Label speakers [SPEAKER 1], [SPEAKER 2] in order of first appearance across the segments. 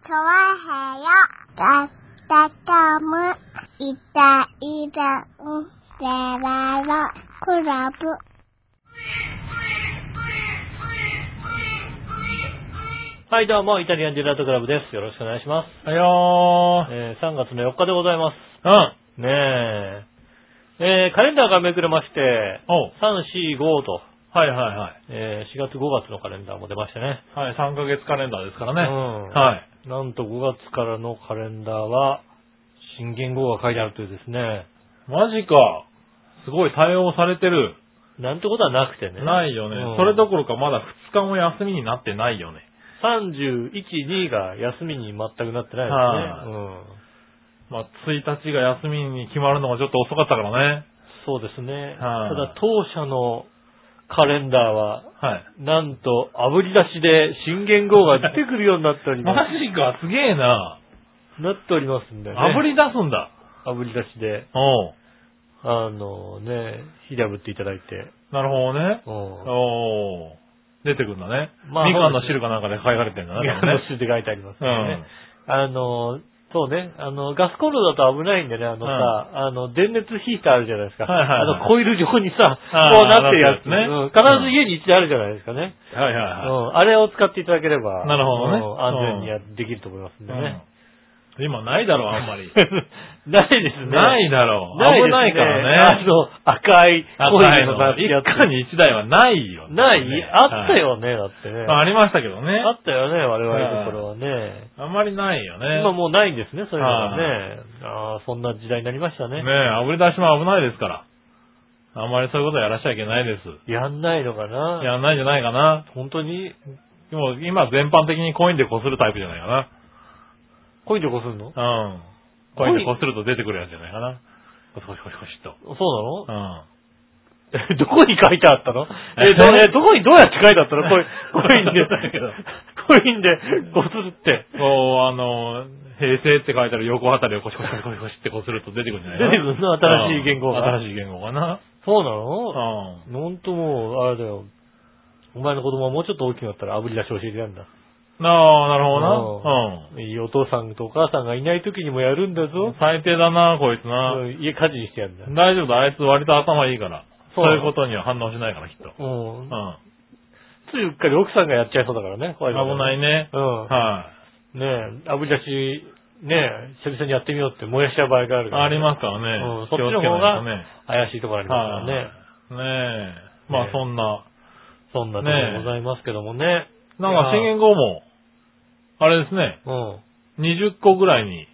[SPEAKER 1] 좋아해요따뜻함을이따이따운데라로클럽
[SPEAKER 2] はい、どうも、イタリアンジェラートクラブです。よろしくお願いします。
[SPEAKER 3] はいよー。
[SPEAKER 2] えー3月の4日でございます。
[SPEAKER 3] うん。
[SPEAKER 2] ねえ。えーカレンダーがめくれまして、
[SPEAKER 3] おう
[SPEAKER 2] 3、4、5と、
[SPEAKER 3] はいはいはい。
[SPEAKER 2] えー4月5月のカレンダーも出ましてね。
[SPEAKER 3] はい、3ヶ月カレンダーですからね。
[SPEAKER 2] うん
[SPEAKER 3] はい。
[SPEAKER 2] なんと5月からのカレンダーは、新元号が書いてあるというですね、
[SPEAKER 3] マジか。すごい対応されてる。
[SPEAKER 2] なんてことはなくてね。
[SPEAKER 3] ないよね、
[SPEAKER 2] うん
[SPEAKER 3] それどころかまだ2日も休みになってないよね。
[SPEAKER 2] 31、2が休みに全くなってないですね。
[SPEAKER 3] はい
[SPEAKER 2] うん
[SPEAKER 3] まあ、1日が休みに決まるのがちょっと遅かったからね。
[SPEAKER 2] そうですね。
[SPEAKER 3] はい
[SPEAKER 2] ただ当社のカレンダーは、
[SPEAKER 3] はい。
[SPEAKER 2] なんと、炙り出しで新元号が出てくるようになっており
[SPEAKER 3] マ
[SPEAKER 2] ま
[SPEAKER 3] ジか、すげえな。
[SPEAKER 2] す。なっておりますんでね。
[SPEAKER 3] 炙り出すんだ。
[SPEAKER 2] 炙り出しで、
[SPEAKER 3] おう
[SPEAKER 2] あのね、火で炙っていただいて。
[SPEAKER 3] なるほどね。
[SPEAKER 2] うん。
[SPEAKER 3] おう出てくるんだね。
[SPEAKER 2] まあ
[SPEAKER 3] みかんの汁かなんかで買いかれてんだ
[SPEAKER 2] いやあの
[SPEAKER 3] ね。
[SPEAKER 2] って書いてあります
[SPEAKER 3] う
[SPEAKER 2] よ
[SPEAKER 3] ん
[SPEAKER 2] ね。。あの、そうね、あの、ガスコンロだと危ないんでね、あのさ、
[SPEAKER 3] う
[SPEAKER 2] あの、電熱ヒーターあるじゃないですか。
[SPEAKER 3] はいはいはい
[SPEAKER 2] あの、コイル状にさ、
[SPEAKER 3] あー
[SPEAKER 2] こうなってるやつね。
[SPEAKER 3] な
[SPEAKER 2] うん
[SPEAKER 3] っ
[SPEAKER 2] 必
[SPEAKER 3] てるやつ
[SPEAKER 2] ず
[SPEAKER 3] ね
[SPEAKER 2] 家に一台あるじゃないですかね。
[SPEAKER 3] はいはいはい。
[SPEAKER 2] うん、あれを使っていただければ、
[SPEAKER 3] なるほどね
[SPEAKER 2] うん安全にやできると思いますんでね。
[SPEAKER 3] うん今ないだろ、 あんまり。
[SPEAKER 2] ないですね。
[SPEAKER 3] ないだろう。
[SPEAKER 2] ですね
[SPEAKER 3] 危ないから
[SPEAKER 2] あ
[SPEAKER 3] ね。
[SPEAKER 2] の、赤い
[SPEAKER 3] 赤い
[SPEAKER 2] コイルな
[SPEAKER 3] の。
[SPEAKER 2] ん
[SPEAKER 3] 一
[SPEAKER 2] てやつ
[SPEAKER 3] 家に一台はないよ。
[SPEAKER 2] ないあった
[SPEAKER 3] はい。
[SPEAKER 2] よね、だってね。
[SPEAKER 3] まあありましたけどね
[SPEAKER 2] あ。ったよね、我々の頃はね。
[SPEAKER 3] あんまりないよね。
[SPEAKER 2] 今もうないんですね、そういうのがね。ああ、そんな時代になりましたね。
[SPEAKER 3] ねえ、炙り出しも危ないですから。あんまりそういうことやらしちゃいけないです。
[SPEAKER 2] やんないのかな
[SPEAKER 3] やんないんじゃないかな。
[SPEAKER 2] 本当に、
[SPEAKER 3] でも今全般的にコインで擦るタイプじゃないか
[SPEAKER 2] コインでこすんの
[SPEAKER 3] な。うん。コインで擦ると出てくるやつじゃないかな。コシコシコシコシっと。
[SPEAKER 2] そうなの
[SPEAKER 3] うん。
[SPEAKER 2] え どこに書いてあったの
[SPEAKER 3] え
[SPEAKER 2] え、ど、えどこにどうやって書いてあったの コイン、コインで
[SPEAKER 3] わかんないけど、
[SPEAKER 2] コインで、こするって。
[SPEAKER 3] こう、あの、平成って書いてある横あたりをコシコシコシコシコシってこうすると出てくるんじゃないかな
[SPEAKER 2] 出てくるな新しい言語が
[SPEAKER 3] うん新しい言語がな。
[SPEAKER 2] そうな
[SPEAKER 3] う
[SPEAKER 2] の
[SPEAKER 3] ん。
[SPEAKER 2] ほんともう、あれだよ。お前の子供はもうちょっと大きくなったら炙り出し教えてやんだ。
[SPEAKER 3] なあ、なるほどな。
[SPEAKER 2] いいお父さんとお母さんがいない時にもやるんだ
[SPEAKER 3] う
[SPEAKER 2] ぞ
[SPEAKER 3] ん。。最低だな、こいつ
[SPEAKER 2] う
[SPEAKER 3] な。
[SPEAKER 2] ん家家事にしてやんだ。
[SPEAKER 3] 大丈夫だ、あいつ割と頭いいから。
[SPEAKER 2] そ
[SPEAKER 3] そうういうことには反応しないから、きっと。
[SPEAKER 2] うん。
[SPEAKER 3] うん。
[SPEAKER 2] ついうっかり奥さんがやっちゃいそうだからね、怖
[SPEAKER 3] 危
[SPEAKER 2] いこと
[SPEAKER 3] ないね。
[SPEAKER 2] うん。
[SPEAKER 3] は
[SPEAKER 2] ねえ、炙り出し、ねえ、久々にやってみようって燃やしちゃう場合がある
[SPEAKER 3] い。
[SPEAKER 2] から、。
[SPEAKER 3] ありますすからね。
[SPEAKER 2] うんそっちの方が
[SPEAKER 3] 気をつけない
[SPEAKER 2] 怪しいところありますからね。
[SPEAKER 3] とね。ねえ。ま
[SPEAKER 2] ね
[SPEAKER 3] あそんな。
[SPEAKER 2] そんなところでございますけどもね。
[SPEAKER 3] なんか宣言後も、あれですね、
[SPEAKER 2] うん。
[SPEAKER 3] 20個ぐらいに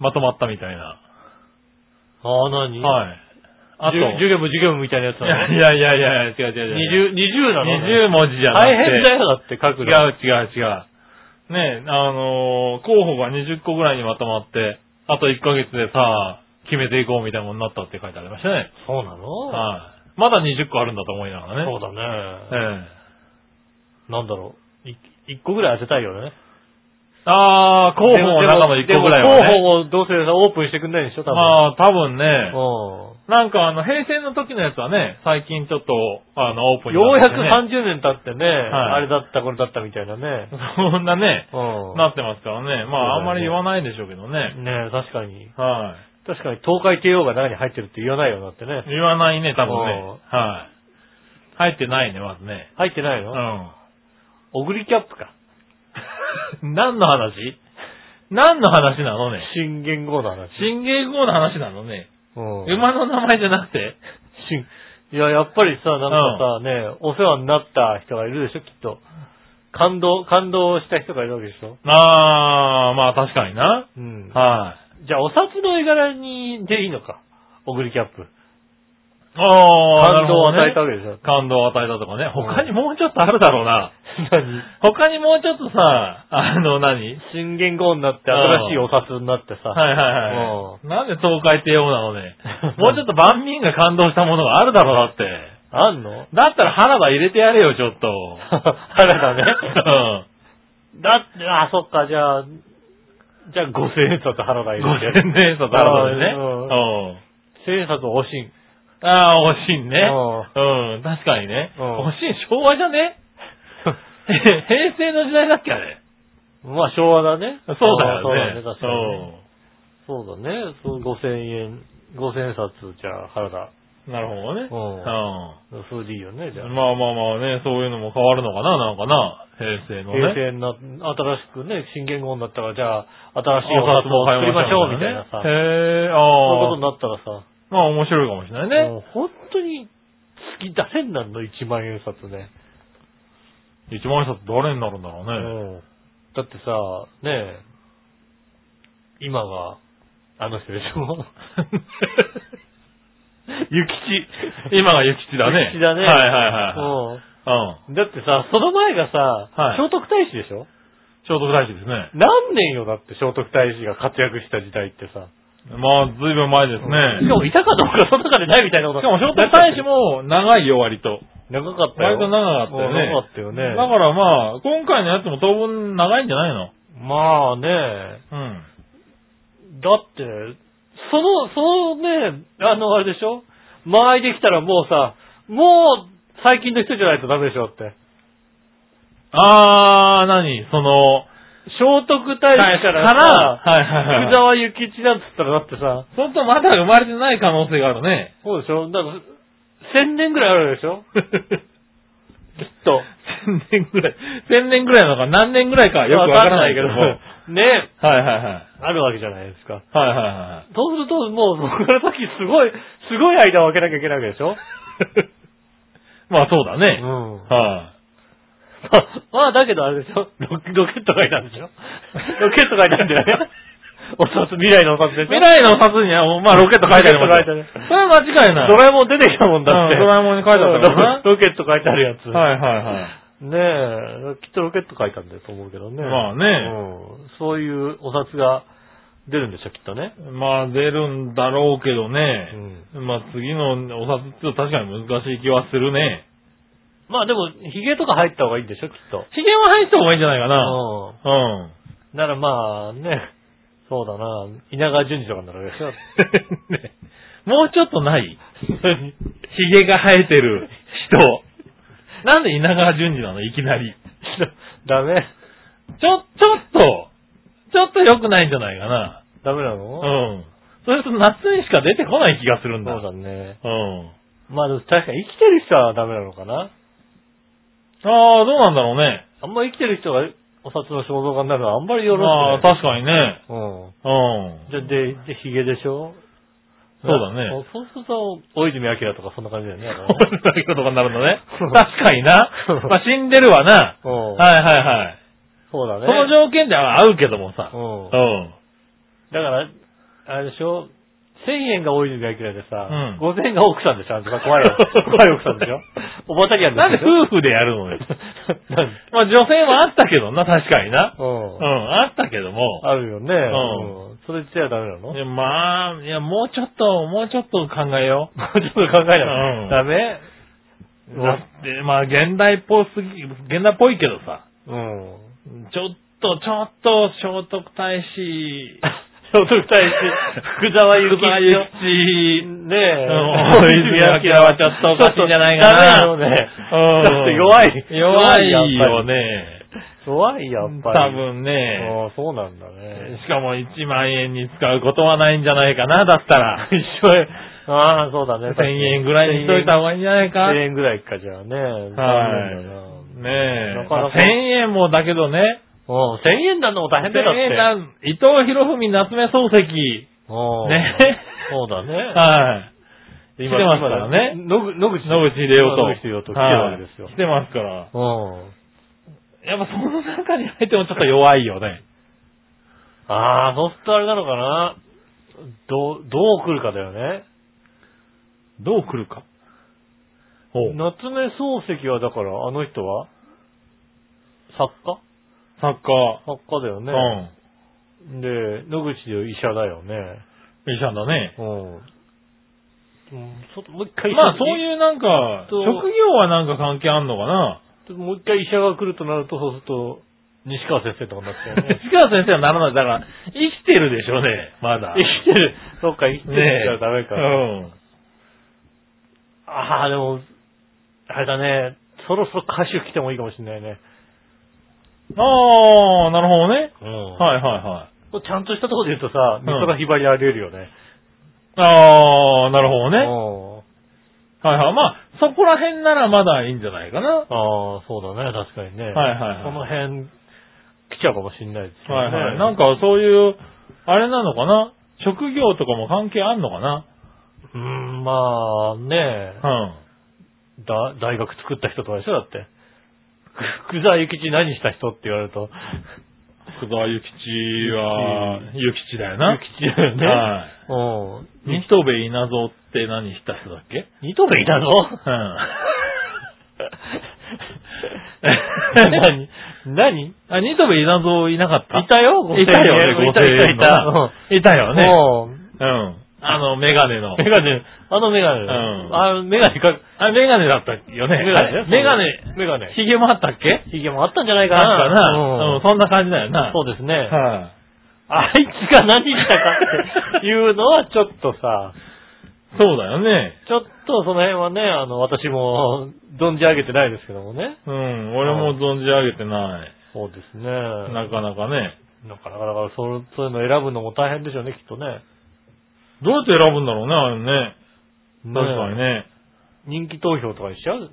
[SPEAKER 3] まとまったみたいな。
[SPEAKER 2] ああ、何い。
[SPEAKER 3] はい。あ
[SPEAKER 2] じ
[SPEAKER 3] と、
[SPEAKER 2] ゅ授業部授業部みたいなやつ
[SPEAKER 3] いや
[SPEAKER 2] なの
[SPEAKER 3] いやいやいや、違う違
[SPEAKER 2] 20、
[SPEAKER 3] う違う。
[SPEAKER 2] 20なのね
[SPEAKER 3] 20文字じゃな
[SPEAKER 2] 大
[SPEAKER 3] く
[SPEAKER 2] 変
[SPEAKER 3] て。
[SPEAKER 2] だよ、だって書
[SPEAKER 3] 違
[SPEAKER 2] く
[SPEAKER 3] う
[SPEAKER 2] の。
[SPEAKER 3] 違う違う。ねえ、あのー候補が20個ぐらいにまとまって、あと1ヶ月でさ、決めていこうみたいなものになったって書いてありましたね。
[SPEAKER 2] そうなの
[SPEAKER 3] はい。まだ20個あるんだと思いながらね。
[SPEAKER 2] そうだね。
[SPEAKER 3] ええ
[SPEAKER 2] なんだろう。い一個ぐらい当てたいよね。
[SPEAKER 3] あー、候補の中の1個ぐらい
[SPEAKER 2] でも
[SPEAKER 3] は
[SPEAKER 2] でも候
[SPEAKER 3] ね。
[SPEAKER 2] 補をどうせさ、オープンしてくんないでしょ、多分。
[SPEAKER 3] まあ、多分ね、
[SPEAKER 2] う
[SPEAKER 3] なんかあの、平成の時のやつはね、最近ちょっと、あの、オープ
[SPEAKER 2] ん。
[SPEAKER 3] ン
[SPEAKER 2] よう
[SPEAKER 3] にな
[SPEAKER 2] や
[SPEAKER 3] って
[SPEAKER 2] く
[SPEAKER 3] ね、
[SPEAKER 2] 30年経ってね、
[SPEAKER 3] い
[SPEAKER 2] あれだった、これだったみたいなね。
[SPEAKER 3] そんなね、
[SPEAKER 2] うん。
[SPEAKER 3] なってますからね。まあ、あんまり言わないでしょうけどね。
[SPEAKER 2] ねえ確かに。
[SPEAKER 3] は
[SPEAKER 2] 確かに、東海帝王が中に入ってるって言わないよ、だって
[SPEAKER 3] い。
[SPEAKER 2] ね。
[SPEAKER 3] 言わないね、多分
[SPEAKER 2] おう
[SPEAKER 3] ね。はい。入ってないね、まずね。
[SPEAKER 2] 入ってないうの
[SPEAKER 3] ん。
[SPEAKER 2] オグリキャップか。
[SPEAKER 3] 何の話何の話なのね。
[SPEAKER 2] 新元号の話。
[SPEAKER 3] 新芸号の話なのね。
[SPEAKER 2] うん
[SPEAKER 3] 馬の名前じゃなくて。
[SPEAKER 2] 新いや、やっぱりさ、なんかさ、ね、お世話になった人がいるでしょ、きっと。感動、感動した人がいるわけでしょ。
[SPEAKER 3] あー、まあ確かにな。
[SPEAKER 2] うん。
[SPEAKER 3] はい。
[SPEAKER 2] じゃあ、お札の絵柄にでいいのか。オグリキャップ。
[SPEAKER 3] あー、
[SPEAKER 2] 感動を与えた
[SPEAKER 3] な
[SPEAKER 2] わ
[SPEAKER 3] るほどね
[SPEAKER 2] けでしょ。
[SPEAKER 3] 感動を与えたとかね。他にもうちょっとあるだろうな。
[SPEAKER 2] 何
[SPEAKER 3] 他にもうちょっとさ、あの何、
[SPEAKER 2] 新元号になって、新しいお札になってさ。
[SPEAKER 3] はいはいはい。なんで東海帝王なのね。 もうちょっと万民が感動したものがあるだろう、だって。
[SPEAKER 2] あん の
[SPEAKER 3] だったら原田入れてやれよ、ちょっと。
[SPEAKER 2] 原田ね。
[SPEAKER 3] う ん。
[SPEAKER 2] だって、あ、そっか、じゃあ、じゃあ、五千円札原田
[SPEAKER 3] ご
[SPEAKER 2] 入れて。
[SPEAKER 3] 千年札あるのでね。
[SPEAKER 2] う
[SPEAKER 3] うん。
[SPEAKER 2] 千円札おしん。
[SPEAKER 3] ああ、惜しいね。
[SPEAKER 2] うん
[SPEAKER 3] うん、確かにね。
[SPEAKER 2] うん
[SPEAKER 3] 惜しい、昭和じゃね平成の時代だっけ、あれ。
[SPEAKER 2] まあ、昭和だね。
[SPEAKER 3] そうだよね。
[SPEAKER 2] そうだね、確かにね。
[SPEAKER 3] うん
[SPEAKER 2] そうだね。そう5000円、5000円札じゃあ原田。
[SPEAKER 3] なるほどね。
[SPEAKER 2] うん
[SPEAKER 3] う
[SPEAKER 2] それでいいよね、じゃあ。
[SPEAKER 3] ん。まあまあまあね、そういうのも変わるのかな、なんかな。平成の
[SPEAKER 2] 平
[SPEAKER 3] ね。
[SPEAKER 2] 成にな、新しくね、新元号になったから、じゃあ、新しいお
[SPEAKER 3] あ
[SPEAKER 2] 札も作りましょう、みたいなさ。そういう
[SPEAKER 3] へえ、
[SPEAKER 2] こと
[SPEAKER 3] あ
[SPEAKER 2] にな
[SPEAKER 3] あ。
[SPEAKER 2] ったらさ、
[SPEAKER 3] まあ面白いかもしれないね。
[SPEAKER 2] もう本当に、好き、誰になるの ?1 万円札ね。
[SPEAKER 3] 一万円札誰になるんだろう
[SPEAKER 2] う
[SPEAKER 3] ね。
[SPEAKER 2] ん。だってさ、ねえ、今が、あの人でし ょ
[SPEAKER 3] ゆきち。今がゆきちだね。
[SPEAKER 2] 諭吉だね
[SPEAKER 3] はいはいはい。
[SPEAKER 2] うん。
[SPEAKER 3] うん。
[SPEAKER 2] だってさ、その前がさ、
[SPEAKER 3] はい
[SPEAKER 2] 聖徳太子でしょ
[SPEAKER 3] 聖徳太子ですね。
[SPEAKER 2] 何年よだって聖徳太子が活躍した時代ってさ。
[SPEAKER 3] まあ、ずいぶん前です
[SPEAKER 2] し
[SPEAKER 3] ね。
[SPEAKER 2] かもいたかどうかその中でないみたいなこと。
[SPEAKER 3] しかも聖徳太子も長いよ、割と。
[SPEAKER 2] 長かったよ。
[SPEAKER 3] 割と長かったよね。
[SPEAKER 2] 長かったよね。
[SPEAKER 3] だからまあ、今回のやつも当分長いんじゃないの
[SPEAKER 2] まあね、
[SPEAKER 3] うん。
[SPEAKER 2] だって、その、そのね、あの、あれでしょ間合いできたらもうさ、もう最近の人じゃないとダメでしょって。
[SPEAKER 3] あー、何その、
[SPEAKER 2] 聖徳太子から
[SPEAKER 3] か
[SPEAKER 2] さ、
[SPEAKER 3] らはいはいはい
[SPEAKER 2] 福沢諭吉なんつったらだってさ、
[SPEAKER 3] そんとまだ生まれてない可能性があるね。
[SPEAKER 2] そうでしょだから、千年ぐらいあるでし ょきっと。
[SPEAKER 3] 千年ぐらい。千年ぐらいなのか何年ぐらいかよくわからないけども。はい
[SPEAKER 2] わかんないけどね、
[SPEAKER 3] はいはい。
[SPEAKER 2] あるわけじゃないですか。
[SPEAKER 3] はいはい は
[SPEAKER 2] そうすると、もう、そこから先すごい、すごい間を空けなきゃいけないわけでしょ
[SPEAKER 3] い。まあそうだ
[SPEAKER 2] う
[SPEAKER 3] ね。
[SPEAKER 2] ん。
[SPEAKER 3] は
[SPEAKER 2] まあ、だけどあれでしょロロケットがいたんでしょロケットがいたんじゃないお札、未来のお札で
[SPEAKER 3] い。
[SPEAKER 2] しょ
[SPEAKER 3] 未来の札には、まあロケット書いてありますよ。
[SPEAKER 2] ロケット書いてある
[SPEAKER 3] それは間違いない。
[SPEAKER 2] ドラえもん出てきたもんだって。
[SPEAKER 3] うんドラえもんに書いてあったもんな
[SPEAKER 2] うんロロケット書いてあるやつ。
[SPEAKER 3] はいはい
[SPEAKER 2] ねえ、
[SPEAKER 3] はい。
[SPEAKER 2] きっとロケット書いたんだと思うけどね。
[SPEAKER 3] まあね
[SPEAKER 2] うん。そういうお札が出るんでしょ、きっとね。
[SPEAKER 3] まあ出るんだろうけ
[SPEAKER 2] う
[SPEAKER 3] どね。
[SPEAKER 2] ん。
[SPEAKER 3] まあ次のお札って確かに難しい気はするね。
[SPEAKER 2] まあでも、髭とか入った方がいいんでしょ、きっと。
[SPEAKER 3] ヒゲは入った方がいいんじゃないかな。
[SPEAKER 2] う
[SPEAKER 3] うん。
[SPEAKER 2] ん。ならまあね、そうだな、稲川淳二とかになるでしょ。
[SPEAKER 3] ねもうちょっとないヒゲが生えてる人。なんで稲川淳二なのいきなり。
[SPEAKER 2] ダメ
[SPEAKER 3] ちょ、ちょっと、ちょっと良くないんじゃないかな。
[SPEAKER 2] ダメなの
[SPEAKER 3] う、ん。それと夏にしか出てこない気がするんだ。
[SPEAKER 2] そうだね。
[SPEAKER 3] うん。
[SPEAKER 2] まあでも確かに生きてる人はダメなのかな。
[SPEAKER 3] ああ、どうなんだろうね。
[SPEAKER 2] あんま生きてる人がお札の肖像画になるのはあんまりよろし
[SPEAKER 3] まあ
[SPEAKER 2] くない。
[SPEAKER 3] 確かにね。
[SPEAKER 2] うん。
[SPEAKER 3] うん。
[SPEAKER 2] じゃ、で、で、髭でしょ
[SPEAKER 3] そうだね。
[SPEAKER 2] あそうすると、大泉明とかそんな感じだよ ね。だからね
[SPEAKER 3] 俺だけとかになるのね。確かにな。 まあ、死んでるわな。
[SPEAKER 2] うん。
[SPEAKER 3] はいはいはい。
[SPEAKER 2] そうだ
[SPEAKER 3] そ
[SPEAKER 2] ね。
[SPEAKER 3] の条件では合うけどもさ。
[SPEAKER 2] うん。
[SPEAKER 3] う
[SPEAKER 2] だ
[SPEAKER 3] ん。
[SPEAKER 2] から、あれでしょ1000円が大泉明でさ、
[SPEAKER 3] うん
[SPEAKER 2] 5000円が奥さんでしょあんた怖 いよ。怖い奥さんでしょおばたきゃん
[SPEAKER 3] なんで
[SPEAKER 2] でしょ
[SPEAKER 3] 夫婦でやるのよ。
[SPEAKER 2] なんで
[SPEAKER 3] まあ、女性はあったけどな、確かにな。
[SPEAKER 2] うん
[SPEAKER 3] うん、あったけども。
[SPEAKER 2] あるよね。
[SPEAKER 3] ん
[SPEAKER 2] うん。それ言っちゃダメなのも
[SPEAKER 3] いうやまあ、いや、もうちょっと、もうちょっと考 えよう。
[SPEAKER 2] ちょっと考え
[SPEAKER 3] う
[SPEAKER 2] なんい。ダメ
[SPEAKER 3] だって、まあ、現代っぽすぎ、現代っぽいけどさ。
[SPEAKER 2] うん。
[SPEAKER 3] ちょっと、ちょっと、聖徳太 子、
[SPEAKER 2] 聖徳太子、福沢諭
[SPEAKER 3] 福沢
[SPEAKER 2] 吉
[SPEAKER 3] 諭
[SPEAKER 2] よ。
[SPEAKER 3] 吉、
[SPEAKER 2] ねえ。
[SPEAKER 3] うん大泉明はちょっとおかしいんじゃないかな
[SPEAKER 2] ちょっとダメ
[SPEAKER 3] うん
[SPEAKER 2] だよね。だって弱い。
[SPEAKER 3] 弱いよ
[SPEAKER 2] ね。
[SPEAKER 3] ね。
[SPEAKER 2] 弱い、や
[SPEAKER 3] 多
[SPEAKER 2] っぱり。
[SPEAKER 3] 分
[SPEAKER 2] あ
[SPEAKER 3] ね。
[SPEAKER 2] あそうなんだね。
[SPEAKER 3] しかも1万円に使うことはないんじゃないかな、だった ら。一緒
[SPEAKER 2] ああ、そうだね。
[SPEAKER 3] 1000円ぐらいにしといた方がいいんじゃないか。
[SPEAKER 2] 1000円ぐらいか、じゃあね。
[SPEAKER 3] は
[SPEAKER 2] 残
[SPEAKER 3] い。ねえ。
[SPEAKER 2] なかなか
[SPEAKER 3] まあ1000円もだけど
[SPEAKER 2] 念
[SPEAKER 3] ね。
[SPEAKER 2] だなうん、1000円なんのも大変だよだっ
[SPEAKER 3] 1000円な
[SPEAKER 2] て。
[SPEAKER 3] ん、伊藤博文夏目漱石。
[SPEAKER 2] うん
[SPEAKER 3] ね。
[SPEAKER 2] そうだね。
[SPEAKER 3] はい。
[SPEAKER 2] 今
[SPEAKER 3] 来てますからね
[SPEAKER 2] 今野口野口
[SPEAKER 3] 野口秀夫と。
[SPEAKER 2] 野口秀夫と来てるわけですよ
[SPEAKER 3] はい来てますから。
[SPEAKER 2] うん。
[SPEAKER 3] やっぱその中に入ってもちょっと弱いよね。
[SPEAKER 2] ああ、そうするとあれなのかな。どう、どう来るかだよね。
[SPEAKER 3] どう来るか。ほう。
[SPEAKER 2] 夏目漱石はだから、あの人は作家
[SPEAKER 3] サッカ
[SPEAKER 2] 作家だよ
[SPEAKER 3] ー。
[SPEAKER 2] ね。
[SPEAKER 3] うん。
[SPEAKER 2] で、野口で医者だよね。
[SPEAKER 3] 医者だね。
[SPEAKER 2] うん。うんちょっともう一回医者
[SPEAKER 3] まあそういうなんか、
[SPEAKER 2] と
[SPEAKER 3] 職業はなんか関係あんのかな
[SPEAKER 2] もう一回医者が来るとなると、そうすると、西川先生とかになっちゃうよ ね。
[SPEAKER 3] 石川先生はならない。だから、生きてるでしょうね、まだ。
[SPEAKER 2] 生きてる。そっか、生きて
[SPEAKER 3] ね
[SPEAKER 2] るじ
[SPEAKER 3] え。
[SPEAKER 2] ゃダメか。
[SPEAKER 3] うん。
[SPEAKER 2] ああ、でも、あれだね。そろそろ歌手来てもいいかもしれないね。
[SPEAKER 3] ああ、なるほどね。
[SPEAKER 2] うん
[SPEAKER 3] はいはいはい。
[SPEAKER 2] ちゃんとしたところで言うとさ、
[SPEAKER 3] うん
[SPEAKER 2] 美空ひばりあり得るよね。
[SPEAKER 3] ああ、なるほどね。
[SPEAKER 2] ね。
[SPEAKER 3] はいはい。まあ、そこら辺ならまだいいんじゃないかな。はい
[SPEAKER 2] ああ、そうだね、確かにね。
[SPEAKER 3] はいはい
[SPEAKER 2] この辺、来ちゃうかもしんないですよね。
[SPEAKER 3] はい。なん
[SPEAKER 2] か、
[SPEAKER 3] かそういう、あれなのかな職業とかも関係あんのかな
[SPEAKER 2] うーん、まあ、ね
[SPEAKER 3] うん。
[SPEAKER 2] だ、大学作った人とかでしょ、だって。福沢諭吉何した人って言われると、
[SPEAKER 3] 福沢諭吉は、
[SPEAKER 2] 諭
[SPEAKER 3] 諭吉だよな。
[SPEAKER 2] 諭吉だよね。
[SPEAKER 3] はい。
[SPEAKER 2] うん。
[SPEAKER 3] 二戸部稲造って何した人だっけ
[SPEAKER 2] 二戸目いたぞ。
[SPEAKER 3] うん。
[SPEAKER 2] 何何い
[SPEAKER 3] あ、二戸部稲造いなかった
[SPEAKER 2] たよ、5000円
[SPEAKER 3] いたよね、
[SPEAKER 2] いたいたいた。
[SPEAKER 3] いたよね。
[SPEAKER 2] うん
[SPEAKER 3] うん。あの、メガネの。
[SPEAKER 2] メガネ、あのメガネ。
[SPEAKER 3] うん
[SPEAKER 2] あのメガネか、
[SPEAKER 3] あれ、メガネだったよね。あれメ
[SPEAKER 2] メ
[SPEAKER 3] ガ
[SPEAKER 2] ガ
[SPEAKER 3] ネ、
[SPEAKER 2] ネ。メガネ。
[SPEAKER 3] ヒゲもあったっけ
[SPEAKER 2] ヒゲもあったんじゃないか
[SPEAKER 3] あ
[SPEAKER 2] な。
[SPEAKER 3] ったな。うん、そんな感じだよ
[SPEAKER 2] うん
[SPEAKER 3] な。
[SPEAKER 2] そうですね。
[SPEAKER 3] はい。
[SPEAKER 2] あいつが何したかっていうのはちょっとさ、
[SPEAKER 3] そうだよね。
[SPEAKER 2] ちょっとその辺はね、あの、私も存じ上げてないですけどもね。
[SPEAKER 3] うん、俺も存じ上げてない。
[SPEAKER 2] そうですね。
[SPEAKER 3] なかなかね。
[SPEAKER 2] なかなか、だからそうそういうの選ぶのも大変でしょうね、きっとね。
[SPEAKER 3] どうやって選ぶんだろうね、あれね。確か
[SPEAKER 2] ね。
[SPEAKER 3] にね。
[SPEAKER 2] 人気投票とかにしちゃう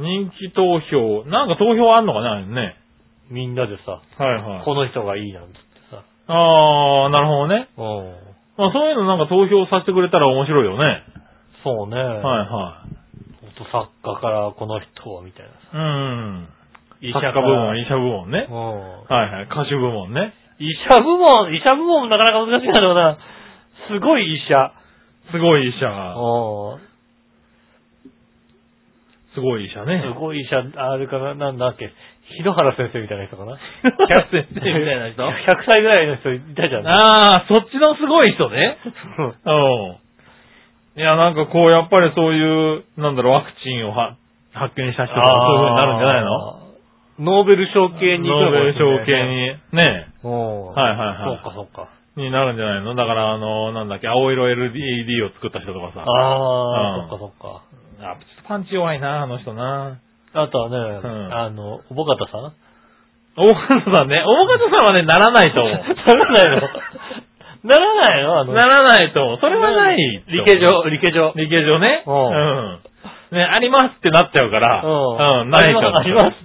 [SPEAKER 3] 人気投票、なんか投票あんのかね、あれね。
[SPEAKER 2] みんなでさ、
[SPEAKER 3] はいはい。
[SPEAKER 2] この人がいいなんつってさ。
[SPEAKER 3] あー、なるほどね。
[SPEAKER 2] うん。
[SPEAKER 3] まあそういうのなんか投票させてくれたら面白いよね。
[SPEAKER 2] そうね。
[SPEAKER 3] はいはい。
[SPEAKER 2] 元作家からこの人はみたいなさ。
[SPEAKER 3] うん。
[SPEAKER 2] 医
[SPEAKER 3] 作家部門、医者部門ね。
[SPEAKER 2] うん。
[SPEAKER 3] はいはい。歌手部門ね。
[SPEAKER 2] 医者部門、医者部門もなかなか難しいだろうな。すごい医者。
[SPEAKER 3] すごい医者。
[SPEAKER 2] うん。
[SPEAKER 3] すごい医者ね。
[SPEAKER 2] すごい医者、あれかな、なんだっけ、日野原先生みたいな人かな。
[SPEAKER 3] 原先生みたいな 人
[SPEAKER 2] ?100 歳ぐらいの人いたじゃん。
[SPEAKER 3] ああ、そっちのすごい人 ね。
[SPEAKER 2] うん
[SPEAKER 3] うん。いや、なんかこう、やっぱりそういう、なんだろう、ワクチンをは発見した人がそういう風になるんじゃないの
[SPEAKER 2] のノーベル賞系に行
[SPEAKER 3] ノ
[SPEAKER 2] くのか
[SPEAKER 3] ーベ
[SPEAKER 2] も
[SPEAKER 3] ル
[SPEAKER 2] しれ
[SPEAKER 3] 賞系
[SPEAKER 2] ないね。
[SPEAKER 3] に、ね、
[SPEAKER 2] うん。
[SPEAKER 3] はいはいはい
[SPEAKER 2] そうかそうか。
[SPEAKER 3] になるんじゃないのだから、あの、なんだっけ、青色 LED を作った人とかさ。
[SPEAKER 2] ああ、
[SPEAKER 3] うん
[SPEAKER 2] そっかそっか。
[SPEAKER 3] あ、ちょっとパンチ弱いな、あの人な。
[SPEAKER 2] あとはね、
[SPEAKER 3] ん
[SPEAKER 2] あの、おぼかたさん
[SPEAKER 3] 大方さんね、大方さんはね、ならないと思
[SPEAKER 2] ならないのならないのあ
[SPEAKER 3] う。
[SPEAKER 2] の、
[SPEAKER 3] ならないと思う。それはない。
[SPEAKER 2] 理系。上、理系上。
[SPEAKER 3] 理系上ね。
[SPEAKER 2] う
[SPEAKER 3] うん。ね、ありますってなっちゃうから、
[SPEAKER 2] うん
[SPEAKER 3] うん、ないと思う。
[SPEAKER 2] あります。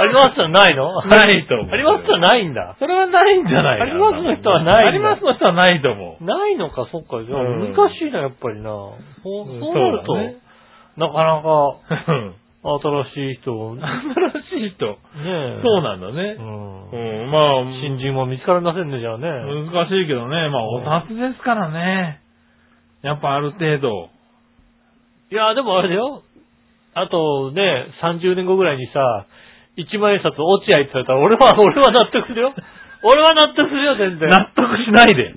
[SPEAKER 2] あります ってないの
[SPEAKER 3] ないと思う。
[SPEAKER 2] ありますってないんだ。
[SPEAKER 3] それはないんじゃないかな
[SPEAKER 2] ありますの人はないんだ
[SPEAKER 3] ありますの人はないと思う。
[SPEAKER 2] ないのか、そっか。じゃあ、
[SPEAKER 3] うん
[SPEAKER 2] 難しいな、やっぱりな。そう
[SPEAKER 3] うん
[SPEAKER 2] そうなると、
[SPEAKER 3] そうだね
[SPEAKER 2] なかな
[SPEAKER 3] うん
[SPEAKER 2] か、新しい人 を、ね
[SPEAKER 3] 新しい人。
[SPEAKER 2] え。
[SPEAKER 3] そうなんだ
[SPEAKER 2] う
[SPEAKER 3] ね。
[SPEAKER 2] ん
[SPEAKER 3] う。ん、まあ、
[SPEAKER 2] 新人も見つからませんね、じゃあね。
[SPEAKER 3] 難しいけどね。まあ、お札ですからね。やっぱある程度。
[SPEAKER 2] いや、でもあれだよ。あとね、30年後ぐらいにさ、一万円札落合って言われたら、俺は、 俺は納得するよ。俺は納得するよ、全然。
[SPEAKER 3] 納得しな いで。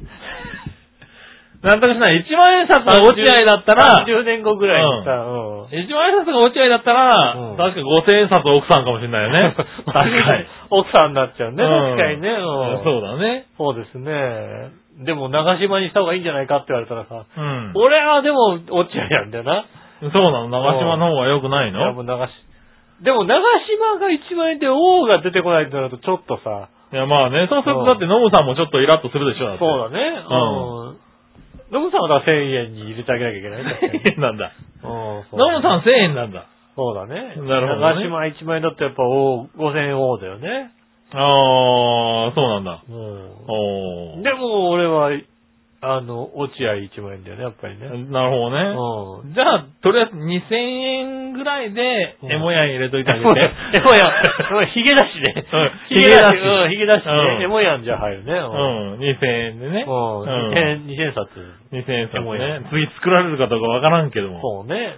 [SPEAKER 3] 納得しない。1万円札が落合だったら、
[SPEAKER 2] 30年後ぐらいにさ、うん。
[SPEAKER 3] 1万円札が落合だったら、
[SPEAKER 2] うん。
[SPEAKER 3] 確か5000円札奥さんかもしれないよね 確かに。。
[SPEAKER 2] 奥さんになっちゃうね、
[SPEAKER 3] うん
[SPEAKER 2] 確かにね。うん
[SPEAKER 3] そうだね。
[SPEAKER 2] そうですね。でも、長島にした方がいいんじゃないかって言われたらさ、
[SPEAKER 3] うん。
[SPEAKER 2] 俺はでも、落合なんだよな。
[SPEAKER 3] そうなの長島の方が良くない
[SPEAKER 2] いや
[SPEAKER 3] の
[SPEAKER 2] もう長しでも、長島が一万円で王が出てこないってなると、ちょっとさ、
[SPEAKER 3] いや、まあね、そうする
[SPEAKER 2] う
[SPEAKER 3] と、
[SPEAKER 2] ん
[SPEAKER 3] だって、ノブさんもちょっとイラッとするでしょ、だって。
[SPEAKER 2] そうだね。うん。ノブさんはだから1000円に入れてあげなきゃいけないね。確かに
[SPEAKER 3] 1000円なんだ。
[SPEAKER 2] うんそうだね
[SPEAKER 3] ノブさん1000円なんだ。
[SPEAKER 2] そうだね。
[SPEAKER 3] なるほどね
[SPEAKER 2] 長島1万円だとやっぱ王5000円王だよね。
[SPEAKER 3] あー、そうなんだ。
[SPEAKER 2] う
[SPEAKER 3] お
[SPEAKER 2] ん。
[SPEAKER 3] ー。
[SPEAKER 2] でも俺は、あの、落合1万円だよね、やっぱりね。
[SPEAKER 3] なるほ
[SPEAKER 2] う
[SPEAKER 3] どね。
[SPEAKER 2] ん。
[SPEAKER 3] じゃあ、とりあえず2000円ぐらいで、
[SPEAKER 2] うん
[SPEAKER 3] エモヤン入れといてあげ て。
[SPEAKER 2] エモヤン、エモヤン、ヒゲだしね
[SPEAKER 3] うん。
[SPEAKER 2] ヒゲだし、
[SPEAKER 3] ヒゲ
[SPEAKER 2] うん、ヒゲだ
[SPEAKER 3] だし
[SPEAKER 2] し
[SPEAKER 3] うん
[SPEAKER 2] ね。エモヤンじゃ入るね。う。
[SPEAKER 3] うんん、2000円でね。
[SPEAKER 2] うん。
[SPEAKER 3] ん
[SPEAKER 2] 2000円、2000円札。
[SPEAKER 3] 2000円さ
[SPEAKER 2] エモヤ
[SPEAKER 3] ね。次作られるかどうかわからんけども。
[SPEAKER 2] そうね。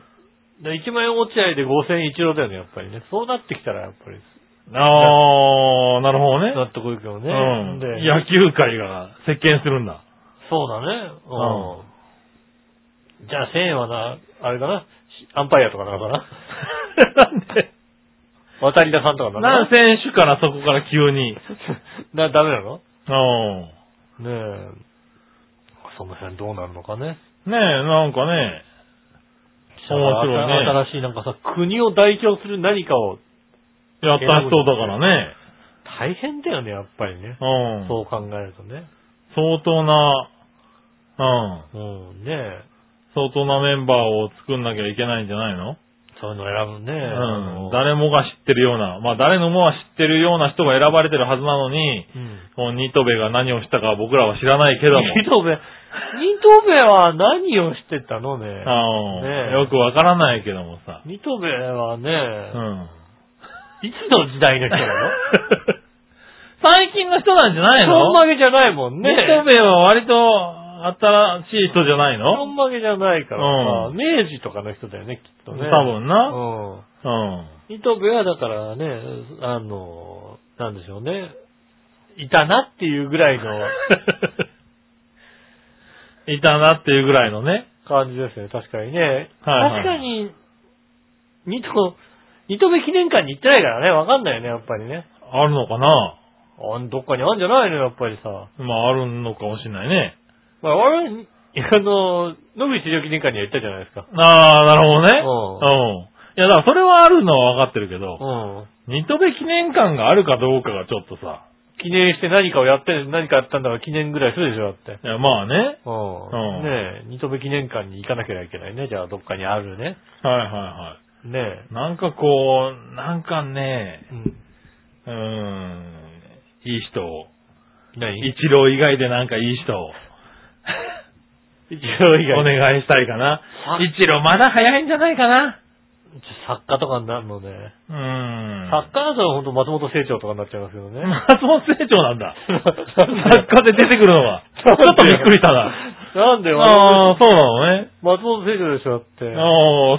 [SPEAKER 2] で1万円落合で5000円一郎だよね、やっぱりね。そうなってきたら、やっぱり。
[SPEAKER 3] あー、なるほどね。
[SPEAKER 2] 納得いくよね。
[SPEAKER 3] うん。
[SPEAKER 2] で
[SPEAKER 3] 野球界が石鹸するんだ。
[SPEAKER 2] そうだね。うん。じゃあ1000円はな、あれかな、しアンパイアとかなのかな。
[SPEAKER 3] なんで
[SPEAKER 2] 渡り田さんとかな
[SPEAKER 3] な
[SPEAKER 2] の
[SPEAKER 3] ん
[SPEAKER 2] か
[SPEAKER 3] 選手からそこから 急に。
[SPEAKER 2] な。な、ダメなの
[SPEAKER 3] うん。
[SPEAKER 2] ねえ。その辺どうなるのかね。
[SPEAKER 3] ねえ、なんかね、面白いね
[SPEAKER 2] 新しいなんかさ、国を代表する何かを
[SPEAKER 3] やった人だからね。
[SPEAKER 2] 大変だよね、やっぱりね。
[SPEAKER 3] うん。
[SPEAKER 2] そう考えるとね。
[SPEAKER 3] 相当な、うん。
[SPEAKER 2] うん、ねえ。
[SPEAKER 3] 相当なメンバーを作んなきゃいけないんじゃないの
[SPEAKER 2] そういうの選ぶね。
[SPEAKER 3] うん。
[SPEAKER 2] 誰
[SPEAKER 3] 誰もが知ってるような、まあ誰のもは知ってるような人が選ばれてるはずなのに、
[SPEAKER 2] うん。
[SPEAKER 3] こうニトベが何をしたかは僕らは知らない けども。
[SPEAKER 2] ニトベ、ニトベは何をしてたのね。
[SPEAKER 3] あ
[SPEAKER 2] ねえ
[SPEAKER 3] よくわからないけどもさ。
[SPEAKER 2] ニトベはね、
[SPEAKER 3] うん。
[SPEAKER 2] いつの時代の人なの
[SPEAKER 3] 最近の人なんじゃない
[SPEAKER 2] ち
[SPEAKER 3] の
[SPEAKER 2] ょんまげじゃないもんね。
[SPEAKER 3] ニトベは割と新しい人じゃない
[SPEAKER 2] ちょ
[SPEAKER 3] の
[SPEAKER 2] んまげじゃないからさ、
[SPEAKER 3] う
[SPEAKER 2] 明治とかの人だよね、きっと
[SPEAKER 3] 多
[SPEAKER 2] ね。
[SPEAKER 3] 分な。
[SPEAKER 2] うん。
[SPEAKER 3] うん。
[SPEAKER 2] ニトベはだからね、あの、なんでしょうね。いたなっていうぐらいの
[SPEAKER 3] いたなっていうぐらいのね。
[SPEAKER 2] 感じですね、確かにね。
[SPEAKER 3] はいは
[SPEAKER 2] 確
[SPEAKER 3] い
[SPEAKER 2] かに、ニト、ニトベ記念館に行ってないからね、わかんないよね、やっぱりね。
[SPEAKER 3] あるのかな
[SPEAKER 2] あんどっかにあるんじゃないの、やっぱりさ。
[SPEAKER 3] まああるのかもしれないね。
[SPEAKER 2] まあ、俺、にあの、野口医療記念館には行ったじゃないですか。
[SPEAKER 3] ああ、なる
[SPEAKER 2] う
[SPEAKER 3] ほ
[SPEAKER 2] ん。
[SPEAKER 3] どね。うん。いやだからそれはあるのはわかってるけど、
[SPEAKER 2] うん。
[SPEAKER 3] ニトベ記念館があるかどうかがちょっとさ。
[SPEAKER 2] 記念して何かをやって、何かやったんだから記念ぐらいするでしょ、だって。
[SPEAKER 3] いやまあね。
[SPEAKER 2] うん。
[SPEAKER 3] うん
[SPEAKER 2] ねえ、二度目記念館に行かなきゃいけないね。じゃあ、どっかにあるね。
[SPEAKER 3] はいはいは
[SPEAKER 2] ねえ。
[SPEAKER 3] い。なんかこう、なんかね、
[SPEAKER 2] うん。
[SPEAKER 3] うーん、いい人を。
[SPEAKER 2] 何
[SPEAKER 3] 一郎以外でなんかいい 人を。
[SPEAKER 2] 一応以
[SPEAKER 3] お
[SPEAKER 2] 外。
[SPEAKER 3] 願いしたいかな
[SPEAKER 2] さ。
[SPEAKER 3] 一郎まだ早いんじゃないかな。
[SPEAKER 2] 作家とかになるのね。
[SPEAKER 3] うーん。
[SPEAKER 2] 作家だとほんと松本清張とかになっちゃいますけどね。
[SPEAKER 3] 松本清張なんだ。
[SPEAKER 2] 作
[SPEAKER 3] 作家で出てくる のが。ちょっとびっくりしたな。
[SPEAKER 2] なんで
[SPEAKER 3] ああ、そうなのね。
[SPEAKER 2] 松本清張でしょ、だって。
[SPEAKER 3] ああ、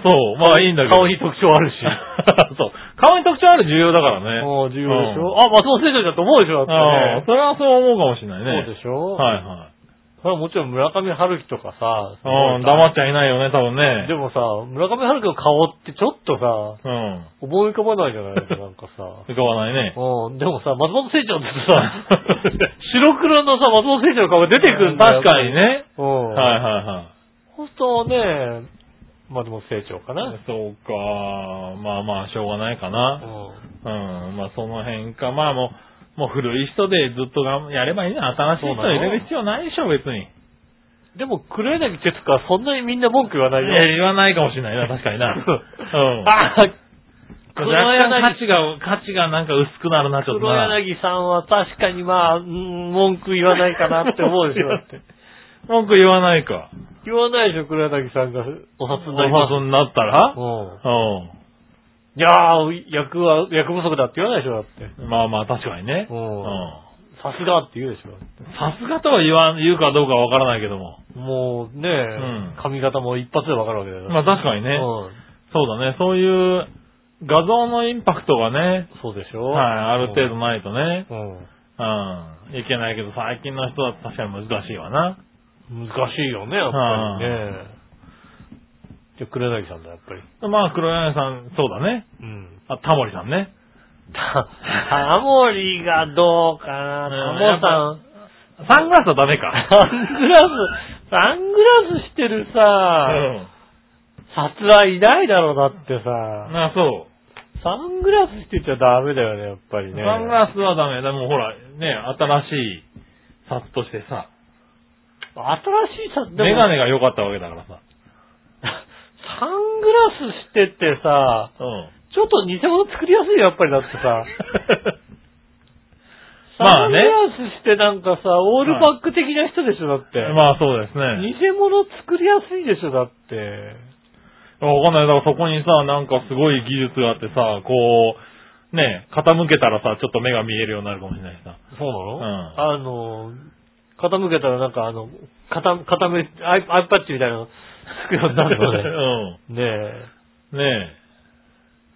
[SPEAKER 3] そう。まあいいんだけど。
[SPEAKER 2] 顔に特徴あるし。
[SPEAKER 3] そう。顔に特徴ある重要だからね。
[SPEAKER 2] もう重要でしょ。あ、松本清張だと思うでしょ、だ
[SPEAKER 3] ああ
[SPEAKER 2] っ、て
[SPEAKER 3] そ
[SPEAKER 2] ね。
[SPEAKER 3] れはそう思うかもしれないね。
[SPEAKER 2] そうでしょ
[SPEAKER 3] はいはい。
[SPEAKER 2] それはもちろん村上春樹とかさ。
[SPEAKER 3] うん、黙っ
[SPEAKER 2] ち
[SPEAKER 3] ちゃいないよね、多分ね。
[SPEAKER 2] でもさ、村上春樹の顔ってちょっとさ、
[SPEAKER 3] うん。
[SPEAKER 2] 思い浮かばないじゃないですか、なんか さ。
[SPEAKER 3] 浮かばないね。
[SPEAKER 2] うん、でもさ、松本清張ってさ、白黒のさ、松本清張の顔が出てくるんだよ。
[SPEAKER 3] 確かに。ね。
[SPEAKER 2] うん。
[SPEAKER 3] はいはいは
[SPEAKER 2] そうするとね、松本清張かな。
[SPEAKER 3] い。そうか、まあまあ、しょうがないか
[SPEAKER 2] う
[SPEAKER 3] な。
[SPEAKER 2] ん。
[SPEAKER 3] うん、まあその辺か。まあもう、もう古い人でずっとがやればいいな。新しい人入れる必要ないでしょ、別に。い
[SPEAKER 2] でも、黒柳徹子はそんなにみんな文句言わな
[SPEAKER 3] や、
[SPEAKER 2] いよ。
[SPEAKER 3] 言わないかもしれないな、確かにな。 うん。
[SPEAKER 2] あー黒
[SPEAKER 3] 若干価
[SPEAKER 2] 柳、
[SPEAKER 3] 値が、価値がなんか薄くなるな、ちょっと
[SPEAKER 2] 黒
[SPEAKER 3] な。
[SPEAKER 2] 柳さんは確かにまあ、うん文句言わないかなって思うでしょ。だ って
[SPEAKER 3] 文句言わないか。
[SPEAKER 2] 言わないでしょ、黒柳さんがお札
[SPEAKER 3] お
[SPEAKER 2] になります。
[SPEAKER 3] になったら
[SPEAKER 2] うん。
[SPEAKER 3] う
[SPEAKER 2] いやー、役は、役不足だって言わないでしょ、だって。
[SPEAKER 3] ん。まあまあ、確かにね。
[SPEAKER 2] うん
[SPEAKER 3] うん
[SPEAKER 2] さすがって言うでしょ。
[SPEAKER 3] さすがとは言わん、言うかどうかわからないけども。
[SPEAKER 2] もうね、
[SPEAKER 3] ん
[SPEAKER 2] 髪型も一発でわかるわけだよ。
[SPEAKER 3] まあ確かに
[SPEAKER 2] う
[SPEAKER 3] ね、
[SPEAKER 2] ん
[SPEAKER 3] そうだね。そういう画像のインパクトがね、
[SPEAKER 2] そうでしょ
[SPEAKER 3] はい、ある程度ないとね、
[SPEAKER 2] うん。
[SPEAKER 3] うん、いけないけど、最近の人だと確かに難しいわな。
[SPEAKER 2] 難しいよね、やっぱりね。じゃあ、黒柳さんだ、やっぱり。
[SPEAKER 3] まあ、黒柳さん、そうだね。
[SPEAKER 2] うん。
[SPEAKER 3] あ、タモリさんね。
[SPEAKER 2] た、タモリがどうかな、
[SPEAKER 3] うん
[SPEAKER 2] タモ
[SPEAKER 3] サングラスはダメか。
[SPEAKER 2] さん。サングラス、サングラスしてるさ、
[SPEAKER 3] うん。
[SPEAKER 2] 殺害いないだろう、だってさ。
[SPEAKER 3] あ、そう。
[SPEAKER 2] サングラスしてちゃダメだよね、やっぱりね。
[SPEAKER 3] サングラスはダメ。でもほら、ね、新しい札としてさ、
[SPEAKER 2] 新しいさ、でも
[SPEAKER 3] メガネが良かったわけだからさ。
[SPEAKER 2] サングラスしてってさ、
[SPEAKER 3] うん。
[SPEAKER 2] ちょっと偽物作りやすいよ、やっぱりだってさ。
[SPEAKER 3] ま
[SPEAKER 2] サ
[SPEAKER 3] あ
[SPEAKER 2] ン
[SPEAKER 3] ね
[SPEAKER 2] グラスしてなんかさ、オールバック的な人でしょ、だって。
[SPEAKER 3] まあそう ですね。
[SPEAKER 2] 偽物作りやすいでしょ、だって。
[SPEAKER 3] わかんない。だからそこにさ、なんかすごい技術があってさ、こう、ね、傾けたらさ、ちょっと目が見えるようになるかもしれないしさ。
[SPEAKER 2] そうな
[SPEAKER 3] うん
[SPEAKER 2] あの、傾けたらなんかあの、傾、傾め、アイアイパッチみたいなの つくようになるのね。ね
[SPEAKER 3] うん。ね
[SPEAKER 2] え。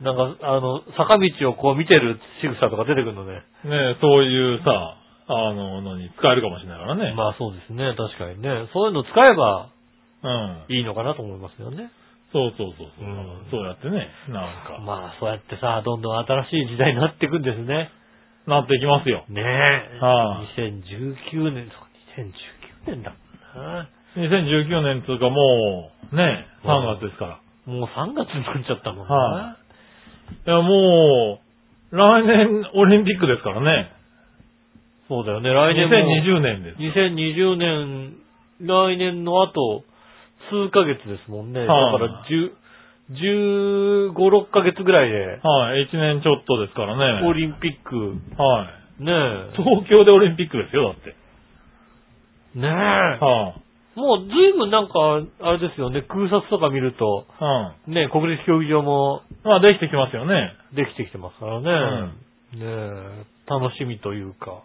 [SPEAKER 2] なんか、あの、坂道をこう見てる仕草とか出てくるのね。
[SPEAKER 3] え、 ねえ、そういうさ、あの、のに使えるかもしれないからね。
[SPEAKER 2] まあそうですね、確かにね。そういうの使えば
[SPEAKER 3] うん。
[SPEAKER 2] いいのかなと思いますよね。
[SPEAKER 3] そうそうそうそう、
[SPEAKER 2] うん
[SPEAKER 3] そうやってね、なんか、
[SPEAKER 2] まあ、そうやってさ、どんどん新しい時代になっていくんですね。
[SPEAKER 3] なっていきますよ。
[SPEAKER 2] ねえ。
[SPEAKER 3] はあ
[SPEAKER 2] 2019年、そう2019年だもんな。
[SPEAKER 3] 2019年つうかもう、ねえ、3月ですから。
[SPEAKER 2] もう3月になっちゃったもん
[SPEAKER 3] はい
[SPEAKER 2] な。
[SPEAKER 3] いや、も来年オリンピックですからね。
[SPEAKER 2] そうだよね、来年も。
[SPEAKER 3] 2020年です。
[SPEAKER 2] 2020年、来年のあと、数ヶ月ですもんね。だか
[SPEAKER 3] はい
[SPEAKER 2] ら、10 15、6ヶ月ぐらいで、
[SPEAKER 3] はい、1年ちょっとですからね。
[SPEAKER 2] オリンピック、
[SPEAKER 3] はい。
[SPEAKER 2] ねえ。
[SPEAKER 3] 東京でオリンピックですよ、だって。
[SPEAKER 2] ねえ。
[SPEAKER 3] は
[SPEAKER 2] もう随分なんか、あれですよね、空撮とか見ると、
[SPEAKER 3] あ、は
[SPEAKER 2] ねえ、国立競技場も
[SPEAKER 3] あ、まあ、できてきますよね。
[SPEAKER 2] できてきてますからね。ねえ、楽しみというか。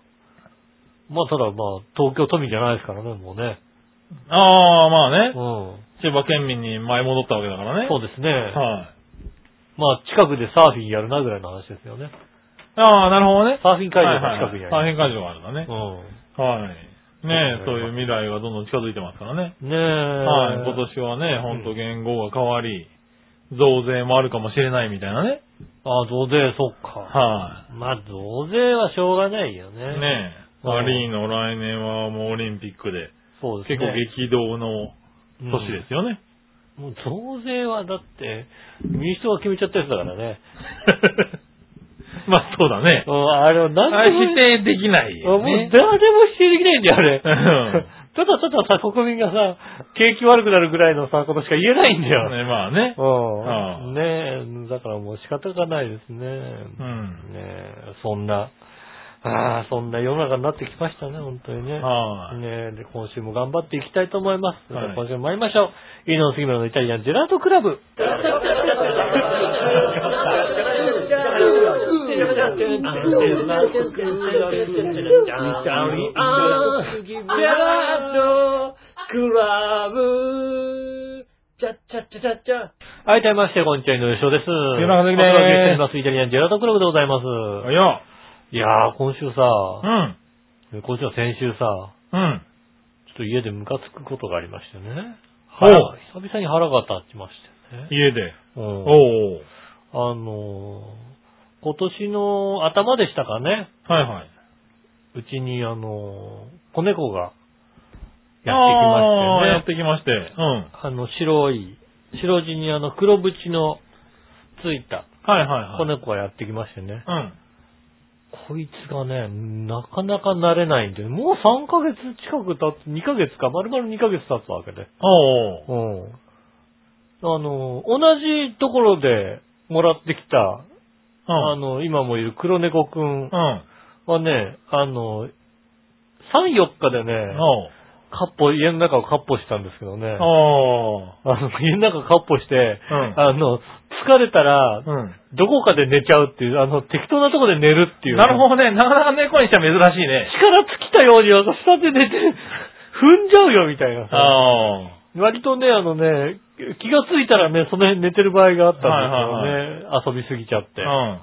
[SPEAKER 2] まあ、ただまあ、東京都民じゃないですからね、もうね。
[SPEAKER 3] ああ、まあ
[SPEAKER 2] う
[SPEAKER 3] ね
[SPEAKER 2] ん。。そ
[SPEAKER 3] 千葉県民に舞い戻ったわけだからね。
[SPEAKER 2] う
[SPEAKER 3] で
[SPEAKER 2] ですね。
[SPEAKER 3] はい。
[SPEAKER 2] まあ、近くでサーフィンやるなぐらいの話ですよね。
[SPEAKER 3] ああ、なるほどね。
[SPEAKER 2] サーフィン会場
[SPEAKER 3] はい
[SPEAKER 2] が
[SPEAKER 3] はい
[SPEAKER 2] 近くにあ
[SPEAKER 3] 大
[SPEAKER 2] る。
[SPEAKER 3] 変会場があるんだね。はい。ねえ、
[SPEAKER 2] そ
[SPEAKER 3] そうう
[SPEAKER 2] ですね
[SPEAKER 3] いう未来がどんどん近づいてますからね。
[SPEAKER 2] うん。ねえ。
[SPEAKER 3] はい。今年はね、ほんと言語が変わり、増税もあるかもしれないみたいなね。
[SPEAKER 2] ああ、増税、そっか。
[SPEAKER 3] は
[SPEAKER 2] まあ、増税はしょうがないよ
[SPEAKER 3] い。
[SPEAKER 2] ね。
[SPEAKER 3] ねえ、
[SPEAKER 2] うん
[SPEAKER 3] アリーの来年はもうオリンピックで、
[SPEAKER 2] そうです
[SPEAKER 3] 結
[SPEAKER 2] ね
[SPEAKER 3] 構。激動の
[SPEAKER 2] うん
[SPEAKER 3] 年ですよね。
[SPEAKER 2] もう増税はだって、民主党が決めちゃったやつだからね。
[SPEAKER 3] まあそうだね
[SPEAKER 2] う。ん、あれは
[SPEAKER 3] あれ
[SPEAKER 2] 何
[SPEAKER 3] 否
[SPEAKER 2] で
[SPEAKER 3] 定できない
[SPEAKER 2] も、
[SPEAKER 3] よ
[SPEAKER 2] あもう
[SPEAKER 3] ね。
[SPEAKER 2] 誰でも否定できないんだよ、あれ。
[SPEAKER 3] うん
[SPEAKER 2] ただたださ、国民がさ、景気悪くなるぐらいのさ、ことしか言えないんだよ。
[SPEAKER 3] ねまあね。
[SPEAKER 2] う。
[SPEAKER 3] うんん
[SPEAKER 2] ねえ、だからもう仕方がないですね。
[SPEAKER 3] うん。
[SPEAKER 2] ねえ、そんな、ああ、そんな世の中になってきましたね、本当にね。
[SPEAKER 3] はい。
[SPEAKER 2] ねえ、で、今週も頑張っていきたいと思います。
[SPEAKER 3] はい
[SPEAKER 2] 今週も参りましょう。イノ杉村のイタリアンジェラートクラブ。はい、改めまして、こんにちは、井上翔です。
[SPEAKER 3] 井上和樹
[SPEAKER 2] お
[SPEAKER 3] です
[SPEAKER 2] 届けしております。イタリアンジェラートクラブでございます。
[SPEAKER 3] い
[SPEAKER 2] い
[SPEAKER 3] や、
[SPEAKER 2] やー、今週
[SPEAKER 3] う
[SPEAKER 2] さ、
[SPEAKER 3] ん。
[SPEAKER 2] 今週は先週さ、
[SPEAKER 3] うん。
[SPEAKER 2] ちょっと家でムカつくことがありましてね。
[SPEAKER 3] ほう
[SPEAKER 2] 腹久々に腹が立ちましてね。
[SPEAKER 3] 家で。
[SPEAKER 2] うん
[SPEAKER 3] おお。
[SPEAKER 2] あのー今年の頭でしたかね。
[SPEAKER 3] はいはい。
[SPEAKER 2] うちに、あのー子猫がや
[SPEAKER 3] あーや
[SPEAKER 2] っ
[SPEAKER 3] って
[SPEAKER 2] きましてね。
[SPEAKER 3] てきまして。うん。
[SPEAKER 2] あの、白い、白地にあの、黒縁のついた
[SPEAKER 3] はいはいはい。
[SPEAKER 2] 子猫がやってきましてね。
[SPEAKER 3] うん。
[SPEAKER 2] こいつがね、なかなか慣れないんで、もう3ヶ月近く経つ、2ヶ月か、丸々2ヶ月経つわけで。
[SPEAKER 3] おお。
[SPEAKER 2] うん。あの、同じところでもらってきた、
[SPEAKER 3] う
[SPEAKER 2] あ
[SPEAKER 3] ん。
[SPEAKER 2] の、今もいる黒猫くん
[SPEAKER 3] うん。
[SPEAKER 2] はね、あの、3、4日でね、
[SPEAKER 3] おう
[SPEAKER 2] かっぽ、家の中をかっぽしたんですけどね、
[SPEAKER 3] お
[SPEAKER 2] あの、家の中かっぽして、
[SPEAKER 3] うん
[SPEAKER 2] あの、疲れたら、
[SPEAKER 3] ーうん。
[SPEAKER 2] どこかで寝ちゃうっていう、あの、適当なとこで寝るっていう。
[SPEAKER 3] なるほどね。なかなか猫にしては珍しいね。
[SPEAKER 2] 力尽きたように、あの、下で寝て、 踏んじゃうよ、みたいなさ。
[SPEAKER 3] ああ。
[SPEAKER 2] 割とね、あのね、気がついたらね、その辺寝てる場合があったんですよね。遊びすぎちゃって。
[SPEAKER 3] うん。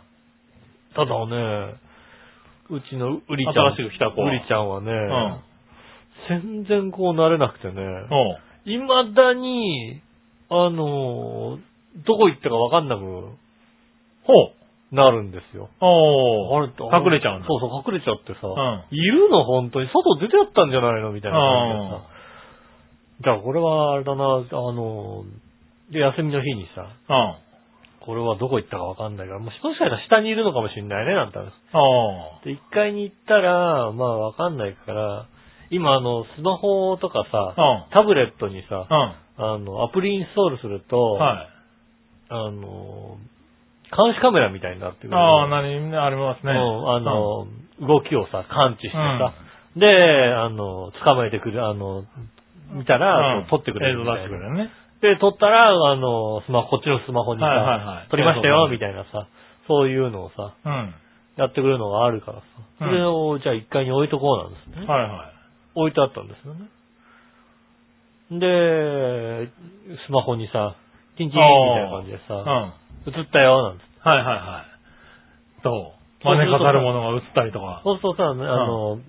[SPEAKER 2] ただね、うちのうりちゃん。
[SPEAKER 3] 新しく来た子
[SPEAKER 2] う
[SPEAKER 3] は
[SPEAKER 2] りちゃんはね、
[SPEAKER 3] うん。
[SPEAKER 2] 全然こう慣れなくてね、
[SPEAKER 3] おう
[SPEAKER 2] 未だに、あの、どこ行ったかわかんなく
[SPEAKER 3] ほう。
[SPEAKER 2] なるんですよ。
[SPEAKER 3] おお。
[SPEAKER 2] あれと
[SPEAKER 3] 隠れちゃうんだ
[SPEAKER 2] そうそう、隠れちゃってさ、
[SPEAKER 3] ん
[SPEAKER 2] いるの本当に。外出てやったんじゃないのみたいな感じで
[SPEAKER 3] う
[SPEAKER 2] さ。じゃあ、
[SPEAKER 3] ん
[SPEAKER 2] これはあれだな、あの、で、休みの日にさ、
[SPEAKER 3] うん。
[SPEAKER 2] これはどこ行ったかわかんないから、もしもしかしたら下にいるのかもしれないね、なんて話。
[SPEAKER 3] おう。
[SPEAKER 2] で、1階に行ったら、まあわかんないから、今あの、スマホとかさ、
[SPEAKER 3] うん。
[SPEAKER 2] タブレットにさ、
[SPEAKER 3] うん。
[SPEAKER 2] あの、アプリインストールすると、
[SPEAKER 3] はい。
[SPEAKER 2] あの、監視カメラみたいになってくる。
[SPEAKER 3] ああ、なに、ありますね。
[SPEAKER 2] うんあ
[SPEAKER 3] うん、
[SPEAKER 2] の、動きをさ、感知してさ、で、あの、捕まえてくる、あの、見たら、
[SPEAKER 3] うん
[SPEAKER 2] こう撮ってくれるみ
[SPEAKER 3] 映像
[SPEAKER 2] た
[SPEAKER 3] 出し
[SPEAKER 2] い
[SPEAKER 3] て
[SPEAKER 2] な
[SPEAKER 3] くれるね。
[SPEAKER 2] で、撮ったら、あの、スマホ、こっちのスマホにさ、
[SPEAKER 3] はいはいはい
[SPEAKER 2] 撮りましたよ、
[SPEAKER 3] 映像出
[SPEAKER 2] み
[SPEAKER 3] して
[SPEAKER 2] たいなさ、そういうのをさ、
[SPEAKER 3] うん。
[SPEAKER 2] やってくれるのがあるからさ、そ
[SPEAKER 3] うん
[SPEAKER 2] れを、じゃあ一階に置いとこうなんですね。
[SPEAKER 3] はいはい。
[SPEAKER 2] 置いてあったんですよね。で、スマホにさ、チンチンみたいな感じで
[SPEAKER 3] う
[SPEAKER 2] さ、
[SPEAKER 3] ん。
[SPEAKER 2] 映ったよ、なんつって。
[SPEAKER 3] はいはいはい。どう真似かたるものが映ったりとか。
[SPEAKER 2] そうするとさ、あの、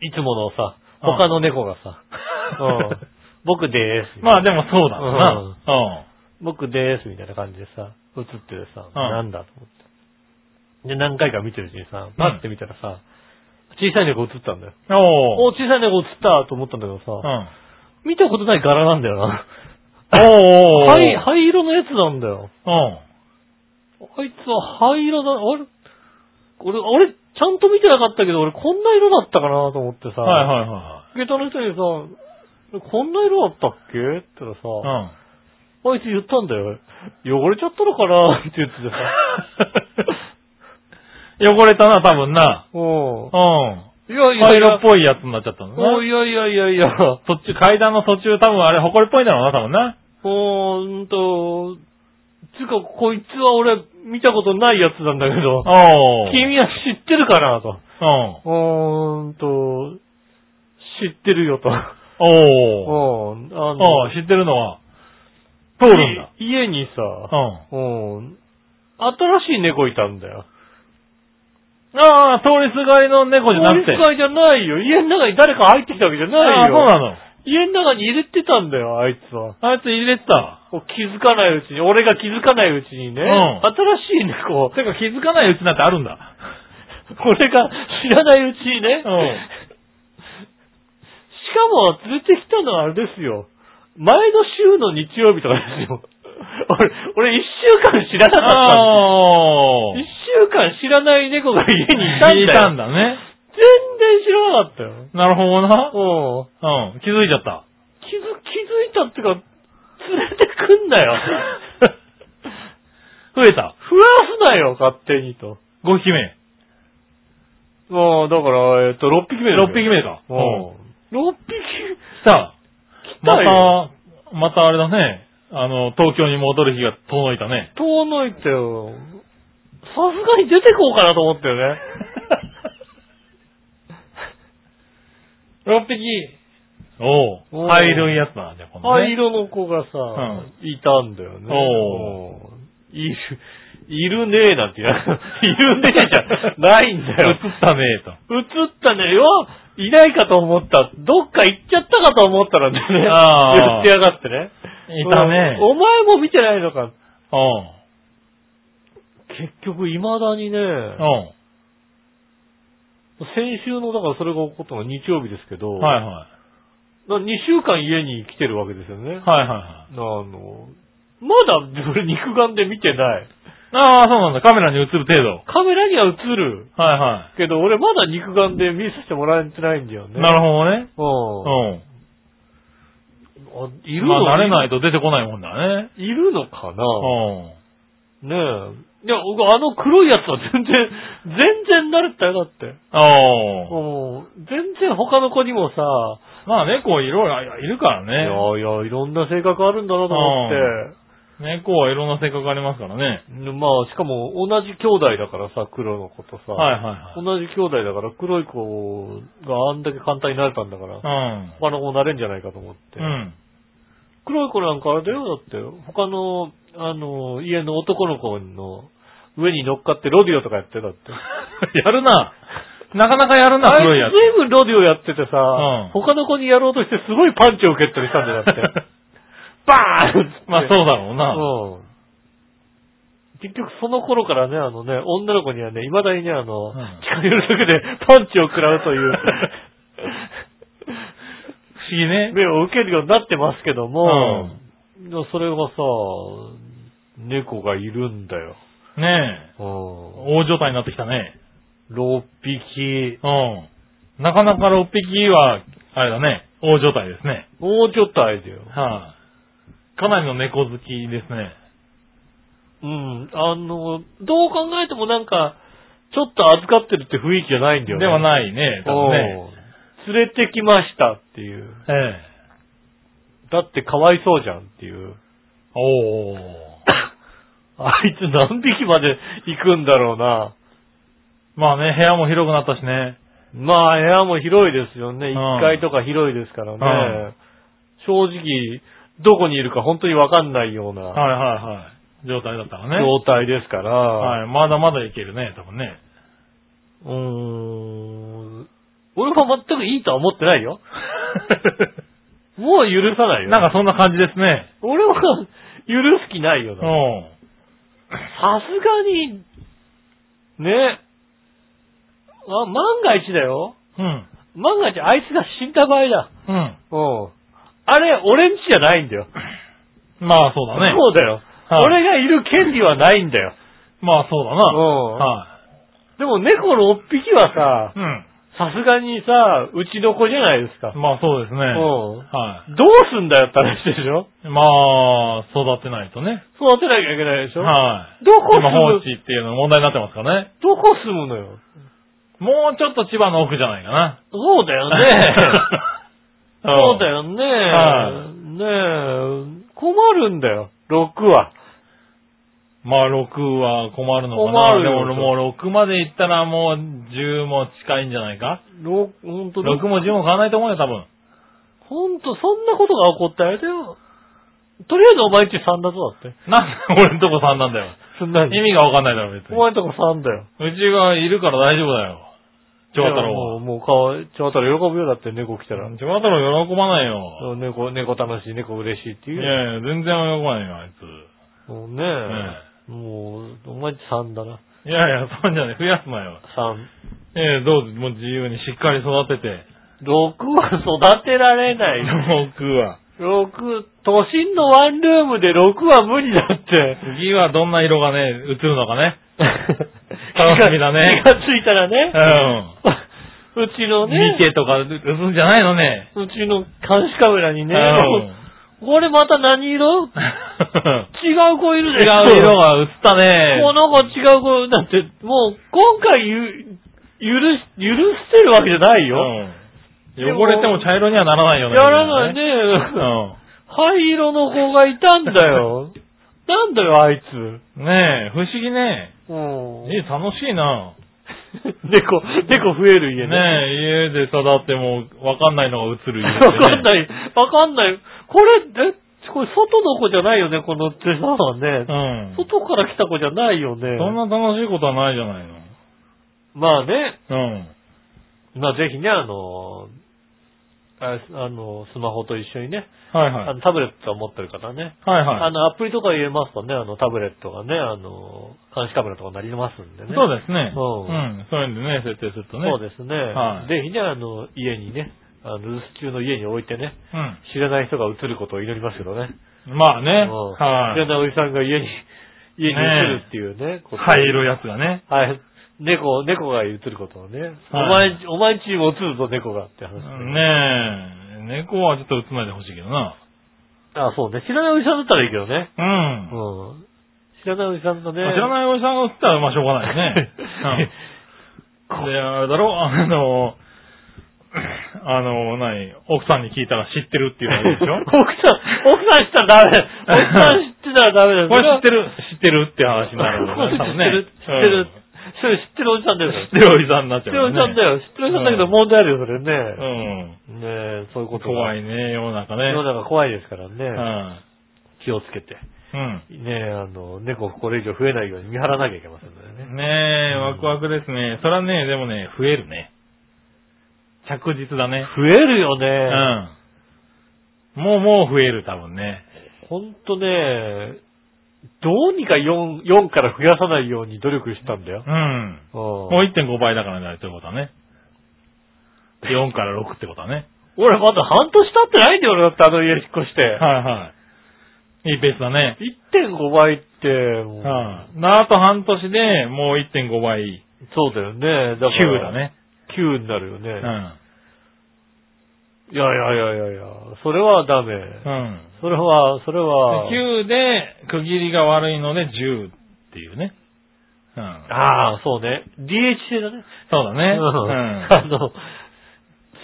[SPEAKER 2] いつものさ、
[SPEAKER 3] うん
[SPEAKER 2] 他の猫が さ、うん僕でーす。
[SPEAKER 3] まあでもそうだな。
[SPEAKER 2] う
[SPEAKER 3] うんん。
[SPEAKER 2] 僕でーすみたいな感じでさ、映っててさ、
[SPEAKER 3] ん
[SPEAKER 2] なんだと思って。で、何回か見てるうちにさ、パッて見たらさ、小さい猫映ったんだよ。
[SPEAKER 3] お
[SPEAKER 2] お、
[SPEAKER 3] お。
[SPEAKER 2] 小さい猫映ったと思ったんだけど
[SPEAKER 3] う
[SPEAKER 2] さ、
[SPEAKER 3] ん。
[SPEAKER 2] 見たことない柄なんだよな。
[SPEAKER 3] おお。
[SPEAKER 2] 灰、灰色のやつなんだよ。
[SPEAKER 3] うん。
[SPEAKER 2] あいつは灰色だ、あれ俺、俺、ちゃんと見てなかったけど、俺こんな色だったかなと思ってさ、
[SPEAKER 3] はいはいは
[SPEAKER 2] 下駄の人にさ、こんな色だったっけって言ったら
[SPEAKER 3] い
[SPEAKER 2] さ、
[SPEAKER 3] はい。うん。
[SPEAKER 2] あいつ言ったんだよ。汚れちゃったのかなって言ってて
[SPEAKER 3] 汚れたな、多分な。
[SPEAKER 2] さ。うん。い
[SPEAKER 3] う
[SPEAKER 2] や
[SPEAKER 3] ん。
[SPEAKER 2] い
[SPEAKER 3] 灰
[SPEAKER 2] やい
[SPEAKER 3] 色っ
[SPEAKER 2] や、
[SPEAKER 3] ぽいやつになっちゃったの
[SPEAKER 2] お
[SPEAKER 3] ね。
[SPEAKER 2] いやいやいやいや、
[SPEAKER 3] 途中、階段の途中、多分あれ、埃っぽいんだろうな、多分な。
[SPEAKER 2] ほーんと、つうか、こいつは俺、見たことないやつなんだけど、
[SPEAKER 3] おー。
[SPEAKER 2] 君は知ってるかなと。
[SPEAKER 3] う
[SPEAKER 2] う
[SPEAKER 3] ん。
[SPEAKER 2] ーんと、知ってるよと。う
[SPEAKER 3] おー。
[SPEAKER 2] ん、あ
[SPEAKER 3] お
[SPEAKER 2] の
[SPEAKER 3] ー、、知ってるのは、通るんだ。
[SPEAKER 2] い家に
[SPEAKER 3] う
[SPEAKER 2] さ、
[SPEAKER 3] ん。
[SPEAKER 2] うん、新しい猫いたんだよ。
[SPEAKER 3] ああ、通りすがりの猫じゃなくて。
[SPEAKER 2] お使いじゃないよ。家の中に誰か入ってきたわけじゃな
[SPEAKER 3] あ
[SPEAKER 2] い
[SPEAKER 3] あ、
[SPEAKER 2] よ。
[SPEAKER 3] そうなの。
[SPEAKER 2] 家の中に入れてたんだよ、あいつは。
[SPEAKER 3] あいつ入れてた。
[SPEAKER 2] 気づかないうちに、俺が気づかないうちにね、
[SPEAKER 3] うん
[SPEAKER 2] 新しい猫を、
[SPEAKER 3] てか気づかないうちなんてある んだ。
[SPEAKER 2] 俺が知らないうちにね、
[SPEAKER 3] うん
[SPEAKER 2] しかも連れてきたのはあれですよ。前の週の日曜日とかですよ。 俺、俺一週間知らなかったんで
[SPEAKER 3] あ
[SPEAKER 2] すよ。一週間知らない猫が家にいたんだよ。
[SPEAKER 3] いたんだね。
[SPEAKER 2] 全然知らなかったよ。
[SPEAKER 3] なるほどな。
[SPEAKER 2] うん。
[SPEAKER 3] うん、気づいちゃった。
[SPEAKER 2] 気づ、気づいたっていうか、連れてくんなよ。
[SPEAKER 3] 増えた。
[SPEAKER 2] 増やすなよ、勝手にと。
[SPEAKER 3] 5匹目。
[SPEAKER 2] まあ、だから、えっと、6匹目
[SPEAKER 3] 6匹目か。
[SPEAKER 2] うん。6匹、
[SPEAKER 3] さあ、
[SPEAKER 2] 来たよ。
[SPEAKER 3] また、またあれだね。あの、東京に戻る日が遠のいたね。
[SPEAKER 2] 遠のいてよ。さすがに出てこうかなと思ったよ ね。
[SPEAKER 3] 6匹。お
[SPEAKER 2] お
[SPEAKER 3] お。
[SPEAKER 2] う
[SPEAKER 3] 灰色いやつだね、この
[SPEAKER 2] 灰
[SPEAKER 3] ね。
[SPEAKER 2] 色の子がさ、
[SPEAKER 3] ん
[SPEAKER 2] いたんだよね。う
[SPEAKER 3] お
[SPEAKER 2] んいる、いるねえなんて言わ ないいるねえじゃないんだよ。
[SPEAKER 3] 映ったねえと。
[SPEAKER 2] 映ったねよ。いないかと思った。どっか行っちゃったかと思ったらね。
[SPEAKER 3] あー
[SPEAKER 2] 言ってやがってね。
[SPEAKER 3] いたね
[SPEAKER 2] うんお前も見てないのか。
[SPEAKER 3] うん。
[SPEAKER 2] 結局、未だにね、
[SPEAKER 3] う
[SPEAKER 2] 先週の、だからそれが起こったのは日曜日ですけど、
[SPEAKER 3] ん。はいはい。
[SPEAKER 2] 2週間家に来てるわけですよね。
[SPEAKER 3] はいはいはい。
[SPEAKER 2] あの、まだ俺肉眼で見てない。
[SPEAKER 3] ああ、そうなんだ。カメラに映る程度。
[SPEAKER 2] カメラには映る
[SPEAKER 3] はいは
[SPEAKER 2] けど、俺まだ肉眼で見させてもらえてないんだよ
[SPEAKER 3] い。
[SPEAKER 2] ね。
[SPEAKER 3] なるほどね。
[SPEAKER 2] ほ
[SPEAKER 3] う
[SPEAKER 2] ど。あい
[SPEAKER 3] ん。
[SPEAKER 2] る
[SPEAKER 3] ま
[SPEAKER 2] の、
[SPEAKER 3] あ、慣れないと出てこないもんだね。
[SPEAKER 2] いるのかな
[SPEAKER 3] うん。
[SPEAKER 2] ねえ。いや、僕あの黒いやつは全然、 全然慣れてたよ、だって。
[SPEAKER 3] ああ。
[SPEAKER 2] もう、全然他の子にもさ、
[SPEAKER 3] まあ、猫いろいろいるか
[SPEAKER 2] いやい
[SPEAKER 3] らね。
[SPEAKER 2] や、いろんな性格あるんだなと思って。
[SPEAKER 3] 猫はいろんな性格ありますからね。
[SPEAKER 2] まあ、しかも同じ兄弟だからさ、黒の子とさ。
[SPEAKER 3] はいはい
[SPEAKER 2] 同じ兄弟だから、黒い子があんだけ簡単になれたんだから、
[SPEAKER 3] はい。
[SPEAKER 2] 他の子もなれんじゃないかと思って。
[SPEAKER 3] うん。うん。
[SPEAKER 2] 黒い子なんかあれだよ、だって。他の、あの、家の男の子の上に乗っかってロディオとかや ってたって。
[SPEAKER 3] やるな。なかなかやるな、
[SPEAKER 2] あ
[SPEAKER 3] 黒いや
[SPEAKER 2] い
[SPEAKER 3] つ
[SPEAKER 2] つ。 随分ロディオやっててさ、
[SPEAKER 3] うん
[SPEAKER 2] 他の子にやろうとしてすごいパンチを受けたりしたんだよ、だって。 バーンっつ って
[SPEAKER 3] まあ、そうだろうな。
[SPEAKER 2] うん。結局その頃からね、あのね、女の子にはね、未だにね、あの、
[SPEAKER 3] ん
[SPEAKER 2] 近寄るだけでパンチを食らうと いう、
[SPEAKER 3] 不思議ね。
[SPEAKER 2] 目を受けるようになってますけども、でもそれがさ、猫がいるんだよ。
[SPEAKER 3] ねえ。
[SPEAKER 2] うん
[SPEAKER 3] 大状態になってきたね。
[SPEAKER 2] 6匹、
[SPEAKER 3] うん。なかなか6匹は、あれだね。大状態ですね。
[SPEAKER 2] 大所帯だよ。
[SPEAKER 3] はい。かなりの猫好きですね。
[SPEAKER 2] うん、あの、どう考えてもなんか、ちょっと預かってるって雰囲気じゃないんだよね。
[SPEAKER 3] ではないね、多分ね。
[SPEAKER 2] うん連れてきましたっていう。
[SPEAKER 3] ええ。
[SPEAKER 2] だってかわいそうじゃんって いう。
[SPEAKER 3] おお。
[SPEAKER 2] あいつ何匹まで行くんだろうな。
[SPEAKER 3] まあね、部屋も広くなったしね。
[SPEAKER 2] まあ部屋も広いですよね。
[SPEAKER 3] ん
[SPEAKER 2] 1階とか広いですからね。
[SPEAKER 3] うん
[SPEAKER 2] 正直、どこにいるか本当にわかんないよう
[SPEAKER 3] は
[SPEAKER 2] な
[SPEAKER 3] いはいはい。状態だったわね。
[SPEAKER 2] 状態ですから。
[SPEAKER 3] はい。まだまだいけるね、多分ね。
[SPEAKER 2] うーん。俺は全くいいとは思ってない よ。もう許さないよ。
[SPEAKER 3] なんかそんな感じですね。
[SPEAKER 2] 俺は許す気ないよ
[SPEAKER 3] う
[SPEAKER 2] な。さ
[SPEAKER 3] ん。
[SPEAKER 2] すがに、ね。あ、万が一だよ。
[SPEAKER 3] うん。
[SPEAKER 2] 万が一あいつが死んだ場合だ。
[SPEAKER 3] うん。
[SPEAKER 2] うん。あれ、俺んちじゃないんだよ。
[SPEAKER 3] まあそうだね。
[SPEAKER 2] そうだよ、
[SPEAKER 3] はい
[SPEAKER 2] 俺がいる権利はないんだよ。
[SPEAKER 3] まあそうだな。
[SPEAKER 2] うん
[SPEAKER 3] は
[SPEAKER 2] でも猫6匹はさ
[SPEAKER 3] う、ん。
[SPEAKER 2] さすがにさ、うちの子じゃないですか。
[SPEAKER 3] まあそうですね。
[SPEAKER 2] うん。
[SPEAKER 3] は
[SPEAKER 2] どうすんだよって話でしょ
[SPEAKER 3] い。まあ、育てないとね。
[SPEAKER 2] 育てなきゃいけないでしょ
[SPEAKER 3] はい。
[SPEAKER 2] どこ住
[SPEAKER 3] 今放
[SPEAKER 2] む
[SPEAKER 3] 置っていうの問題になってますからね。
[SPEAKER 2] どこ住むのよ
[SPEAKER 3] もうちょっと千葉の奥じゃないかな。
[SPEAKER 2] そうだよね。 そうだ
[SPEAKER 3] よ。
[SPEAKER 2] よね。
[SPEAKER 3] は
[SPEAKER 2] ねえ、困るんだよ、6は。
[SPEAKER 3] まあ6は困るのかな。
[SPEAKER 2] 困るよ
[SPEAKER 3] でももう6まで行ったらもう10も近いんじゃないか。
[SPEAKER 2] ろほんと、
[SPEAKER 3] 6も10も変わらないと思うよ、多分。
[SPEAKER 2] ほんと、そんなことが起こってあれだよ。とりあえずお前んち3だぞ、だって。
[SPEAKER 3] なんで俺んとこ3なんだよ。
[SPEAKER 2] すんな
[SPEAKER 3] 意味がわかんないだろ、別
[SPEAKER 2] お
[SPEAKER 3] に。
[SPEAKER 2] 前んとこ3だよ。
[SPEAKER 3] うちがいるから大丈夫だよ。長太
[SPEAKER 2] いや
[SPEAKER 3] 郎
[SPEAKER 2] もう、もうかわいい。長太郎喜ぶよ、だって猫来たら
[SPEAKER 3] は。。長太郎喜ばないよ。
[SPEAKER 2] うん猫、猫楽しい、猫嬉しいって
[SPEAKER 3] い
[SPEAKER 2] いう。
[SPEAKER 3] やいや、全然喜ばないよ、あいつ。
[SPEAKER 2] もうね、もう、お前んち3だな。
[SPEAKER 3] いやいや、そうじゃねえ、増やすなよ。
[SPEAKER 2] 3。
[SPEAKER 3] ええどうぞ、もう自由にしっかり育てて。
[SPEAKER 2] 6は育てられない。
[SPEAKER 3] 僕は。
[SPEAKER 2] 6、都心のワンルームで6は無理だって。
[SPEAKER 3] 次はどんな色がね、映るのかね。
[SPEAKER 2] 楽
[SPEAKER 3] しみだね
[SPEAKER 2] 気がついたらね、うち
[SPEAKER 3] う
[SPEAKER 2] の
[SPEAKER 3] ん。
[SPEAKER 2] ね
[SPEAKER 3] 見、てとか映るんじゃないのね。
[SPEAKER 2] うちの監視カメラにね、
[SPEAKER 3] う
[SPEAKER 2] これまた何色違うん子いる
[SPEAKER 3] 違う
[SPEAKER 2] でしょ
[SPEAKER 3] 色が映ったね。
[SPEAKER 2] この子違う子、だって、もう今回ゆ、許し、許してるわけじゃないよ。
[SPEAKER 3] うん汚れても茶色にはならないよね。
[SPEAKER 2] やらないね。
[SPEAKER 3] うん。
[SPEAKER 2] 灰色の子がいたんだ よ。なんだよ、あいつ。
[SPEAKER 3] ねえ、不思議ね。
[SPEAKER 2] うん
[SPEAKER 3] え、楽しいな。
[SPEAKER 2] 猫、猫増える家ね。
[SPEAKER 3] ねえ、家で育ってもわかんないのが映る 家、ね。
[SPEAKER 2] わかんない。わかんない。これ、え、これ外の子じゃないよね、このってさ、ね。
[SPEAKER 3] うん。
[SPEAKER 2] 外から来た子じゃないよね。
[SPEAKER 3] そんな楽しいことはないじゃないの。
[SPEAKER 2] まあね、
[SPEAKER 3] うん。
[SPEAKER 2] まあぜひね、あの、ああの、スマホと一緒にね、
[SPEAKER 3] はいはい。
[SPEAKER 2] あのタブレットを持ってる方ね、
[SPEAKER 3] はいは
[SPEAKER 2] あ
[SPEAKER 3] い。
[SPEAKER 2] の、アプリとか入れますとね、あの、タブレットがね、あの、監視カメラとかになりますんでね。
[SPEAKER 3] そうですね。
[SPEAKER 2] う
[SPEAKER 3] うんん。そういうんでね、設定するとね。
[SPEAKER 2] そうですね。
[SPEAKER 3] はい
[SPEAKER 2] ぜひね、あの、家にね、あの、留守中の家に置いてね、
[SPEAKER 3] う
[SPEAKER 2] 知らない人が映ることを祈りますけどね。
[SPEAKER 3] ん。まあね。
[SPEAKER 2] うん
[SPEAKER 3] は
[SPEAKER 2] 知ら
[SPEAKER 3] い。
[SPEAKER 2] ないおじさんが家に、家に映るっていうね、こと
[SPEAKER 3] 灰色いやつがね。
[SPEAKER 2] はい。猫、猫が映ることをね。
[SPEAKER 3] はい
[SPEAKER 2] お前んち、お前んちにも映るぞ、猫がって話、
[SPEAKER 3] ねえ。猫はちょっと映んないでほしいけどな。
[SPEAKER 2] あ、そうね。知らないおじさんだったらいいけどね。
[SPEAKER 3] うん。
[SPEAKER 2] うん。知らないおじさんだね。
[SPEAKER 3] まあ知ら
[SPEAKER 2] い。
[SPEAKER 3] ないおじさんが映ったら、まあしょうがないね。 うん。で、あれだろ、あの、あの、何、奥さんに聞いたら知ってるっていうのがいいでしょ
[SPEAKER 2] 奥さん、奥さん知ったらダメ。奥さん知ってたらダメだよ。
[SPEAKER 3] これ知ってる、知ってるって話になるよね
[SPEAKER 2] 知
[SPEAKER 3] 多
[SPEAKER 2] っ
[SPEAKER 3] 分
[SPEAKER 2] て
[SPEAKER 3] ね
[SPEAKER 2] る、知ってる。それ知ってるおじさんだよ。
[SPEAKER 3] うん知ってるおじさんになっ
[SPEAKER 2] 知
[SPEAKER 3] ち
[SPEAKER 2] っ
[SPEAKER 3] ゃ
[SPEAKER 2] てるお
[SPEAKER 3] う
[SPEAKER 2] じさんだ
[SPEAKER 3] よ
[SPEAKER 2] よ。知ってるおじさんだけど
[SPEAKER 3] うん
[SPEAKER 2] 問題あるよ、それね。
[SPEAKER 3] ね。
[SPEAKER 2] ねえ、そういう
[SPEAKER 3] う
[SPEAKER 2] こ
[SPEAKER 3] ん。
[SPEAKER 2] と
[SPEAKER 3] 怖
[SPEAKER 2] い。
[SPEAKER 3] いね、世の中ね。
[SPEAKER 2] 世の中怖いですから
[SPEAKER 3] う
[SPEAKER 2] ね。
[SPEAKER 3] ん。
[SPEAKER 2] 気をつけて。
[SPEAKER 3] うん。
[SPEAKER 2] ねえ、あの、猫これ以上増えないように見張らなきゃいけませんのでね。
[SPEAKER 3] ねえ、ワクワクですね。それはね、でもね、増えるね。着実だね。
[SPEAKER 2] 増えるよね。
[SPEAKER 3] うん。もうもう増える、多分ね。
[SPEAKER 2] ほんとね、どうにか4、4から増やさないように努力したんだよ
[SPEAKER 3] う。ん。
[SPEAKER 2] うん
[SPEAKER 3] もう1.5倍だからね、ということはね。4から6ってことはね。
[SPEAKER 2] 俺まだ半年経ってないんだよ、俺だってあの家引っ越して。
[SPEAKER 3] はいはい。いいペースだね。
[SPEAKER 2] 1.5倍って、もう
[SPEAKER 3] はい、なあと半年で、もう1.5倍、
[SPEAKER 2] そうだよね。だから
[SPEAKER 3] 9だ。ね。
[SPEAKER 2] 9になるよ
[SPEAKER 3] う
[SPEAKER 2] ね。
[SPEAKER 3] ん。
[SPEAKER 2] いやいやいやいやいや、それはダメ。
[SPEAKER 3] うん。
[SPEAKER 2] それは、それは、
[SPEAKER 3] 9で、区切りが悪いので10っていうね。うん。
[SPEAKER 2] ああ、そうね。DH 制だね。
[SPEAKER 3] そうだね。
[SPEAKER 2] うん
[SPEAKER 3] うん。
[SPEAKER 2] あの、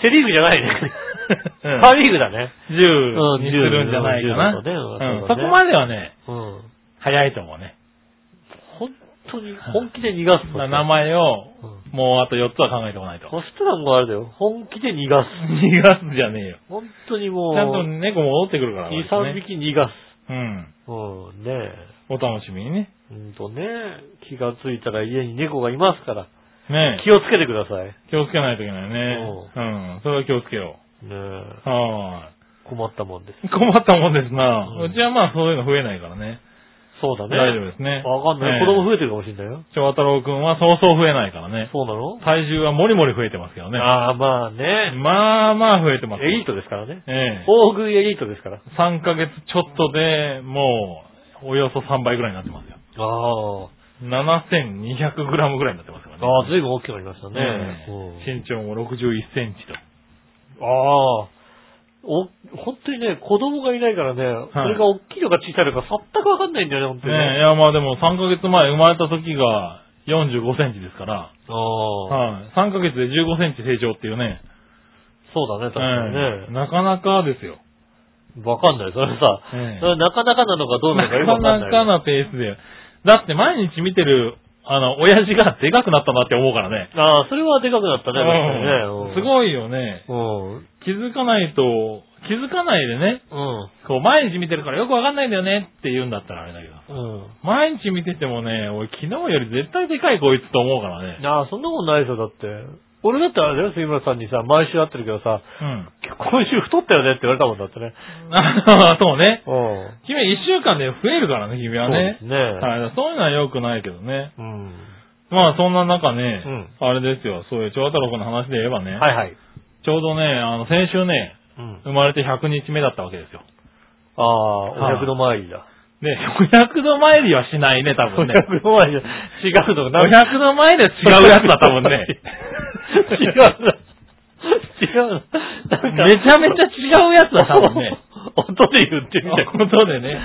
[SPEAKER 2] セリーグじゃないね。
[SPEAKER 3] うん
[SPEAKER 2] パリーグだね。
[SPEAKER 3] 10
[SPEAKER 2] うん
[SPEAKER 3] にするんじゃないかな。
[SPEAKER 2] 10だね
[SPEAKER 3] うん
[SPEAKER 2] そうだね
[SPEAKER 3] そこまではね、
[SPEAKER 2] うん。
[SPEAKER 3] 早いと思うね。
[SPEAKER 2] 本当に本気で逃がす
[SPEAKER 3] だ
[SPEAKER 2] と
[SPEAKER 3] から名前を
[SPEAKER 2] うん、
[SPEAKER 3] もうあと4つは考えておかないと。
[SPEAKER 2] そしたらもうあれだよ。本気で逃がす。
[SPEAKER 3] 逃がすじゃねえよ。
[SPEAKER 2] 本当に
[SPEAKER 3] ちゃんと
[SPEAKER 2] もう、
[SPEAKER 3] 猫戻ってくるから。
[SPEAKER 2] 2、
[SPEAKER 3] 割と
[SPEAKER 2] 3
[SPEAKER 3] ね
[SPEAKER 2] 匹逃がす。
[SPEAKER 3] うん。
[SPEAKER 2] うん、ね
[SPEAKER 3] お楽しみにね。
[SPEAKER 2] え。うんとね、気がついたら家に猫がいますから、
[SPEAKER 3] ね
[SPEAKER 2] 気をつけてください。ね
[SPEAKER 3] え気をつけないといけないね。うん。それは気をつけよ
[SPEAKER 2] え
[SPEAKER 3] う。は
[SPEAKER 2] 困ったもんです。
[SPEAKER 3] ーい。困ったもんですな。
[SPEAKER 2] うん
[SPEAKER 3] うちはまあそういうの増えないからね。
[SPEAKER 2] そうだね。
[SPEAKER 3] 大丈夫ですね。
[SPEAKER 2] わかんない。子供増えてるかもしれないよ。
[SPEAKER 3] 長太郎くんはそうそう増えないからね。
[SPEAKER 2] そうなの
[SPEAKER 3] 体重はもりもり増えてますけどね。
[SPEAKER 2] ああ、まあね。
[SPEAKER 3] まあまあ増えてます。
[SPEAKER 2] エリートですからね。
[SPEAKER 3] ええ。
[SPEAKER 2] 大食いエリートですから。
[SPEAKER 3] 3ヶ月ちょっとで、もう、およそ3倍ぐらいになってますよ。
[SPEAKER 2] ああ。
[SPEAKER 3] 7200グラムぐらいになってますからね。
[SPEAKER 2] ああ、随分大きくなりましたね。
[SPEAKER 3] ええ
[SPEAKER 2] うん
[SPEAKER 3] 身長も61センチと。
[SPEAKER 2] ああ。お、本当にね、子供がいないからね、それが大きいのか小さいのか全くわかんないんだよね、本当にね。
[SPEAKER 3] ねえいや、まあでも3ヶ月前生まれた時が45センチですから、
[SPEAKER 2] ああ、
[SPEAKER 3] はい、3ヶ月で15センチ成長っていうね、
[SPEAKER 2] そうだね、確か
[SPEAKER 3] ええなかなかですよ。
[SPEAKER 2] にね。わかんない、それさ。
[SPEAKER 3] ええ
[SPEAKER 2] それなかなかなのかどうな
[SPEAKER 3] な
[SPEAKER 2] のかよくわ
[SPEAKER 3] か
[SPEAKER 2] かんない。
[SPEAKER 3] なかなペースで。だって毎日見てる、あの、親父がでかくなったなって思うからね。
[SPEAKER 2] ああ、それはでかくなったね、確かにね。
[SPEAKER 3] う
[SPEAKER 2] うん
[SPEAKER 3] んすごいよね。
[SPEAKER 2] うん。
[SPEAKER 3] 気づかないと、気づかないでね、
[SPEAKER 2] うん。
[SPEAKER 3] こう毎日見てるからよくわかんないんだよねって言うんだったらあれだけど。
[SPEAKER 2] うん。
[SPEAKER 3] 毎日見ててもね、俺昨日より絶対でかいこいつと思うからね。
[SPEAKER 2] ああ、そんなことないですよ、だって。俺だったらあれだよ、杉村さんにさ、毎週会ってるけどさ、
[SPEAKER 3] うん。
[SPEAKER 2] 今週太ったよねって言われたもんだってね。
[SPEAKER 3] あ そうね。
[SPEAKER 2] うん。
[SPEAKER 3] 君一週間で増えるからね、君はね
[SPEAKER 2] そう。ですね。
[SPEAKER 3] はい、そういうのは良くないけどね。
[SPEAKER 2] うん。
[SPEAKER 3] まあそんな中ね、
[SPEAKER 2] うん
[SPEAKER 3] あれですよ、そういう長太郎くんの話で言えばね、
[SPEAKER 2] はいはい。
[SPEAKER 3] ちょうどね、あの先週ね、
[SPEAKER 2] うん。
[SPEAKER 3] 生まれて100日目だったわけですよ。
[SPEAKER 2] ああ、お百の参りだ。
[SPEAKER 3] で、500度参りはしないね、多分ね。
[SPEAKER 2] お百の参りだ。違うのかな。
[SPEAKER 3] 500度参りは違うやつだ、多分ね。
[SPEAKER 2] 違うな。違うな。なんか
[SPEAKER 3] めちゃめちゃ違うやつだ、多分ね。。
[SPEAKER 2] 音で言ってみたい。
[SPEAKER 3] 音でね。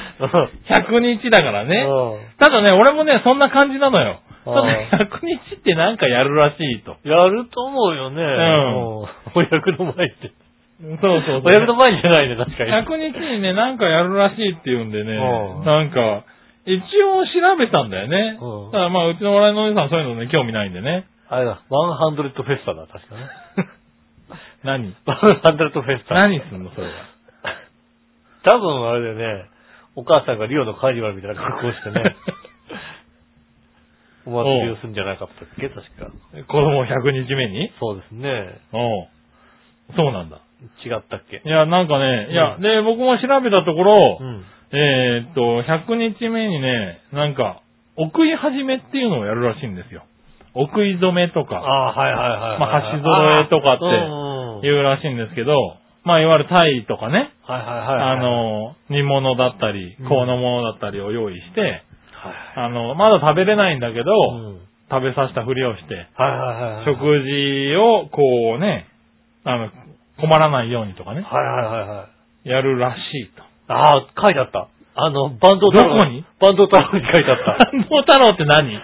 [SPEAKER 3] 100日だからね。
[SPEAKER 2] うん
[SPEAKER 3] ただね、俺もね、そんな感じなのよ。ただ
[SPEAKER 2] ああ
[SPEAKER 3] 100日ってなんかやるらしいと。
[SPEAKER 2] やると思うよね。
[SPEAKER 3] ん
[SPEAKER 2] うん。お百の参りって。
[SPEAKER 3] そうそう
[SPEAKER 2] お百の参りじゃないね、確かに。
[SPEAKER 3] 100日にね、なんかやるらしいって言うんでね
[SPEAKER 2] う、ん
[SPEAKER 3] なんか、一応調べたんだよね
[SPEAKER 2] うん。
[SPEAKER 3] ただまあ、うちの笑いのお姉さんそういうのね、興味ないんでね。
[SPEAKER 2] あれだ、ワンハンドレッドフェスタだ、確 かね。
[SPEAKER 3] 何
[SPEAKER 2] ワンハンドレッドフェスタ。
[SPEAKER 3] 何すんの、それは。
[SPEAKER 2] 多分あれだよね、お母さんがリオのカーニバルみたいな格好をして ね、お祭りをするんじゃなかったっけ、確か。
[SPEAKER 3] 子供100日目に
[SPEAKER 2] そうですね。
[SPEAKER 3] おうそうなんだ。
[SPEAKER 2] 違ったっけ。
[SPEAKER 3] いや、なんかね、いや、
[SPEAKER 2] うん
[SPEAKER 3] で、僕も調べたところ、
[SPEAKER 2] うん。
[SPEAKER 3] えーっと、100日目にね、なんか、お食い始めっていうのをやるらしいんですよ。お食い染めと
[SPEAKER 2] あ
[SPEAKER 3] か、
[SPEAKER 2] あ、はいはいはいはい。
[SPEAKER 3] まあ箸揃えとかって
[SPEAKER 2] ああうんうん
[SPEAKER 3] いうらしいんですけど、まあ、いわゆるタイとかね、
[SPEAKER 2] はいはいはい。
[SPEAKER 3] あ、の、煮物だったり
[SPEAKER 2] うん、
[SPEAKER 3] このものだったりを用意して、
[SPEAKER 2] はい
[SPEAKER 3] あの、まだ食べれないんだけど、
[SPEAKER 2] はい。うん
[SPEAKER 3] 食べさせたふりをして、
[SPEAKER 2] はいはいはいはい。
[SPEAKER 3] 食事をこうね、あの、困らないようにとか
[SPEAKER 2] は
[SPEAKER 3] ね、
[SPEAKER 2] いはいはいはい。
[SPEAKER 3] やるらしいと。
[SPEAKER 2] ああ、書いてあった。あの、バンド
[SPEAKER 3] どこに
[SPEAKER 2] バンド太郎に書いてあ った。
[SPEAKER 3] 万能太郎って何ね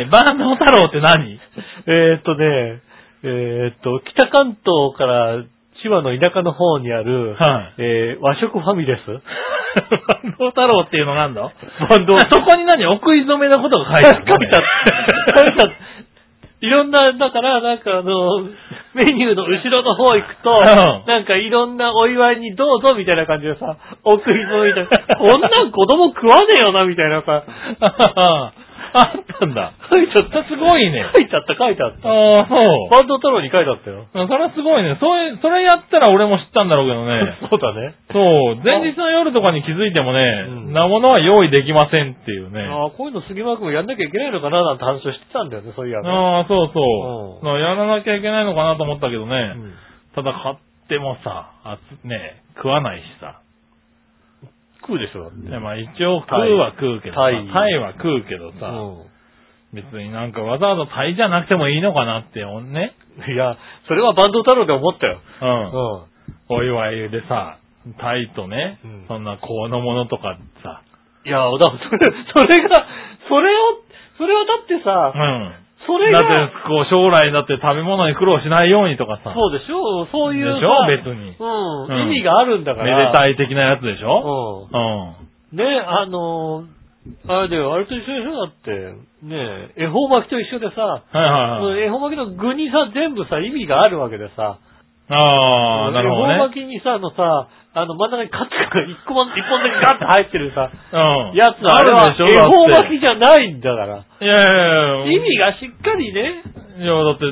[SPEAKER 3] え万能太郎って何
[SPEAKER 2] えーっとね、えーっと、北関東から千葉の田舎の方にある、
[SPEAKER 3] はい。
[SPEAKER 2] えー和食ファミレ ス
[SPEAKER 3] 万能太郎っていうのなんだ
[SPEAKER 2] 万能
[SPEAKER 3] あそこに何お食い染めのことが書いてあるの
[SPEAKER 2] 書いてあった。書いてあったいろんな、だから、なんかあの、メニューの後ろの方行くと、
[SPEAKER 3] うん
[SPEAKER 2] なんかいろんなお祝いにどうぞみたいな感じでさ、お食い物みたいな、こんなん子供食わねえよなみたいなさ、
[SPEAKER 3] あったんだ。
[SPEAKER 2] 書いちゃった。
[SPEAKER 3] すごいね
[SPEAKER 2] 書いちゃった、書いてあった。
[SPEAKER 3] ああ、そう。
[SPEAKER 2] バンド太郎に書いてあったよ。
[SPEAKER 3] それはすごいね。そういう、それやったら俺も知ったんだろうけどね。
[SPEAKER 2] そうだね。
[SPEAKER 3] そう。前日の夜とかに気づいても
[SPEAKER 2] う
[SPEAKER 3] ね、
[SPEAKER 2] ん
[SPEAKER 3] なものは用意できませんっていうね。
[SPEAKER 2] ああ、こういうの杉間君もやんなきゃいけないのかななんて話をしてたんだよね、そういやね。
[SPEAKER 3] ああ、そうそうう。やらなきゃいけないのかなと思ったけど
[SPEAKER 2] う
[SPEAKER 3] ね。
[SPEAKER 2] ん
[SPEAKER 3] ただ買ってもさ、あつね、食わないしさ。
[SPEAKER 2] 食うでしょ、だって。
[SPEAKER 3] ねまあ一応食うは食うけどさ、
[SPEAKER 2] タ
[SPEAKER 3] タ
[SPEAKER 2] イ
[SPEAKER 3] イは食うけど
[SPEAKER 2] う
[SPEAKER 3] さ、
[SPEAKER 2] ん
[SPEAKER 3] 別になんかわざわざタイじゃなくてもいいのかなって、おんね。
[SPEAKER 2] いや、それはバンド太郎で思ったよ。
[SPEAKER 3] う。
[SPEAKER 2] うんん。
[SPEAKER 3] お祝いでさ、タイとね
[SPEAKER 2] うん、
[SPEAKER 3] そんなこのものとかさ、
[SPEAKER 2] いや、だからそれ、それが、それを、それはだって
[SPEAKER 3] う
[SPEAKER 2] さ、
[SPEAKER 3] ん。
[SPEAKER 2] それ
[SPEAKER 3] だっ
[SPEAKER 2] が、
[SPEAKER 3] て、こう、将来だって食べ物に苦労しないようにとかさ。
[SPEAKER 2] そうでしょそういう
[SPEAKER 3] でし
[SPEAKER 2] さ
[SPEAKER 3] ょ別に。
[SPEAKER 2] う。
[SPEAKER 3] うんん
[SPEAKER 2] 意味があるんだか
[SPEAKER 3] めで
[SPEAKER 2] ら。
[SPEAKER 3] たい的なやつでしょ
[SPEAKER 2] う
[SPEAKER 3] う
[SPEAKER 2] ん。
[SPEAKER 3] ん。
[SPEAKER 2] ね、あのー、あれだよ、あれと一緒でしょだって、ね、恵方巻きと一緒でさ、
[SPEAKER 3] はい
[SPEAKER 2] そ
[SPEAKER 3] はい
[SPEAKER 2] の
[SPEAKER 3] はい。
[SPEAKER 2] 恵方巻きの具にさ、全部さ、意味があるわけでさ、
[SPEAKER 3] ああ、なるほど
[SPEAKER 2] 恵方巻き
[SPEAKER 3] ね。
[SPEAKER 2] にさ、あのさ、あの真ん中にカツが一個ま、一本だけガッて入ってるさ、
[SPEAKER 3] うん。
[SPEAKER 2] やつ、あれは
[SPEAKER 3] るでし
[SPEAKER 2] 恵
[SPEAKER 3] ょ
[SPEAKER 2] 方
[SPEAKER 3] だって
[SPEAKER 2] 巻きじゃないんだから。
[SPEAKER 3] いやいやいや。
[SPEAKER 2] 意味がしっかりね、
[SPEAKER 3] いや、だって、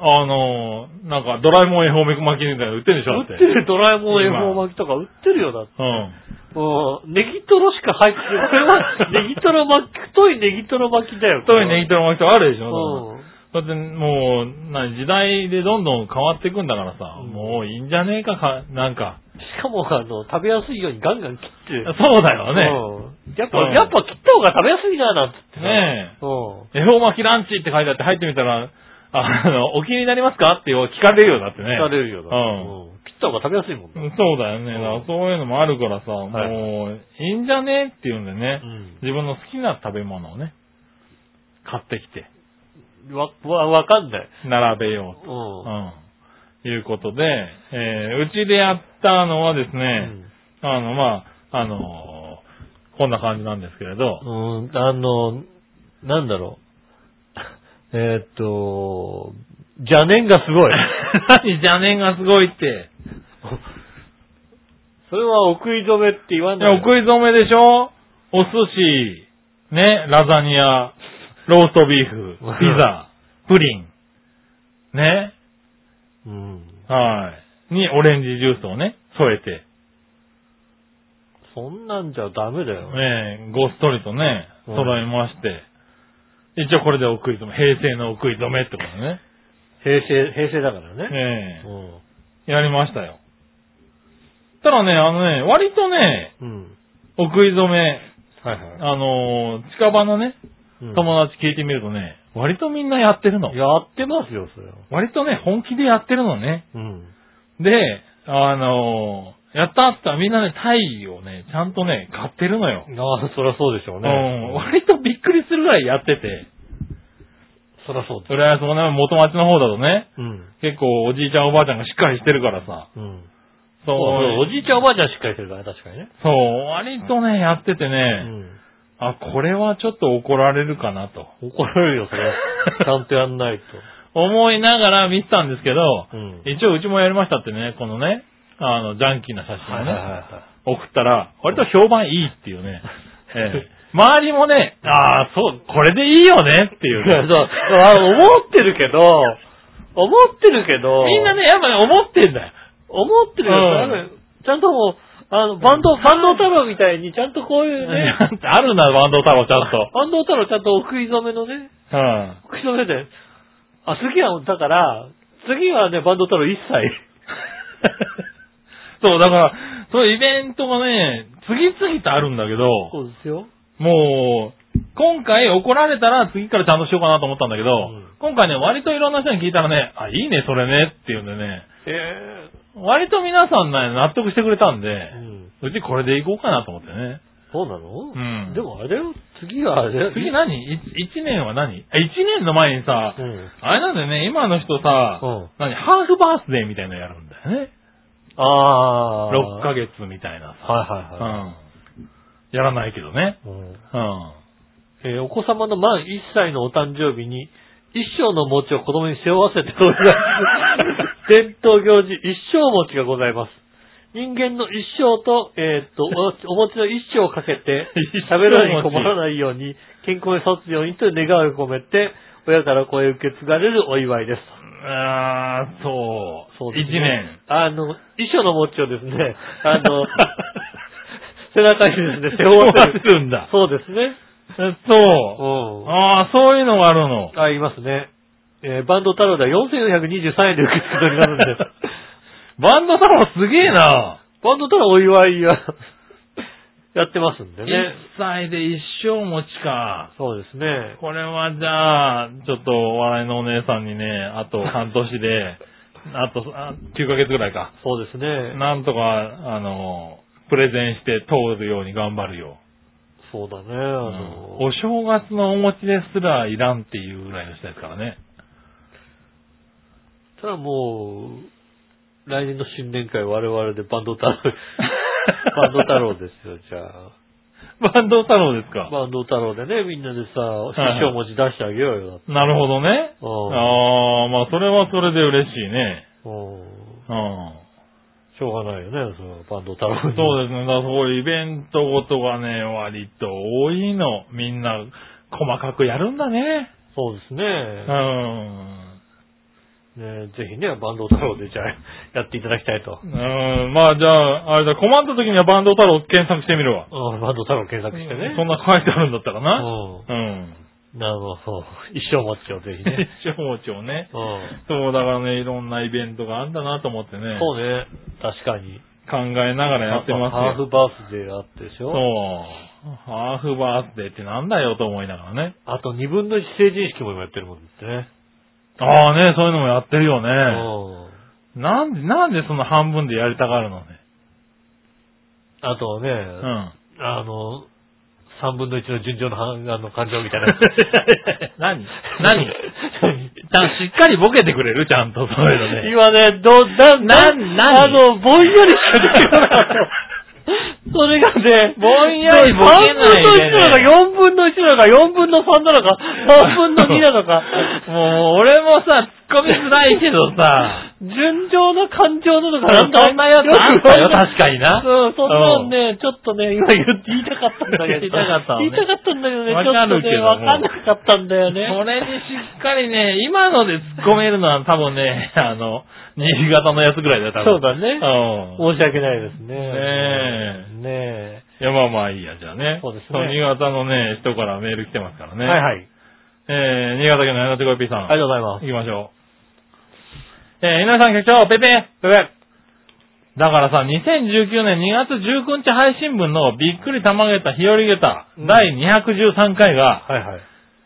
[SPEAKER 3] あのー、なんか、ドラえもん恵方めく巻きみたいなの売ってるでしょ
[SPEAKER 2] 売
[SPEAKER 3] だ
[SPEAKER 2] っ
[SPEAKER 3] ってて。
[SPEAKER 2] るドラえもん恵方巻きとか売ってるよ、だって。
[SPEAKER 3] うん。
[SPEAKER 2] もう、ネギトロしか入ってない。これは、ネギトロ巻き、太いネギトロ巻きだよ。
[SPEAKER 3] 太いネギ
[SPEAKER 2] ギ
[SPEAKER 3] トロ巻きとかあるでし
[SPEAKER 2] ト
[SPEAKER 3] ょ
[SPEAKER 2] ロ。
[SPEAKER 3] だって、だってもう、な時代でどんどん変わっていくんだからさ、
[SPEAKER 2] うん
[SPEAKER 3] もういいんじゃねえか、か、なんか。
[SPEAKER 2] うん。しかも、あの、食べやすいようにガンガン切って。
[SPEAKER 3] そうだ
[SPEAKER 2] う
[SPEAKER 3] よ
[SPEAKER 2] んやっぱ、
[SPEAKER 3] うん
[SPEAKER 2] やっぱ切った方が食べやすいな、なんつって
[SPEAKER 3] ね。
[SPEAKER 2] さ
[SPEAKER 3] ね
[SPEAKER 2] うん。
[SPEAKER 3] え。恵方巻きランチって書いてあって入ってみたら、あの、お 気になりますかって聞かれるようになってね。
[SPEAKER 2] 聞かれるよな。
[SPEAKER 3] うん
[SPEAKER 2] うん切った方が食べやすいもんな。
[SPEAKER 3] そうだよ
[SPEAKER 2] う
[SPEAKER 3] ね。だ
[SPEAKER 2] ん
[SPEAKER 3] からそういうのもあるからさ、
[SPEAKER 2] い
[SPEAKER 3] もう、いいんじゃねっていうんでね、
[SPEAKER 2] うん
[SPEAKER 3] 自分の好きな食べ物をね、買ってきて、
[SPEAKER 2] わ、わ、わかんない。
[SPEAKER 3] 並べよ
[SPEAKER 2] う
[SPEAKER 3] うと。
[SPEAKER 2] ん。
[SPEAKER 3] うん。いうことで、えーうちでやったのはです
[SPEAKER 2] う
[SPEAKER 3] ね、
[SPEAKER 2] ん
[SPEAKER 3] あの、まあ、あのーこんな感じなん ですけれど、
[SPEAKER 2] うん、あの、なんだろう。 えーっと、邪念がすごい。
[SPEAKER 3] 何邪念がすごいって。
[SPEAKER 2] それはお食い止めって言わ
[SPEAKER 3] い
[SPEAKER 2] な
[SPEAKER 3] や、
[SPEAKER 2] い。
[SPEAKER 3] お食い初めでしょお寿司、ね、ラザニア、ローストビーフ、ピザ、プリン、ね、
[SPEAKER 2] うん。
[SPEAKER 3] はい。に、オレンジジュースをね、添えて、
[SPEAKER 2] そんなんじゃダメだよ。
[SPEAKER 3] ね、ごっそりとね、
[SPEAKER 2] うん
[SPEAKER 3] 揃えまして、一応これでお食い止め、平成のお食い止めってことね。
[SPEAKER 2] 平成、平成だからね。
[SPEAKER 3] ええ
[SPEAKER 2] うん
[SPEAKER 3] やりましたよ。ただね、あのね、割とね、
[SPEAKER 2] うん。
[SPEAKER 3] お食い止
[SPEAKER 2] は
[SPEAKER 3] め、
[SPEAKER 2] いは
[SPEAKER 3] あのー近場のね、
[SPEAKER 2] い。うん
[SPEAKER 3] 友達聞いてみるとね、割とみんなやってるの。
[SPEAKER 2] やってますよ、それは。
[SPEAKER 3] 割とね、本気でやってるのね。
[SPEAKER 2] うん。
[SPEAKER 3] で、あのーやったって言ったらみんなね、タイをね、ちゃんとね、買ってるのよ。
[SPEAKER 2] ああ、そりゃそうでしょう
[SPEAKER 3] う
[SPEAKER 2] ね。
[SPEAKER 3] ん、割とびっくりするぐらいやってて、
[SPEAKER 2] そりゃそうです。
[SPEAKER 3] それはそのね、元町の方だとね、
[SPEAKER 2] うん。
[SPEAKER 3] 結構おじいちゃんおばあちゃんがしっかりしてるからさ、
[SPEAKER 2] うん。そ
[SPEAKER 3] そ
[SPEAKER 2] うそう
[SPEAKER 3] う、
[SPEAKER 2] おじいちゃんおばあちゃんしっかりしてるから、確かにね。
[SPEAKER 3] そう、割とね、やってて
[SPEAKER 2] う
[SPEAKER 3] ね、
[SPEAKER 2] ん。
[SPEAKER 3] あ、これはちょっと怒られるかなと、
[SPEAKER 2] 怒られるよ、それは。ちゃんとやんないと。
[SPEAKER 3] 思いながら見てたんですけど、
[SPEAKER 2] うん。
[SPEAKER 3] 一応うちもやりましたってね、このね、あの、ジャンキーな写真
[SPEAKER 2] は
[SPEAKER 3] を
[SPEAKER 2] いはい
[SPEAKER 3] ね、
[SPEAKER 2] は
[SPEAKER 3] 送ったら、割と評判いいってい うね。ええ周りもね、ああ、そう、これでいいよねっていう
[SPEAKER 2] いはい。
[SPEAKER 3] ね。
[SPEAKER 2] そう、あ思ってるけど、思ってるけど、
[SPEAKER 3] みんなね、やっぱね、思ってんだよ。
[SPEAKER 2] 思ってるよ、
[SPEAKER 3] うん
[SPEAKER 2] ちゃんともう、あの、バンド、バンド太郎みたいに、ちゃんとこういうね、
[SPEAKER 3] あるな、バンドタロちゃ んと。
[SPEAKER 2] バンド太郎ちゃんとお食い初めのね、
[SPEAKER 3] うん。
[SPEAKER 2] お食い初めで、あ、次は、だから、次はね、バンド太郎一切。
[SPEAKER 3] そう、だから、そういうイベントがね、次々とあるんだけど、
[SPEAKER 2] そうですよ。
[SPEAKER 3] もう、今回怒られたら次からちゃんとしようかなと思ったんだけど、
[SPEAKER 2] ん
[SPEAKER 3] 今回ね、割といろんな人に聞いたらね、あ、いいね、それねっていうんでね、
[SPEAKER 2] え
[SPEAKER 3] 割と皆さんね、納得してくれたんで
[SPEAKER 2] え、うん。
[SPEAKER 3] うちこれでいこうかなと思ってね。
[SPEAKER 2] そうなの
[SPEAKER 3] うん
[SPEAKER 2] でもあれだよ、次はあれだよ。
[SPEAKER 3] 次何い一年は何あ一年の前にさ、
[SPEAKER 2] うん。
[SPEAKER 3] あれなんだよね、今の人さ、
[SPEAKER 2] うん
[SPEAKER 3] 何ハーフバースデーみたいなのやるんだよね。
[SPEAKER 2] ああ。
[SPEAKER 3] 6ヶ月みたいなさ。
[SPEAKER 2] はいは
[SPEAKER 3] う
[SPEAKER 2] いは
[SPEAKER 3] ん。やらないけどね。
[SPEAKER 2] い。うん
[SPEAKER 3] うん。
[SPEAKER 2] えーお子様の満1歳のお誕生日に、一生の餅を子供に背負わせており ます。伝統行事、一生餅がございます。人間の一生と、えーっと、 おお餅の一生をかけて
[SPEAKER 3] 一、生
[SPEAKER 2] 食べ
[SPEAKER 3] 餅
[SPEAKER 2] るのに困らないように、健康に育つようにという願いを込めて、親から声を受け継がれるお祝いです。
[SPEAKER 3] あー、そう。
[SPEAKER 2] そうです
[SPEAKER 3] 一
[SPEAKER 2] ね
[SPEAKER 3] 年。。
[SPEAKER 2] あの、衣装の餅をです ね、あの、 背中にですね、背負わせる。
[SPEAKER 3] 背負わせるんだ
[SPEAKER 2] そうですね。
[SPEAKER 3] えそう。
[SPEAKER 2] うん。
[SPEAKER 3] あー、そういうのがある の。
[SPEAKER 2] あ、いますね。えーバンド太郎では4423円で受け付け取りなの で、
[SPEAKER 3] バンド太郎すげえな。
[SPEAKER 2] バンド太郎お祝いはやってますんで
[SPEAKER 3] 一
[SPEAKER 2] ね。
[SPEAKER 3] 歳で一生持ちか。
[SPEAKER 2] そうですね。
[SPEAKER 3] これはじゃあ、ちょっとお笑いのお姉さんにね、あと半年 で、あとあ9ヶ月ぐらいか。
[SPEAKER 2] そうですね。
[SPEAKER 3] なんとか、あの、プレゼンして通るように頑張るよ。
[SPEAKER 2] そうだね。あ
[SPEAKER 3] うん
[SPEAKER 2] の、
[SPEAKER 3] お正月のお餅ですらいらんっていうぐらいの人ですからね。
[SPEAKER 2] ただもう、来年の新年会我々でバンド太郎、 バンド太郎ですよ、じゃあ。
[SPEAKER 3] バンド太郎ですか。
[SPEAKER 2] バンド太郎でね、みんなでさ、
[SPEAKER 3] い
[SPEAKER 2] 師匠持ち出してあげようよ。
[SPEAKER 3] なるほどね。ああ、まあそれはそれで嬉しいね。
[SPEAKER 2] うん。うん
[SPEAKER 3] うん。
[SPEAKER 2] しょうがないよね、そのバンド太郎
[SPEAKER 3] そ
[SPEAKER 2] に
[SPEAKER 3] うですね。だからそういうイベントごとがね、割と多いの。みんな細かくやるんだね。
[SPEAKER 2] そうですね。
[SPEAKER 3] うん。
[SPEAKER 2] ね、ぜひね、バンド太郎でじゃあ、やっていただきたいと。
[SPEAKER 3] うん。まあじゃあ、あれだ、困った時にはバンド太郎検索してみるわ。
[SPEAKER 2] うん、バンド太郎検索してね。
[SPEAKER 3] そんな書いてあるんだったらな。
[SPEAKER 2] う
[SPEAKER 3] うん。
[SPEAKER 2] ん。なるほど。一生持ちをぜひ ね。
[SPEAKER 3] 一応一応ね。
[SPEAKER 2] うん。
[SPEAKER 3] そう、だからね、いろんなイベントがあんだなと思ってね。
[SPEAKER 2] そうね。確かに。
[SPEAKER 3] 考えながらやってます
[SPEAKER 2] ハー
[SPEAKER 3] よ。
[SPEAKER 2] フバースデーがあってでし
[SPEAKER 3] そう
[SPEAKER 2] ょ。。
[SPEAKER 3] ハーフバースデーってなんだよと思いながらね。
[SPEAKER 2] あと2分の1成人式も今やってるもんですね。
[SPEAKER 3] ああね、そういうのもやってるよね。
[SPEAKER 2] うん
[SPEAKER 3] なんで、なんでその半分でやりたがるのね。
[SPEAKER 2] あとね、
[SPEAKER 3] うん。
[SPEAKER 2] あの、3分の1の順調の半あの感情みたいな。
[SPEAKER 3] 何何ちゃんしっかりボケてくれるちゃんと、そういうのね。
[SPEAKER 2] 今ね、ど、だ、
[SPEAKER 3] な何
[SPEAKER 2] あの、ぼんやりしてる から。それがね、
[SPEAKER 3] ぼんやりボケないでね
[SPEAKER 2] 3分の1なのか、4分の1なのか、4分の3なのか、3分の2なのか。
[SPEAKER 3] もう、俺もさ、突っ込みづらいけどさ、
[SPEAKER 2] 順調な感情なのか、
[SPEAKER 3] そんなやつあっ たよ、確かにな。
[SPEAKER 2] うん、そんなんね、ちょっとね、今言って言いたかったんだけど。
[SPEAKER 3] 言いたかったのね
[SPEAKER 2] 言いたかったんだけどね、
[SPEAKER 3] わ
[SPEAKER 2] ちょ
[SPEAKER 3] か
[SPEAKER 2] っと
[SPEAKER 3] るけ
[SPEAKER 2] ね、
[SPEAKER 3] ども
[SPEAKER 2] わかんなかったんだよね。
[SPEAKER 3] それにしっかりね、今ので突っ込めるのは多分ね、あの、新潟のやつぐらいだよ、多分。
[SPEAKER 2] そうだね。
[SPEAKER 3] うん。
[SPEAKER 2] 申し訳ないですね。ね
[SPEAKER 3] ね
[SPEAKER 2] え。
[SPEAKER 3] いや、まあまあいいや、じゃあね。
[SPEAKER 2] そうですね
[SPEAKER 3] 新潟のね、人からメール来てますからね。
[SPEAKER 2] はいはい。
[SPEAKER 3] えー、新潟県の 7.5P さん。
[SPEAKER 2] ありがとうございま
[SPEAKER 3] 行
[SPEAKER 2] す。
[SPEAKER 3] きましょう。えー、皆さん局長、ペペペペだからさ、2019年2月19日配信分のびっくり玉げた日和げた
[SPEAKER 2] うん
[SPEAKER 3] 第213回が、
[SPEAKER 2] はいは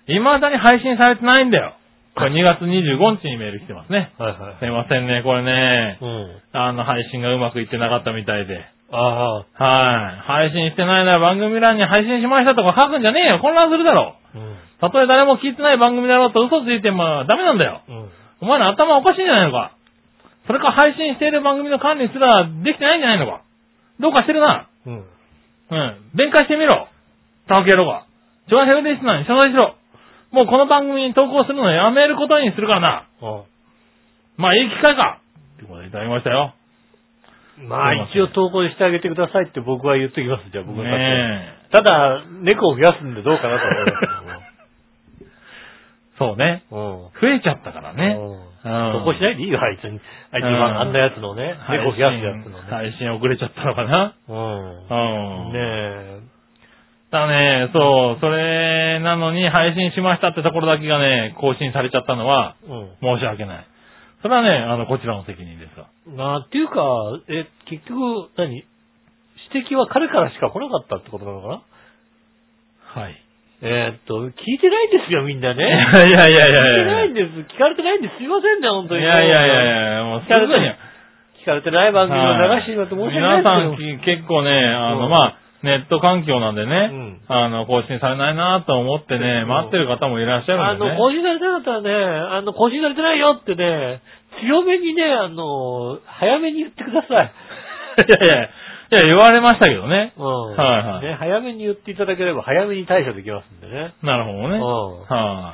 [SPEAKER 2] い。
[SPEAKER 3] 未だに配信されてないんだよ。これ2月25日にメール来てますね。
[SPEAKER 2] はいはい。
[SPEAKER 3] すいませんね、これね、
[SPEAKER 2] うん。
[SPEAKER 3] あの、配信がうまくいってなかったみたいで。
[SPEAKER 2] ああ。
[SPEAKER 3] はい。配信してないなら番組欄に配信しましたとか書くんじゃねえよ。混乱するだろ。
[SPEAKER 2] うん。
[SPEAKER 3] たとえ誰も聞いてない番組だろうと嘘ついてもダメなんだよ。
[SPEAKER 2] うん。
[SPEAKER 3] お前ら頭おかしいんじゃないのかそれか配信している番組の管理すらできてないんじゃないのかどうかしてるな。
[SPEAKER 2] うん。
[SPEAKER 3] うん。弁解してみろ。たわけ野郎が。ジョアヘルリスナーに謝罪しろ。もうこの番組に投稿するのやめることにするからな。
[SPEAKER 2] あ
[SPEAKER 3] まあいい機会か。ってことでいただきましたよ。
[SPEAKER 2] まあ、一応投稿してあげてくださいって僕は言っときます。じゃあ僕は勝
[SPEAKER 3] ねえ。
[SPEAKER 2] 手に。ただ、猫を増やすんでどうかなと思いますけど
[SPEAKER 3] そうね。
[SPEAKER 2] も。
[SPEAKER 3] 増えちゃったから
[SPEAKER 2] うん。
[SPEAKER 3] ね。
[SPEAKER 2] うん。
[SPEAKER 3] うん
[SPEAKER 2] 投稿しないでいいよ、あいつに。あいつ
[SPEAKER 3] うん
[SPEAKER 2] 今、あんなやつのね、猫増やすやつのね。
[SPEAKER 3] 配信遅れちゃったのかな。
[SPEAKER 2] うん。
[SPEAKER 3] う
[SPEAKER 2] ね
[SPEAKER 3] ん。
[SPEAKER 2] え。
[SPEAKER 3] だね、そう、それなのに配信しましたってところだけがね、更新されちゃったのは
[SPEAKER 2] うん。
[SPEAKER 3] 申し訳ない。それはね、あの、こちらの責任ですわ。
[SPEAKER 2] なっていうか、え、結局、何指摘は彼からしか来なかったってことなのかな
[SPEAKER 3] はい。
[SPEAKER 2] えーっと、聞いてないんですよ、みんない
[SPEAKER 3] や
[SPEAKER 2] ね。
[SPEAKER 3] いやいや
[SPEAKER 2] 聞いて
[SPEAKER 3] いや
[SPEAKER 2] ないいんです。聞かれてないんです。すいませんね、本当
[SPEAKER 3] や。
[SPEAKER 2] に。
[SPEAKER 3] いやいやいやいや、もうすぐに。
[SPEAKER 2] 聞かれてない番組を流してしまって申し訳ない
[SPEAKER 3] 皆さん
[SPEAKER 2] ですけど。
[SPEAKER 3] き結構ね、あ
[SPEAKER 2] う
[SPEAKER 3] の、
[SPEAKER 2] ん
[SPEAKER 3] まあ、ネット環境なんで
[SPEAKER 2] う
[SPEAKER 3] ね
[SPEAKER 2] ん、
[SPEAKER 3] あの、更新されないなと思ってね、
[SPEAKER 2] うん
[SPEAKER 3] 待ってる方 もいらっしゃ
[SPEAKER 2] あ
[SPEAKER 3] るんで
[SPEAKER 2] の、
[SPEAKER 3] ね。
[SPEAKER 2] 更新されてなかったらね、あの、更新されてないよってね、強めにね、あの、早めに言ってください。
[SPEAKER 3] いやいや、いや、言われましたけどね。
[SPEAKER 2] うん。
[SPEAKER 3] はいはい
[SPEAKER 2] ね、早めに言っていただければ早めに対処できますんでね。
[SPEAKER 3] なるほど
[SPEAKER 2] う
[SPEAKER 3] ね。
[SPEAKER 2] ん。
[SPEAKER 3] は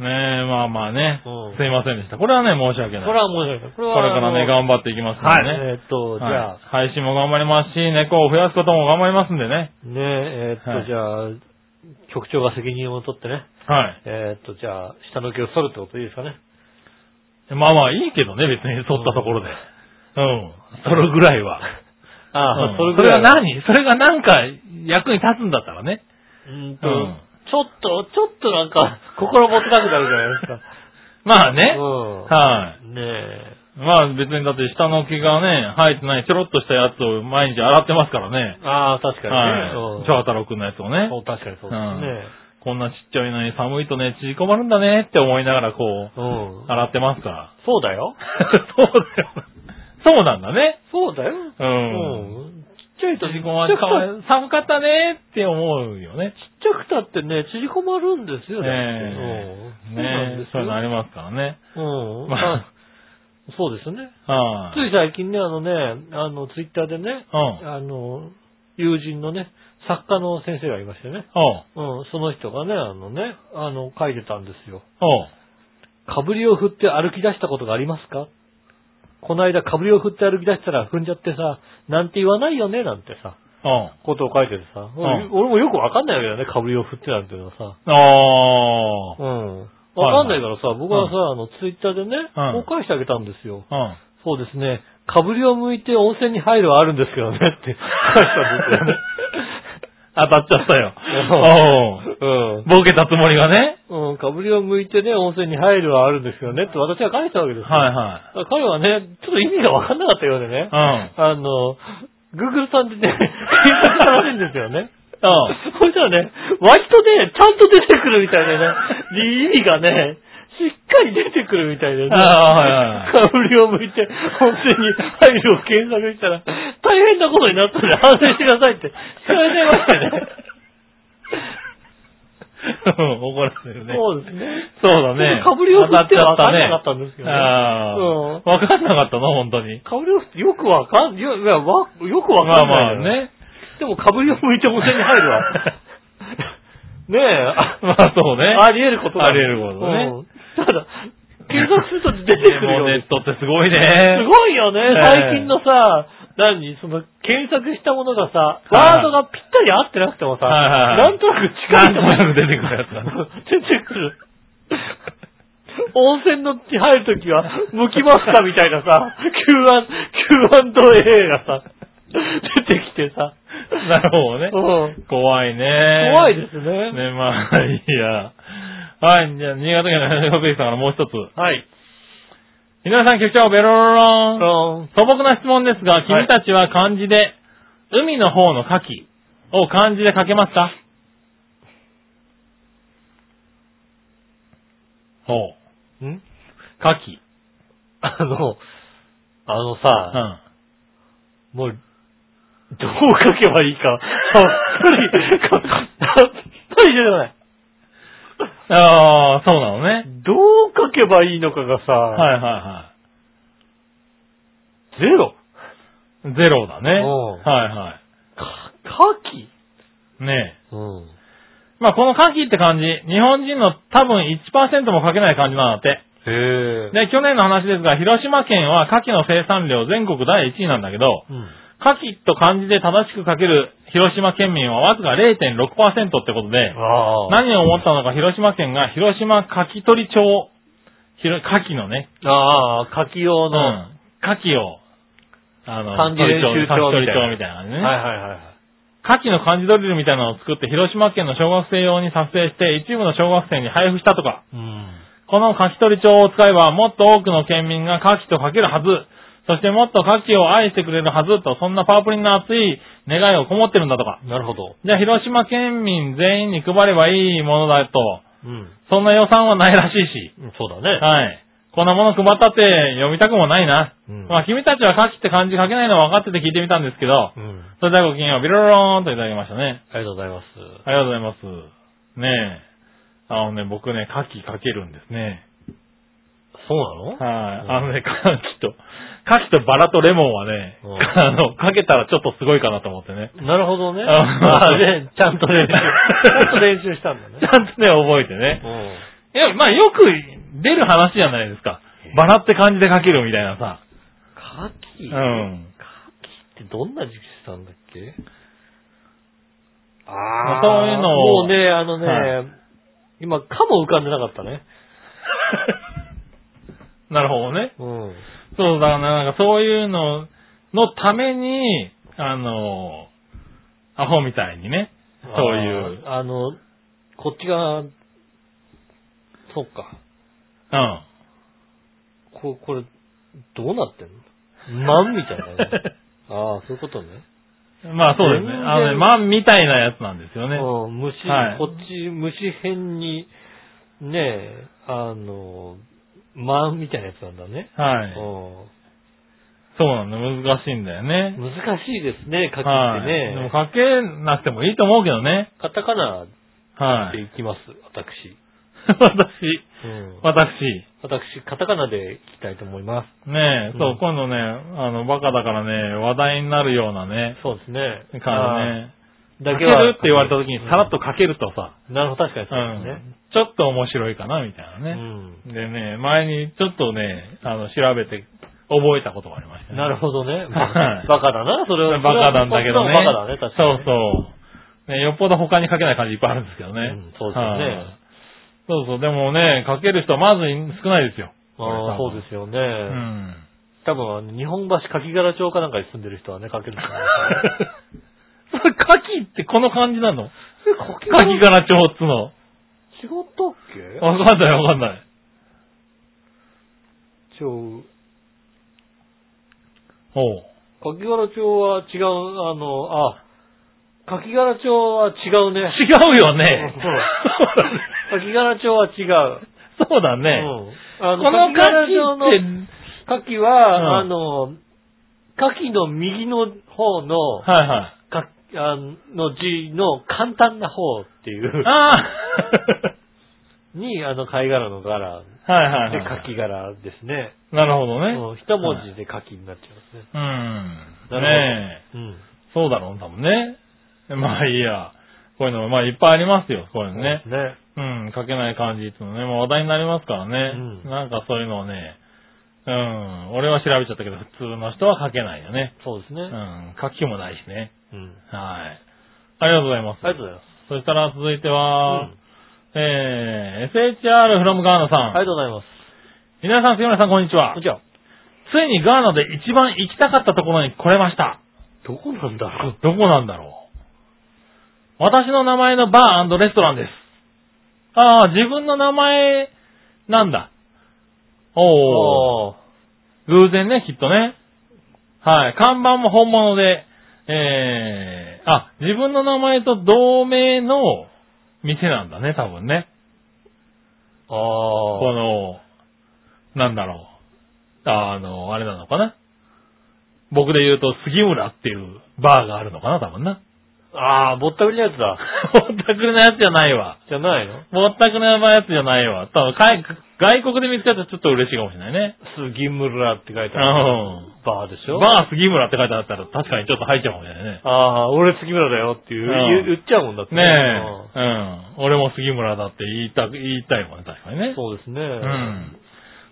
[SPEAKER 3] い。ねえ、まあまあね
[SPEAKER 2] うん。
[SPEAKER 3] すいませんでした。これはね、申し訳ない。
[SPEAKER 2] これは申し訳ない。これは、
[SPEAKER 3] これからね、
[SPEAKER 2] あ
[SPEAKER 3] 頑張っていきますか
[SPEAKER 2] の
[SPEAKER 3] らね。
[SPEAKER 2] えーっと、じ
[SPEAKER 3] はい
[SPEAKER 2] ゃあ、
[SPEAKER 3] 配信も頑張りますし、猫を増やすことも頑張りますんでね。
[SPEAKER 2] ねえ、えーっと、
[SPEAKER 3] はい
[SPEAKER 2] じゃあ、局長が責任を取ってね、
[SPEAKER 3] はい。
[SPEAKER 2] えーっと、じゃあ、下の毛を剃るってこといいですかね。
[SPEAKER 3] まあまあいいけどね、別に剃ったところで。うん。剃るぐらいは。
[SPEAKER 2] ああ、
[SPEAKER 3] うん
[SPEAKER 2] それ
[SPEAKER 3] そ
[SPEAKER 2] ぐ
[SPEAKER 3] れ
[SPEAKER 2] ら
[SPEAKER 3] が
[SPEAKER 2] い。
[SPEAKER 3] 何それがなんか役に立つんだったらね。
[SPEAKER 2] うーんと、
[SPEAKER 3] うん
[SPEAKER 2] ちょっと、ちょっとなんか、心もとなくなるじゃないですか。
[SPEAKER 3] まあね。
[SPEAKER 2] う
[SPEAKER 3] はい。
[SPEAKER 2] ん。ねえ。
[SPEAKER 3] まあ別にだって下の毛がね、生えてないちょろっとしたやつを毎日洗ってますからね。
[SPEAKER 2] ああ、確かにね。
[SPEAKER 3] は
[SPEAKER 2] うん
[SPEAKER 3] い。超太郎くんのやつをね。
[SPEAKER 2] そう確かにそうですね。
[SPEAKER 3] こんなちっちゃいのに寒いとね、縮こまるんだねって思いながらこう、
[SPEAKER 2] うん。
[SPEAKER 3] 洗ってますから。
[SPEAKER 2] そうだよ。
[SPEAKER 3] そうだよ。そうなんだね。
[SPEAKER 2] そうだよ。う
[SPEAKER 3] う。
[SPEAKER 2] んん。ちっちゃいと、ち
[SPEAKER 3] 縮
[SPEAKER 2] っち
[SPEAKER 3] こま
[SPEAKER 2] ゃ
[SPEAKER 3] る
[SPEAKER 2] くた
[SPEAKER 3] 寒かったねって思うよね。
[SPEAKER 2] ちっちゃくたってね、縮こまるんですよ。だって
[SPEAKER 3] ね
[SPEAKER 2] うんそ
[SPEAKER 3] え。
[SPEAKER 2] うなん
[SPEAKER 3] ね
[SPEAKER 2] で
[SPEAKER 3] え。
[SPEAKER 2] す
[SPEAKER 3] そうい
[SPEAKER 2] よ
[SPEAKER 3] うのありますからね。
[SPEAKER 2] うん。
[SPEAKER 3] まあ
[SPEAKER 2] あそうですね。
[SPEAKER 3] は
[SPEAKER 2] つ
[SPEAKER 3] い。
[SPEAKER 2] い最近ね、あのね、あの、ツイッターでね、
[SPEAKER 3] うん。
[SPEAKER 2] あの、友人のね、作家の先生がいましてね、
[SPEAKER 3] おう。
[SPEAKER 2] うん、その人がね、あのね、あの、書いてたんですよ。
[SPEAKER 3] おう。
[SPEAKER 2] かぶりを振って歩き出したことがありますかこの間かぶりを振って歩き出したら踏んじゃってさ、なんて言わないよね、なんてさ、
[SPEAKER 3] おう。
[SPEAKER 2] ことを書いててさ、俺俺もよくわかんないわけだね、かぶりを振ってなんていうのはさ。
[SPEAKER 3] おー。
[SPEAKER 2] うん。
[SPEAKER 3] は
[SPEAKER 2] わ
[SPEAKER 3] い
[SPEAKER 2] かんないからさ、僕はさ、あの、ツイッターでね、
[SPEAKER 3] うん
[SPEAKER 2] こう返してあげたんですよ。
[SPEAKER 3] うん。
[SPEAKER 2] そうですね、かぶりを向いて温泉に入るはあるん ですけどね、って返したんですよね。
[SPEAKER 3] 当たっちゃったよ。おう。
[SPEAKER 2] うん。
[SPEAKER 3] ボケたつもりがね。
[SPEAKER 2] うん、かぶりを向いてね、温泉に入るはあるんですよねって私は返したわけですよ。
[SPEAKER 3] はいは
[SPEAKER 2] 彼はね、ちょっと意味がわかんなかったようでね
[SPEAKER 3] い。う、ん。
[SPEAKER 2] あの、Google さんで ね、検索したらしいんですよね。 そしたらね、割とね、ちゃんと出てくるみたいなね、意味がね、しっかり出てくるみたいでね、
[SPEAKER 3] ああはいはい
[SPEAKER 2] かぶりを向いて、温泉に入るを検索したら、大変なことになったんで反省してくださいって、言われちゃいましたね。
[SPEAKER 3] うん怒られるね。
[SPEAKER 2] そうですね。
[SPEAKER 3] そうだね。
[SPEAKER 2] かぶりを振っては分かんなかっ
[SPEAKER 3] 当
[SPEAKER 2] たんですけ
[SPEAKER 3] たっちゃったね。
[SPEAKER 2] どね。うん
[SPEAKER 3] ああ。わかんなかったの本当に。
[SPEAKER 2] かぶりを振ってよくわかん、いやいやわよくわ
[SPEAKER 3] ま
[SPEAKER 2] か
[SPEAKER 3] あ
[SPEAKER 2] ん
[SPEAKER 3] ま
[SPEAKER 2] ない
[SPEAKER 3] あ
[SPEAKER 2] よ。
[SPEAKER 3] ね。
[SPEAKER 2] でもかぶりを向いて温泉に入 るわ。ねえ、あ
[SPEAKER 3] まあそうね。
[SPEAKER 2] あり得ることだ。
[SPEAKER 3] あり得ることね
[SPEAKER 2] うん。ただ、検索すると出てくる
[SPEAKER 3] も
[SPEAKER 2] よ
[SPEAKER 3] う
[SPEAKER 2] ね
[SPEAKER 3] ネッ。トってすごいね。
[SPEAKER 2] すごいよね
[SPEAKER 3] ねえ、
[SPEAKER 2] 最近のさ、何、その、検索したものがさ、
[SPEAKER 3] い
[SPEAKER 2] ワードがぴったり合ってなくてもさ、
[SPEAKER 3] はいはいはい
[SPEAKER 2] なんとなく近いとこ
[SPEAKER 3] なんとなく出てくるやつだね
[SPEAKER 2] 出てくる。温泉のに入るときは、向きますかみたいなさ、Q&A がさ、出てきてさ、
[SPEAKER 3] なるほどね
[SPEAKER 2] う。ん
[SPEAKER 3] 怖いね。
[SPEAKER 2] 怖いです
[SPEAKER 3] ね。
[SPEAKER 2] ね。
[SPEAKER 3] まあ、いいや。はい、じゃあ、新潟県の ヨペイさんからもう一つ。
[SPEAKER 2] はい。
[SPEAKER 3] 皆さん局長、ベロロ
[SPEAKER 2] う
[SPEAKER 3] ロン。
[SPEAKER 2] ん
[SPEAKER 3] 素朴な質問ですが、君たちは漢字で、海の方の牡蠣を漢字で書けますかほう。
[SPEAKER 2] ん
[SPEAKER 3] 牡蠣。
[SPEAKER 2] あの、あのさ、
[SPEAKER 3] うん。
[SPEAKER 2] もう、どう書けばいいか、さっぱり、さっぱりじゃない。
[SPEAKER 3] ああ、そうなのね。
[SPEAKER 2] どう書けばいいのかがさ、
[SPEAKER 3] はいは
[SPEAKER 2] ゼロ。
[SPEAKER 3] いはい。ゼロだね。
[SPEAKER 2] おう
[SPEAKER 3] はいは
[SPEAKER 2] か、書き。
[SPEAKER 3] い。ねえ。
[SPEAKER 2] うん。
[SPEAKER 3] まあ、この牡蠣って漢字、日本人の多分1%も書けない漢字なんだって。
[SPEAKER 2] へえ。
[SPEAKER 3] で、去年の話ですが、広島県は牡蠣の生産量全国第1位なんだけど、
[SPEAKER 2] うん。
[SPEAKER 3] 牡蠣と漢字で正しく書ける広島県民はわずか0.6%ってことで、
[SPEAKER 2] ああ。
[SPEAKER 3] 何を思ったのか広島県が広島牡蠣取り町、ひろ牡蠣のね、
[SPEAKER 2] ああ、書き用
[SPEAKER 3] う
[SPEAKER 2] の。は
[SPEAKER 3] ん、牡蠣を、あの、
[SPEAKER 2] 漢字練習帳み
[SPEAKER 3] 取り
[SPEAKER 2] たいな
[SPEAKER 3] 町みたいなの
[SPEAKER 2] い
[SPEAKER 3] ね。
[SPEAKER 2] はいはいはい。
[SPEAKER 3] 牡蠣の漢字ドリルみたいなのを作って広島県の小学生用に作成して一部の小学生に配布したとか、
[SPEAKER 2] うん。
[SPEAKER 3] この書き取り帳を使えば、もっと多くの県民が牡蠣と書けるはず。そしてもっと牡蠣を愛してくれるはずと、そんなパープリンの熱い願いをこもってるんだとか。
[SPEAKER 2] なるほど。
[SPEAKER 3] じゃあ、広島県民全員に配ればいいものだと、
[SPEAKER 2] うん。
[SPEAKER 3] そんな予算はないらしいし。
[SPEAKER 2] そうだね。
[SPEAKER 3] はい。こんなもの配ったって読みたくもないな。
[SPEAKER 2] うん
[SPEAKER 3] まあ、君たちは牡蠣って漢字書けないのは分かってて聞いてみたんですけど、
[SPEAKER 2] うん。
[SPEAKER 3] それではごきげんよう、ビロロローンといただきましたね。
[SPEAKER 2] ありがとうございます。
[SPEAKER 3] ありがとうございます。ねえ。あのね、僕ね、牡蠣書けるんですね。
[SPEAKER 2] そうなの
[SPEAKER 3] はい、
[SPEAKER 2] うん
[SPEAKER 3] あのね、カキと、カキとバラとレモンはね、
[SPEAKER 2] うん
[SPEAKER 3] あの、かけたらちょっとすごいかなと思ってね。
[SPEAKER 2] なるほどね。
[SPEAKER 3] うん
[SPEAKER 2] ああ、ね、ちゃんと 練習。ちゃんと練習したんだ
[SPEAKER 3] ち
[SPEAKER 2] ね。
[SPEAKER 3] ゃんとね、覚えてね。
[SPEAKER 2] うん。
[SPEAKER 3] いや、まあよく出る話じゃないですか。バラって感じでかけるみたいなさ。
[SPEAKER 2] カキ
[SPEAKER 3] うん。
[SPEAKER 2] ってどんな時期したんだっけ
[SPEAKER 3] あ
[SPEAKER 2] あ
[SPEAKER 3] そういうのを
[SPEAKER 2] もうね、あのね、
[SPEAKER 3] は
[SPEAKER 2] 今、かも浮かんでなかったね。
[SPEAKER 3] なるほどね。
[SPEAKER 2] うん。
[SPEAKER 3] そうだな、なんかそういうののために、あの、アホみたいにね、そういう、
[SPEAKER 2] あー。あの、こっちが、そっか。
[SPEAKER 3] うん。
[SPEAKER 2] ここれ、どうなってんのなんみたいなね。ああ、そういうことね。
[SPEAKER 3] まあそうですね。
[SPEAKER 2] 全然
[SPEAKER 3] あのね、マンみたいなやつなんですよね。
[SPEAKER 2] うん、虫、
[SPEAKER 3] はい
[SPEAKER 2] こっち、虫編に、ねえ、あの、まんみたいなやつなんだね。
[SPEAKER 3] は
[SPEAKER 2] う
[SPEAKER 3] い。
[SPEAKER 2] ん
[SPEAKER 3] そうなんだ、難しいんだよね。
[SPEAKER 2] 難しいですね、書き
[SPEAKER 3] は
[SPEAKER 2] っ
[SPEAKER 3] い。
[SPEAKER 2] て
[SPEAKER 3] でも
[SPEAKER 2] ね。
[SPEAKER 3] 書けなくてもいいと思うけどね。
[SPEAKER 2] カタカナ
[SPEAKER 3] は
[SPEAKER 2] で
[SPEAKER 3] い。
[SPEAKER 2] いきます、
[SPEAKER 3] 私、
[SPEAKER 2] 私。うん。
[SPEAKER 3] 私。
[SPEAKER 2] 私、カタカナでいきたいと思いま
[SPEAKER 3] ねえ、そう、
[SPEAKER 2] うん
[SPEAKER 3] 今度ね、あの、バカだからね、話題になるようなね
[SPEAKER 2] す。、そうですね。
[SPEAKER 3] 感
[SPEAKER 2] あ
[SPEAKER 3] じ
[SPEAKER 2] ー
[SPEAKER 3] ね。
[SPEAKER 2] だ
[SPEAKER 3] 書
[SPEAKER 2] け
[SPEAKER 3] け
[SPEAKER 2] は
[SPEAKER 3] るって言われた時にさらっと書けるとさ、
[SPEAKER 2] なるほど、確かに
[SPEAKER 3] う
[SPEAKER 2] そうですね
[SPEAKER 3] ん。ちょっと面白いかな、みたいな
[SPEAKER 2] う
[SPEAKER 3] ね。
[SPEAKER 2] ん。
[SPEAKER 3] でね、前にちょっとね、あの、調べて覚えたことがありましたね。
[SPEAKER 2] なるほどね。
[SPEAKER 3] は
[SPEAKER 2] ま
[SPEAKER 3] い
[SPEAKER 2] あバカだな、それは。
[SPEAKER 3] バカなんだけどね。
[SPEAKER 2] それはバカだね、確かに。
[SPEAKER 3] そうそう。ね、よっぽど他に書けない感じいっぱいあるんですけどね。
[SPEAKER 2] うんそうですよね
[SPEAKER 3] はいそうそう、でもね、書ける人はまず少ないですよ。。
[SPEAKER 2] ああそうですすよね。
[SPEAKER 3] うん。
[SPEAKER 2] 多分、あの日本橋柿柄町かなんかに住んでる人はね、書けると思います
[SPEAKER 3] それ、書きってこの感じなの
[SPEAKER 2] べかけ
[SPEAKER 3] カキ かなちょっつの。
[SPEAKER 2] 違ったっけ
[SPEAKER 3] わかんないわかんない。
[SPEAKER 2] 違う。
[SPEAKER 3] おう。
[SPEAKER 2] カキ殻町は違う、あの、あ、カキ殻町は違うね。
[SPEAKER 3] 違うよね。
[SPEAKER 2] カキ殻町は違う。
[SPEAKER 3] そうだね。
[SPEAKER 2] うんあ
[SPEAKER 3] この
[SPEAKER 2] カキ殻
[SPEAKER 3] 感じ
[SPEAKER 2] 町の
[SPEAKER 3] って、
[SPEAKER 2] カキは、
[SPEAKER 3] うん
[SPEAKER 2] あの、カキの右の方の、
[SPEAKER 3] はいはい。
[SPEAKER 2] かあの字の簡単な方っていう、
[SPEAKER 3] あ
[SPEAKER 2] に、あの、貝殻の柄
[SPEAKER 3] あはいはい
[SPEAKER 2] で、
[SPEAKER 3] は
[SPEAKER 2] カキ殻ですね。
[SPEAKER 3] い。なるほどね。
[SPEAKER 2] うん一文字でカキになっちゃいますね。
[SPEAKER 3] う
[SPEAKER 2] な
[SPEAKER 3] ん。ねえ。
[SPEAKER 2] るほど。うん。
[SPEAKER 3] そうだろう、多分ね。まあいいや。こういうの、まあいっぱいありますよ、こういうのね。
[SPEAKER 2] ね。
[SPEAKER 3] うん、書けない漢字っていうのね、もう話題になりますからね。
[SPEAKER 2] うん
[SPEAKER 3] なんかそういうのをね、うん、俺は調べちゃったけど、普通の人は書けないよね。
[SPEAKER 2] そうですね。
[SPEAKER 3] うん、書きもないしね。
[SPEAKER 2] うん。
[SPEAKER 3] はい。ありがとうございます。
[SPEAKER 2] ありがとうございます。
[SPEAKER 3] そしたら続いて
[SPEAKER 2] うん
[SPEAKER 3] は、えー、SHR from ガーナさん。
[SPEAKER 2] ありがとうございます。
[SPEAKER 3] 皆さん、杉村さん、こんにちは
[SPEAKER 2] こん。にちは。
[SPEAKER 3] ついにガーナで一番行きたかったところに来れました。
[SPEAKER 2] どこなんだろう。
[SPEAKER 3] どこなんだろう。私の名前のバーレストランです。ああ、自分の名前、なんだ。おお。
[SPEAKER 2] おー
[SPEAKER 3] 偶然ね、きっとね。はい。看板も本物で、えー、あ、自分の名前と同名の店なんだね、多分ね。こ
[SPEAKER 2] あ
[SPEAKER 3] の、なんだろう。あの、あれなのかな。僕で言うと、杉村っていうバーがあるのかな、多分な。
[SPEAKER 2] ー。あー、ぼったくりのやつだ。
[SPEAKER 3] ぼったくりなやつじゃないわ。
[SPEAKER 2] じゃない の
[SPEAKER 3] ぼったくりなやつじゃないわ。多分外外国で見つかったらちょっと嬉しいかもしれないね。
[SPEAKER 2] 杉村って書いてある。
[SPEAKER 3] う
[SPEAKER 2] バーでしょ
[SPEAKER 3] ん。バー杉村って書いてあったら確かにちょっと入っちゃうかもしれないね。
[SPEAKER 2] あー、俺杉村だよっていう、
[SPEAKER 3] うん
[SPEAKER 2] 言言っちゃうもんだって。
[SPEAKER 3] ねえ。うん。俺も杉村だって言いた、言いたいもんね、確かに
[SPEAKER 2] う
[SPEAKER 3] ね
[SPEAKER 2] ん。そうですね。
[SPEAKER 3] うん。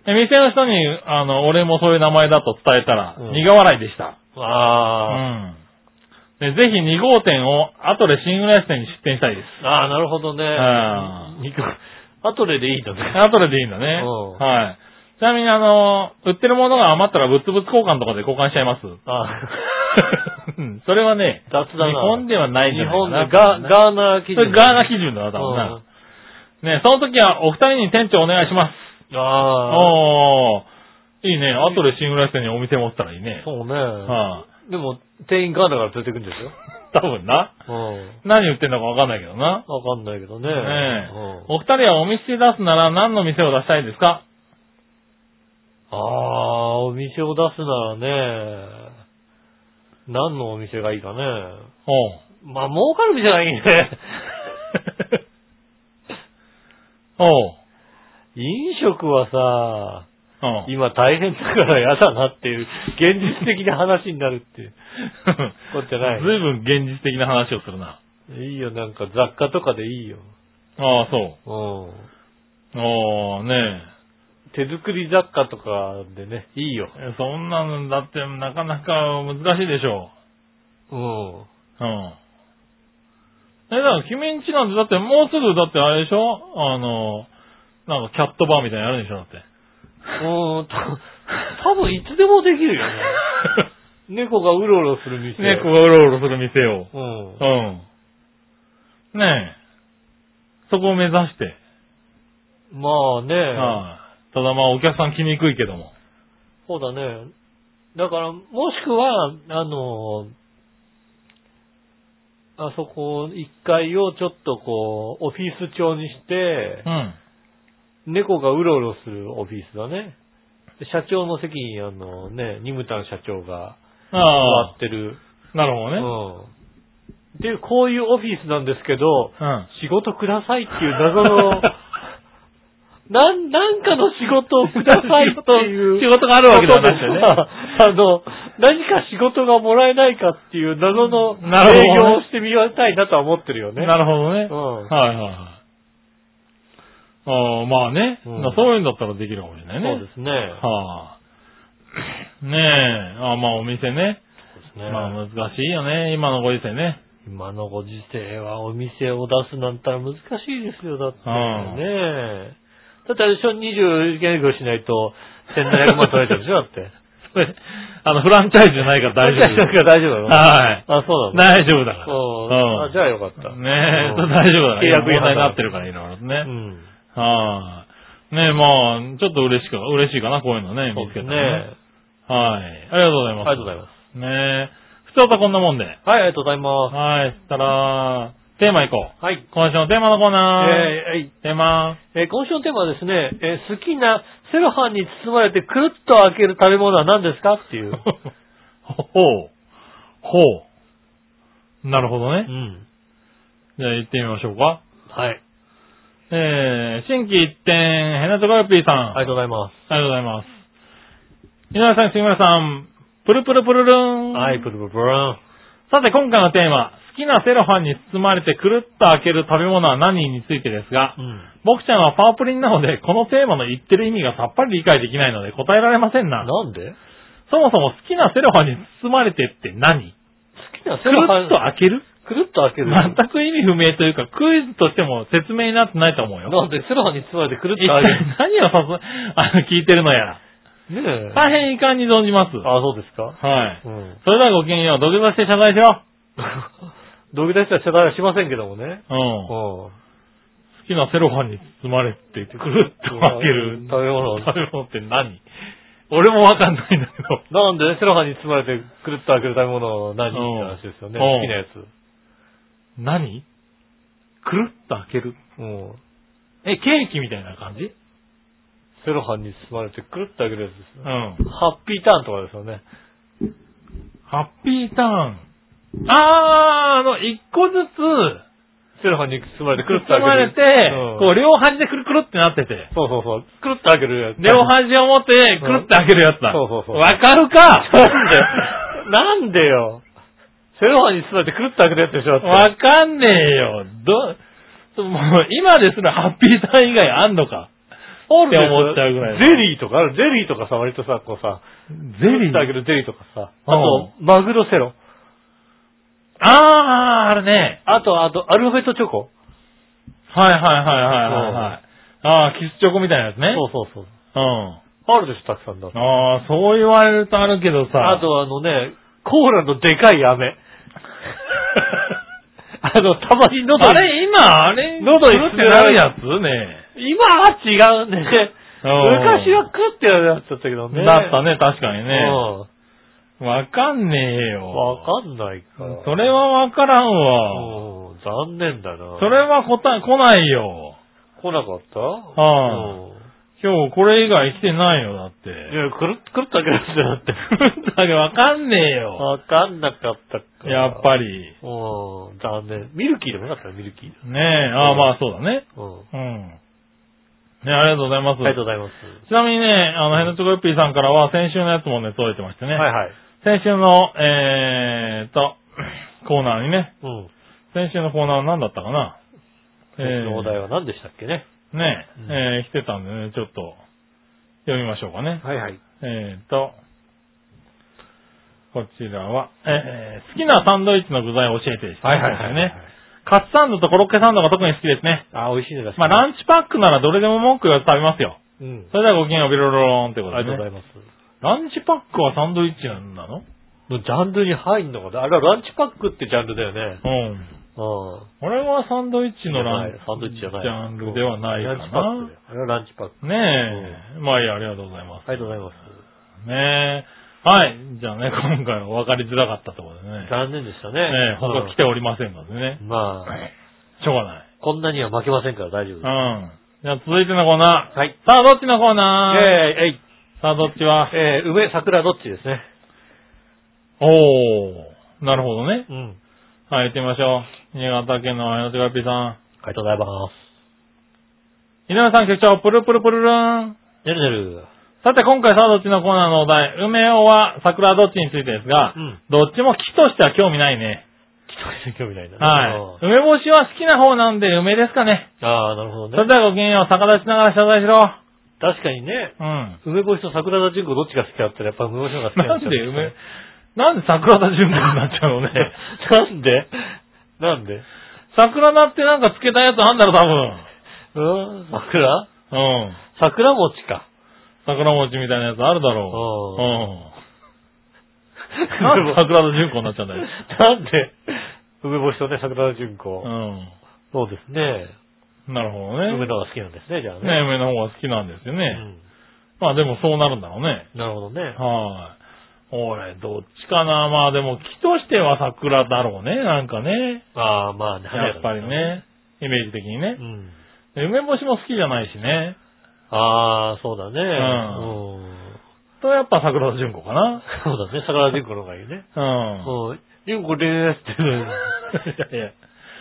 [SPEAKER 3] で店の人に、あの、俺もそういう名前だと伝えたら、
[SPEAKER 2] うん
[SPEAKER 3] 苦笑いでした。う
[SPEAKER 2] あ
[SPEAKER 3] ん。で、ぜひ2号店を後で新浦安店に出店した いです。
[SPEAKER 2] ー、あー、なるほどね。
[SPEAKER 3] あー
[SPEAKER 2] 肉。後ででいいんだね。
[SPEAKER 3] 後ででいいんだね。
[SPEAKER 2] うん
[SPEAKER 3] はい。ちなみにあの、売ってるものが余ったら物々交換とかで交換しちゃいます。
[SPEAKER 2] あ
[SPEAKER 3] うんそれはね、
[SPEAKER 2] ー、雑
[SPEAKER 3] 日
[SPEAKER 2] だな。
[SPEAKER 3] 本ではないんじ
[SPEAKER 2] 日
[SPEAKER 3] ゃないか
[SPEAKER 2] 本
[SPEAKER 3] な
[SPEAKER 2] でガガーナ基
[SPEAKER 3] それ
[SPEAKER 2] 準。
[SPEAKER 3] ガーナ基準だな、多分な。ね、その時はお二人に店長お願いします。
[SPEAKER 2] うんああ。
[SPEAKER 3] おー。いいね。後で新浦安店にお店持ったらいいね。
[SPEAKER 2] そうね。
[SPEAKER 3] は
[SPEAKER 2] でも、店員ガーナから連れてくんですよ。
[SPEAKER 3] あ、多分な。
[SPEAKER 2] うん。
[SPEAKER 3] 何言ってんのかわかんないけどな。
[SPEAKER 2] わかんないけどね。
[SPEAKER 3] ねえ
[SPEAKER 2] うん
[SPEAKER 3] お二人はお店出すなら何の店を出したいですか
[SPEAKER 2] ああ、お店を出すならね、何のお店がいいかね。
[SPEAKER 3] お う。
[SPEAKER 2] まあ、儲かる店がいい ね。
[SPEAKER 3] おう。
[SPEAKER 2] 飲食は
[SPEAKER 3] うん
[SPEAKER 2] さ、今大変だから嫌だなっていう、現実的な話になるっていう。こっちゃない
[SPEAKER 3] ずいぶん現実的な話をするな。
[SPEAKER 2] いいよ、なんか雑貨とかでいいよ。
[SPEAKER 3] ああ、そう
[SPEAKER 2] うん。。
[SPEAKER 3] ああ、ね
[SPEAKER 2] 手作り雑貨とかでね、いいよ。
[SPEAKER 3] え。そんなの、だってなかなか難しいでしょ
[SPEAKER 2] うん。
[SPEAKER 3] う。うん。え、だから君んちなんて、だってもうすぐ、だってあれでしょあの、なんかキャットバーみたいなのやるでしょ だって。
[SPEAKER 2] うーん、た、多分いつでもできるよね。猫がうろうろする店。
[SPEAKER 3] 猫がうろうろする店を。
[SPEAKER 2] うん。
[SPEAKER 3] うん。ねえ。そこを目指して。
[SPEAKER 2] まあね、
[SPEAKER 3] はいただまあお客さん来にくいけども。
[SPEAKER 2] そうだね。だから、もしくは、あの、あそこ一階をちょっとこう、オフィス調にして
[SPEAKER 3] う、ん。
[SPEAKER 2] 猫がうろうろするオフィスだね。で社長の席に、あのね、ニムタン社長が
[SPEAKER 3] あ
[SPEAKER 2] 座っ
[SPEAKER 3] あ、
[SPEAKER 2] てる。
[SPEAKER 3] なるほど
[SPEAKER 2] う
[SPEAKER 3] ね。
[SPEAKER 2] ん。っていう、こういうオフィスなんですけど、
[SPEAKER 3] うん。
[SPEAKER 2] 仕事くださいっていう謎の、なん、なんかの仕事をくださいっていう。
[SPEAKER 3] 仕事があるわけではなくてね
[SPEAKER 2] あの、何か仕事がもらえないかっていう謎の営
[SPEAKER 3] なるほどね
[SPEAKER 2] 業をしてみたいなとは思ってるよね。
[SPEAKER 3] なるほどね。
[SPEAKER 2] うん
[SPEAKER 3] はいはいはい。ああ、まあね、
[SPEAKER 2] うん
[SPEAKER 3] そういうんだったらできるかもしれないね。
[SPEAKER 2] そうですね。
[SPEAKER 3] はあ。ねえ、ああまあお店ね。
[SPEAKER 2] そうですね
[SPEAKER 3] まあ難しいよね、今のご時世ね。
[SPEAKER 2] 今のご時世はお店を出すなんたら難しいですよ、だって
[SPEAKER 3] うん
[SPEAKER 2] ね。だってあれでしょ、24時間営業しないと1700万取られちゃうでしょ、だって。
[SPEAKER 3] それ、あの、フランチャイズじゃない から大 丈
[SPEAKER 2] だから大丈夫だ
[SPEAKER 3] 夫。
[SPEAKER 2] よ。
[SPEAKER 3] はい。
[SPEAKER 2] あ、そうなの
[SPEAKER 3] 大丈夫だから。
[SPEAKER 2] うんあじゃあよかった。
[SPEAKER 3] ねえ、
[SPEAKER 2] うん
[SPEAKER 3] 大丈夫だ。
[SPEAKER 2] 契約違
[SPEAKER 3] 問
[SPEAKER 2] 反
[SPEAKER 3] 題に
[SPEAKER 2] だ
[SPEAKER 3] なってるから、いろいろと
[SPEAKER 2] う
[SPEAKER 3] ね。
[SPEAKER 2] ん。
[SPEAKER 3] はい。ねえ、まあ、ちょっと嬉しく、嬉しいかな、こういうのね、
[SPEAKER 2] そう
[SPEAKER 3] 見つ
[SPEAKER 2] です
[SPEAKER 3] けた
[SPEAKER 2] ね。
[SPEAKER 3] らね。はい。ありがとうござい
[SPEAKER 2] あり
[SPEAKER 3] ます。
[SPEAKER 2] がとうございます。
[SPEAKER 3] す。ねえ、普通はこんなもんで。
[SPEAKER 2] はい、ありがとうございま
[SPEAKER 3] はい、そしたら、テーマいこう。
[SPEAKER 2] す。はい。
[SPEAKER 3] 今週のテーマのコー
[SPEAKER 2] えー
[SPEAKER 3] ナー。
[SPEAKER 2] はい
[SPEAKER 3] テーマ、
[SPEAKER 2] えー今週のテーマはですね、えー好きなセロハンに包まれてくるっと開ける食べ物は何ですかっていう。
[SPEAKER 3] ほほう。ほう。なるほど
[SPEAKER 2] う
[SPEAKER 3] ね。
[SPEAKER 2] ん。
[SPEAKER 3] じゃあ行ってみましょうか。
[SPEAKER 2] はい。
[SPEAKER 3] えー、新規一点、ヘナチョコヨッピーさん。
[SPEAKER 2] ありがとうございます。
[SPEAKER 3] ありがとうございます。皆さん、杉村さん、プルプルプルルーン。
[SPEAKER 2] はい、プルプルプルーン。
[SPEAKER 3] さて、今回のテーマ、好きなセロハンに包まれてくるっと開ける食べ物は何についてですが、
[SPEAKER 2] うん。
[SPEAKER 3] 僕ちゃんはパープリンなので、このテーマの言ってる意味がさっぱり理解できないので答えられませんな。
[SPEAKER 2] なんで
[SPEAKER 3] そもそも好きなセロハンに包まれてって何
[SPEAKER 2] 好きなセ
[SPEAKER 3] く
[SPEAKER 2] ロ
[SPEAKER 3] る
[SPEAKER 2] ハン
[SPEAKER 3] っと。開ける
[SPEAKER 2] くるっと開ける。
[SPEAKER 3] 全く意味不明というか、クイズとしても説明になってないと思うよ。
[SPEAKER 2] なんでセロハンに包まれてくるっ
[SPEAKER 3] 一
[SPEAKER 2] と
[SPEAKER 3] 体
[SPEAKER 2] 開
[SPEAKER 3] 何をさす、あの、聞いてるのやら。
[SPEAKER 2] ける。ねえ。
[SPEAKER 3] 大変遺憾に存じます。は
[SPEAKER 2] あ、そうですか
[SPEAKER 3] い。
[SPEAKER 2] うん。
[SPEAKER 3] それではごきげんよう、土下座して謝罪しろ。
[SPEAKER 2] 土下座したら謝罪はしませんけどもね。
[SPEAKER 3] う
[SPEAKER 2] うん
[SPEAKER 3] ん。好。きなセロハンに包まれてくるっと開ける
[SPEAKER 2] 食べ物
[SPEAKER 3] 食べ物って何俺もわかんないんだけど。
[SPEAKER 2] なんでセロハンに包まれてくるっと開ける食べ物は何って話ですよね。
[SPEAKER 3] うん
[SPEAKER 2] 好きなやつ。
[SPEAKER 3] 何くるっと開ける。
[SPEAKER 2] うん。
[SPEAKER 3] え、ケーキみたいな感じ
[SPEAKER 2] セロハンに包まれてくるっと開けるやつです
[SPEAKER 3] う
[SPEAKER 2] よ
[SPEAKER 3] ん。
[SPEAKER 2] ね。
[SPEAKER 3] ハ
[SPEAKER 2] ハッピーターンとかですよね。
[SPEAKER 3] ッピーターン。あー、あの、一個ずつ、
[SPEAKER 2] セロハンに包まれてくるっと開け
[SPEAKER 3] 包まれ
[SPEAKER 2] る。
[SPEAKER 3] て、
[SPEAKER 2] うん
[SPEAKER 3] こう、両端でくるくるってなってて、
[SPEAKER 2] そうそうそう。くるっと開けるやつ。
[SPEAKER 3] 両端を持って、くるって開けるやつだ。
[SPEAKER 2] そうそうそう
[SPEAKER 3] わかるか
[SPEAKER 2] なんでなんでよ。セロハンに包まれてくるっと開けるやつでしょだって
[SPEAKER 3] わかんねえよ。ど、そもう今ですらハッピーターン以外あんのか。
[SPEAKER 2] あるでしょ
[SPEAKER 3] って思っちゃうぐらいの
[SPEAKER 2] ゼリーとかある。ゼリーとかさ、割とさ、こうさ、ゼ
[SPEAKER 3] ゼ
[SPEAKER 2] リーってあげ
[SPEAKER 3] ー
[SPEAKER 2] るゼリーとかさ。
[SPEAKER 3] うん
[SPEAKER 2] あと、マグロセロ。
[SPEAKER 3] あー、あれね。
[SPEAKER 2] あと、あと、アルファベットチョコ。
[SPEAKER 3] はいはいはいはいはい、はい。あー、キスチョコみたいなやつね。
[SPEAKER 2] そうそうそう。
[SPEAKER 3] うん。
[SPEAKER 2] あるでしょ、たくさんだって。
[SPEAKER 3] ああ、そう言われるとあるけどさ。
[SPEAKER 2] あ、と、あのね、コーラのでかい飴。あの、たまに喉に
[SPEAKER 3] あれ今、あれ、
[SPEAKER 2] 喉に
[SPEAKER 3] くるってなるやつね。
[SPEAKER 2] 今は違うね。
[SPEAKER 3] うん
[SPEAKER 2] 昔は食ってやるやつだったけどね。
[SPEAKER 3] だったね、確かにね。
[SPEAKER 2] ね。
[SPEAKER 3] わかんねえよ。
[SPEAKER 2] わかんないから。
[SPEAKER 3] それはわからんわ。
[SPEAKER 2] うん、残念だな。
[SPEAKER 3] それは答え、来ないよ。
[SPEAKER 2] 来なかった
[SPEAKER 3] は
[SPEAKER 2] うん。
[SPEAKER 3] 今日これ以外来てないよ、だって。
[SPEAKER 2] いや、くるっ、くるっと開けるやつだって。
[SPEAKER 3] だけどわかんねえよ。
[SPEAKER 2] わかんなかったか。
[SPEAKER 3] やっぱり。
[SPEAKER 2] り。うん、残念。ミルキーでもなかったね、ミルキー。
[SPEAKER 3] ねえ、ああ、まあそうだね。
[SPEAKER 2] うん。
[SPEAKER 3] うん。ねありがとうございま
[SPEAKER 2] あ
[SPEAKER 3] す。
[SPEAKER 2] りがとうございます。
[SPEAKER 3] ちなみにね、あの、ヘナチョコヨッピーさんからは先週のやつもね、届いてましてね。
[SPEAKER 2] はいはい。
[SPEAKER 3] 先週の、えーっと、コーナーにね、
[SPEAKER 2] うん。
[SPEAKER 3] 先週のコーナーは何だったかな
[SPEAKER 2] えのお題は何でしたっけね。
[SPEAKER 3] えーね
[SPEAKER 2] うん
[SPEAKER 3] えー来てたんでね、ちょっと、読みましょうかね。
[SPEAKER 2] はいはい。
[SPEAKER 3] えーっと、こちらは、えー好きなサンドイッチの具材を教えて、
[SPEAKER 2] はいはいはい。
[SPEAKER 3] ね。。カツサンドとコロッケサンドが特に好きですね。
[SPEAKER 2] あ、美味しいね、
[SPEAKER 3] まあ、
[SPEAKER 2] ン
[SPEAKER 3] ランチパックならどれでも文句言わず食べますよ。
[SPEAKER 2] うん。
[SPEAKER 3] それではごきげんよう、ビロロローンってこと
[SPEAKER 2] あ
[SPEAKER 3] で
[SPEAKER 2] りがとうござ
[SPEAKER 3] ね。
[SPEAKER 2] います。
[SPEAKER 3] ランチパックはサンドイッチなんなの
[SPEAKER 2] のジャンルに入んのかなあれはランチパックってジャンルだよね。
[SPEAKER 3] う
[SPEAKER 2] う
[SPEAKER 3] ん。
[SPEAKER 2] ん。
[SPEAKER 3] 俺はサンドイッチのラン
[SPEAKER 2] サンドイッチじゃない。
[SPEAKER 3] ジャンルではないか
[SPEAKER 2] ランチパック
[SPEAKER 3] な
[SPEAKER 2] だ。よ。あれはランチパック。
[SPEAKER 3] ねえ。まあいいや、ありがとうございます。
[SPEAKER 2] ありがとうございます。
[SPEAKER 3] ねえ。はい。じゃあね、今回は分かりづらかったところでね。
[SPEAKER 2] 残念でしたね。
[SPEAKER 3] ねえ、他
[SPEAKER 2] うん
[SPEAKER 3] 来ておりませんのでね。
[SPEAKER 2] まあ、
[SPEAKER 3] しょうがない。
[SPEAKER 2] こんなには負けませんから大丈夫です。
[SPEAKER 3] うん。じゃあ続いてのコーナー。
[SPEAKER 2] はい。
[SPEAKER 3] さあ、どっちのコーナー
[SPEAKER 2] えいえい
[SPEAKER 3] さあ、どっちは
[SPEAKER 2] えー梅、桜どっちですね。
[SPEAKER 3] おー。なるほどね。
[SPEAKER 2] うん。
[SPEAKER 3] はい、行ってみましょう。新潟県の綾野手がっぴーさ
[SPEAKER 2] ありがとうございます。
[SPEAKER 3] ん。稲田さん局長、プルプルプルルーン。
[SPEAKER 2] ねるねる。
[SPEAKER 3] さて、今回さあどっちのコーナーのお題、梅尾は桜どっちについてですが、
[SPEAKER 2] うん
[SPEAKER 3] どっちも木としては興味ないね。
[SPEAKER 2] 一人で興味ないな。
[SPEAKER 3] はい。梅干しは好きな方なんで梅ですかね。
[SPEAKER 2] い。ああ、なるほ
[SPEAKER 3] そ
[SPEAKER 2] ど
[SPEAKER 3] れ
[SPEAKER 2] ね。
[SPEAKER 3] ではごきげんよう、逆立ちながら謝罪しろ。
[SPEAKER 2] 確かにね、
[SPEAKER 3] うん。
[SPEAKER 2] 梅干しと桜田純子どっちが好きだったらやっぱ梅干しの方が好き
[SPEAKER 3] なん
[SPEAKER 2] にっ
[SPEAKER 3] で
[SPEAKER 2] ちゃう
[SPEAKER 3] 梅、なんで桜田純子になっちゃ うのね。
[SPEAKER 2] なんでなんで
[SPEAKER 3] 桜田ってなんかつけたやつあんだろ、多
[SPEAKER 2] うん桜
[SPEAKER 3] 分。うん。
[SPEAKER 2] 桜餅か。
[SPEAKER 3] 桜餅みたいなやつあるだろう。
[SPEAKER 2] う
[SPEAKER 3] うん。なんで桜田淳子になっちゃうんだよ。
[SPEAKER 2] なんで、梅干しとね、桜田純子。
[SPEAKER 3] う
[SPEAKER 2] そうですね。
[SPEAKER 3] ん。なるほどね。
[SPEAKER 2] 梅田が好きなんですね、じゃあね。
[SPEAKER 3] ね、梅の方が好きなんですよ
[SPEAKER 2] う
[SPEAKER 3] ね。
[SPEAKER 2] ん
[SPEAKER 3] まあでもそうなるんだろうね。
[SPEAKER 2] なるほどね。
[SPEAKER 3] はい。俺、どっちかな。まあでも、木としては桜だろうね。なんかね。
[SPEAKER 2] ああ、まあね、
[SPEAKER 3] やっぱり。ね。イメージ的に
[SPEAKER 2] う
[SPEAKER 3] ね。
[SPEAKER 2] ん。
[SPEAKER 3] で梅干しも好きじゃないしね。
[SPEAKER 2] ああ、そうだね。
[SPEAKER 3] ん
[SPEAKER 2] うん
[SPEAKER 3] と、やっぱ桜田淳子かな。
[SPEAKER 2] そうだね、桜田純子の方がいいね。
[SPEAKER 3] うん。
[SPEAKER 2] うん。純子ですっていうのに。
[SPEAKER 3] いやいや、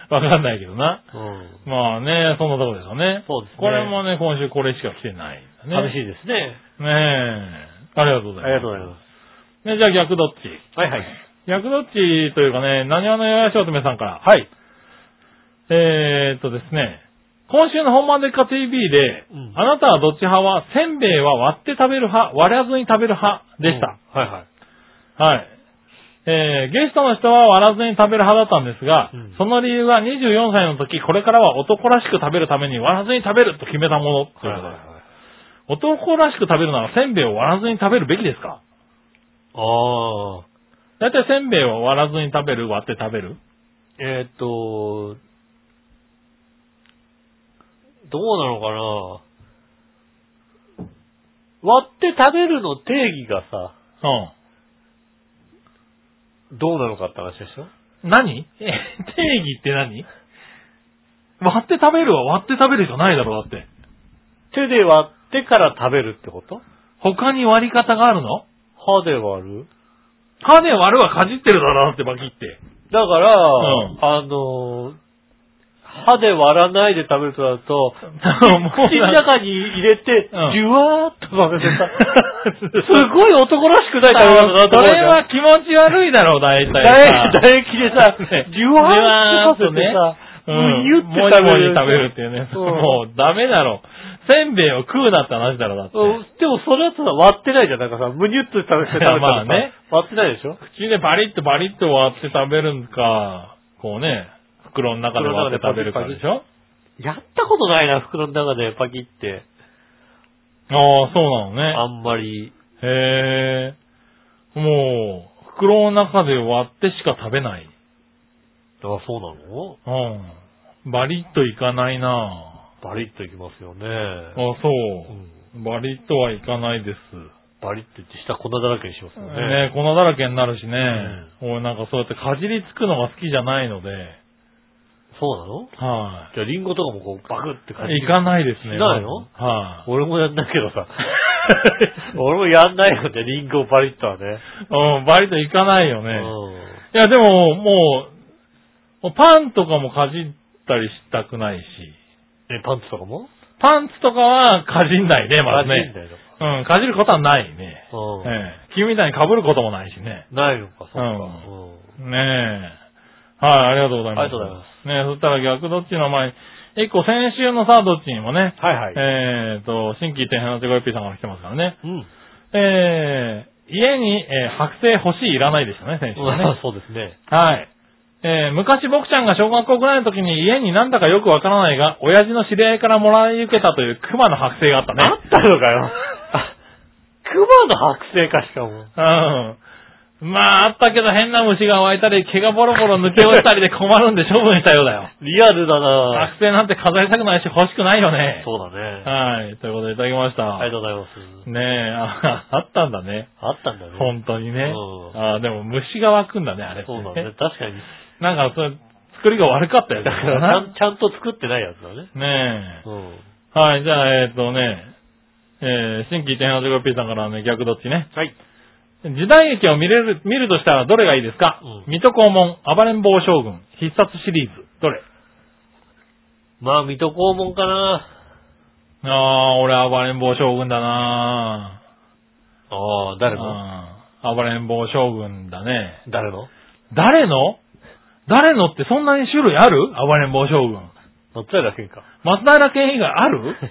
[SPEAKER 3] わかんないけどな。
[SPEAKER 2] うん。
[SPEAKER 3] まあね、そんなとこですよね。
[SPEAKER 2] そうですね
[SPEAKER 3] これもね、今週これしか来てないんだね。
[SPEAKER 2] 寂しいですね。
[SPEAKER 3] ねえ。ありがとうございます。。
[SPEAKER 2] ありがとうございます
[SPEAKER 3] ね、じゃあ逆どっち
[SPEAKER 2] す。はいはい。
[SPEAKER 3] 逆どっちというかね、何話のよやしおとめさんから。
[SPEAKER 2] はい。
[SPEAKER 3] えーっとですね、今週の本番でっか TV で、
[SPEAKER 2] うん
[SPEAKER 3] あなたはどっち派は、せんべいは割って食べる派、割らずに食べる派でした。
[SPEAKER 2] うん。はいはい。
[SPEAKER 3] はい。えー、ゲストの人は割らずに食べる派だったんですが、
[SPEAKER 2] うん
[SPEAKER 3] その理由は24歳の時、これからは男らしく食べるために割らずに食べると決めたものということです。男らしく食べるならせんべいを割らずに食べるべきですか
[SPEAKER 2] ああ、
[SPEAKER 3] だいたいせんべいを割らずに食べる、割って食べる
[SPEAKER 2] えーっと、どうなのかな割って食べるの定義がさ、
[SPEAKER 3] うん。
[SPEAKER 2] どうなのかって話でしょ
[SPEAKER 3] 何え定義って何割って食べるは割って食べるじゃないだろ、だって。
[SPEAKER 2] 手で割ってから食べるってこと
[SPEAKER 3] 他に割り方があるの
[SPEAKER 2] 歯で割る
[SPEAKER 3] 歯で割るはかじってるだろ、だってバキって。
[SPEAKER 2] だから、
[SPEAKER 3] うん
[SPEAKER 2] あのー、歯で割らないで食べるとなると、
[SPEAKER 3] も
[SPEAKER 2] 口の中に入れて、
[SPEAKER 3] うん
[SPEAKER 2] じゅわーっと食べて さ、
[SPEAKER 3] す
[SPEAKER 2] すごい男らしくない食べ物だなと
[SPEAKER 3] そ
[SPEAKER 2] 思うじ
[SPEAKER 3] れ
[SPEAKER 2] ゃん
[SPEAKER 3] は気持ち悪いだろ、大体さ。
[SPEAKER 2] 唾液唾液で さ、
[SPEAKER 3] ね
[SPEAKER 2] じゅわーっと食べてさ、
[SPEAKER 3] う。
[SPEAKER 2] もうんゆって食べる。
[SPEAKER 3] もじもじ食べるっていうね。
[SPEAKER 2] うん
[SPEAKER 3] もうダメだろ。せんべいを食うなって話だろ、だって。
[SPEAKER 2] うんでもそれだとさ、割ってないじゃん。なんかさ、むにゅっと食べて食べたらさ
[SPEAKER 3] まあね
[SPEAKER 2] 割ってないでしょ
[SPEAKER 3] 口でバリッとバリッと割って食べるんか、こうね、袋の中で割って食べるかでしょ
[SPEAKER 2] やったことないな、袋の中でパキって。
[SPEAKER 3] ああ、そうなのね。
[SPEAKER 2] あんまり。
[SPEAKER 3] へえ。もう、袋の中で割ってしか食べない。
[SPEAKER 2] あ、そうなの
[SPEAKER 3] うん。バリッといかないな
[SPEAKER 2] バリッといきますよね。
[SPEAKER 3] あそう。
[SPEAKER 2] うん
[SPEAKER 3] バリッとはいかないです。
[SPEAKER 2] バリッといって下粉だらけにしますよね。
[SPEAKER 3] ね粉だらけになるしね。俺なんかそうやってかじりつくのが好きじゃないので、
[SPEAKER 2] そうなの
[SPEAKER 3] は
[SPEAKER 2] じゃあリンゴとかもこうバクって感じ。
[SPEAKER 3] い。いかないですね。
[SPEAKER 2] しないの
[SPEAKER 3] はい。
[SPEAKER 2] 俺もやんないけど さ。俺もやんないよね、リンゴバリッとはね。
[SPEAKER 3] うん、バリッといかないよ
[SPEAKER 2] う
[SPEAKER 3] ね。
[SPEAKER 2] ん
[SPEAKER 3] いや、でも、もう、もうパンとかもかじったりしたくないし、
[SPEAKER 2] え、パンツとかも
[SPEAKER 3] パンツとかはかじんないね、まず
[SPEAKER 2] あいいん
[SPEAKER 3] ね。
[SPEAKER 2] だよ
[SPEAKER 3] うん、かじることはないね。え
[SPEAKER 2] うん
[SPEAKER 3] え君みたいに被ることもないしね。
[SPEAKER 2] ないのか、そうか。
[SPEAKER 3] うん
[SPEAKER 2] うん
[SPEAKER 3] ねえ。はい、ありがとうございま
[SPEAKER 2] あ
[SPEAKER 3] す。。
[SPEAKER 2] りがとうございます
[SPEAKER 3] ねえ、そしたら逆どっちの前に、一個先週のさ、どっちにもね、
[SPEAKER 2] はいはい。
[SPEAKER 3] えっ、と、新規店の手ごよっぴーさんから来てますからね。
[SPEAKER 2] うん。
[SPEAKER 3] えー、家に、えー白製欲しいいらないでしたね、先週はね。
[SPEAKER 2] そうですね。
[SPEAKER 3] はい。えー昔僕ちゃんが小学校ぐらいの時に家になんだかよくわからないが、親父の知り合いからもらい受けたという熊の剥製があったね。
[SPEAKER 2] あったのか よ。あ熊の剥製かしかも。
[SPEAKER 3] うん。まあ、あったけど変な虫が湧いたり、毛がボロボロ抜け落ちたりで困るんで処分したようだよ。
[SPEAKER 2] リアルだな
[SPEAKER 3] 剥製なんて飾りたくないし欲しくないよね。
[SPEAKER 2] そうだね。
[SPEAKER 3] はい。ということでいただきました。
[SPEAKER 2] ありがとうございます。
[SPEAKER 3] ねえ、ああったんだね。
[SPEAKER 2] あったんだね。
[SPEAKER 3] 本当にね。
[SPEAKER 2] うん
[SPEAKER 3] ああ、でも虫が湧くんだね、あれって
[SPEAKER 2] そうだ ね。。確かに。
[SPEAKER 3] なんか、それ、作りが悪かったよ
[SPEAKER 2] だ
[SPEAKER 3] ね。
[SPEAKER 2] からちゃん、ちゃんと作ってないやつだね。
[SPEAKER 3] ねえ。
[SPEAKER 2] うん。
[SPEAKER 3] はい、じゃあ、えっ、とね、えー、新規天8 5 p さんからね、逆どっちね。
[SPEAKER 2] はい。
[SPEAKER 3] 時代劇を見れる、見るとしたらどれがいいですか、
[SPEAKER 2] うん
[SPEAKER 3] 水戸黄門、暴れん坊将軍、必殺シリーズ、どれ
[SPEAKER 2] まあ、水戸黄門かな
[SPEAKER 3] あー、俺暴れん坊将軍だな
[SPEAKER 2] ああ、
[SPEAKER 3] ぁ。
[SPEAKER 2] 誰の
[SPEAKER 3] うん暴れん坊将軍だね。
[SPEAKER 2] 誰の
[SPEAKER 3] 誰の誰のってそんなに種類ある暴れん坊将軍。
[SPEAKER 2] 松平健か。
[SPEAKER 3] 松平健以外あ る
[SPEAKER 2] わかんな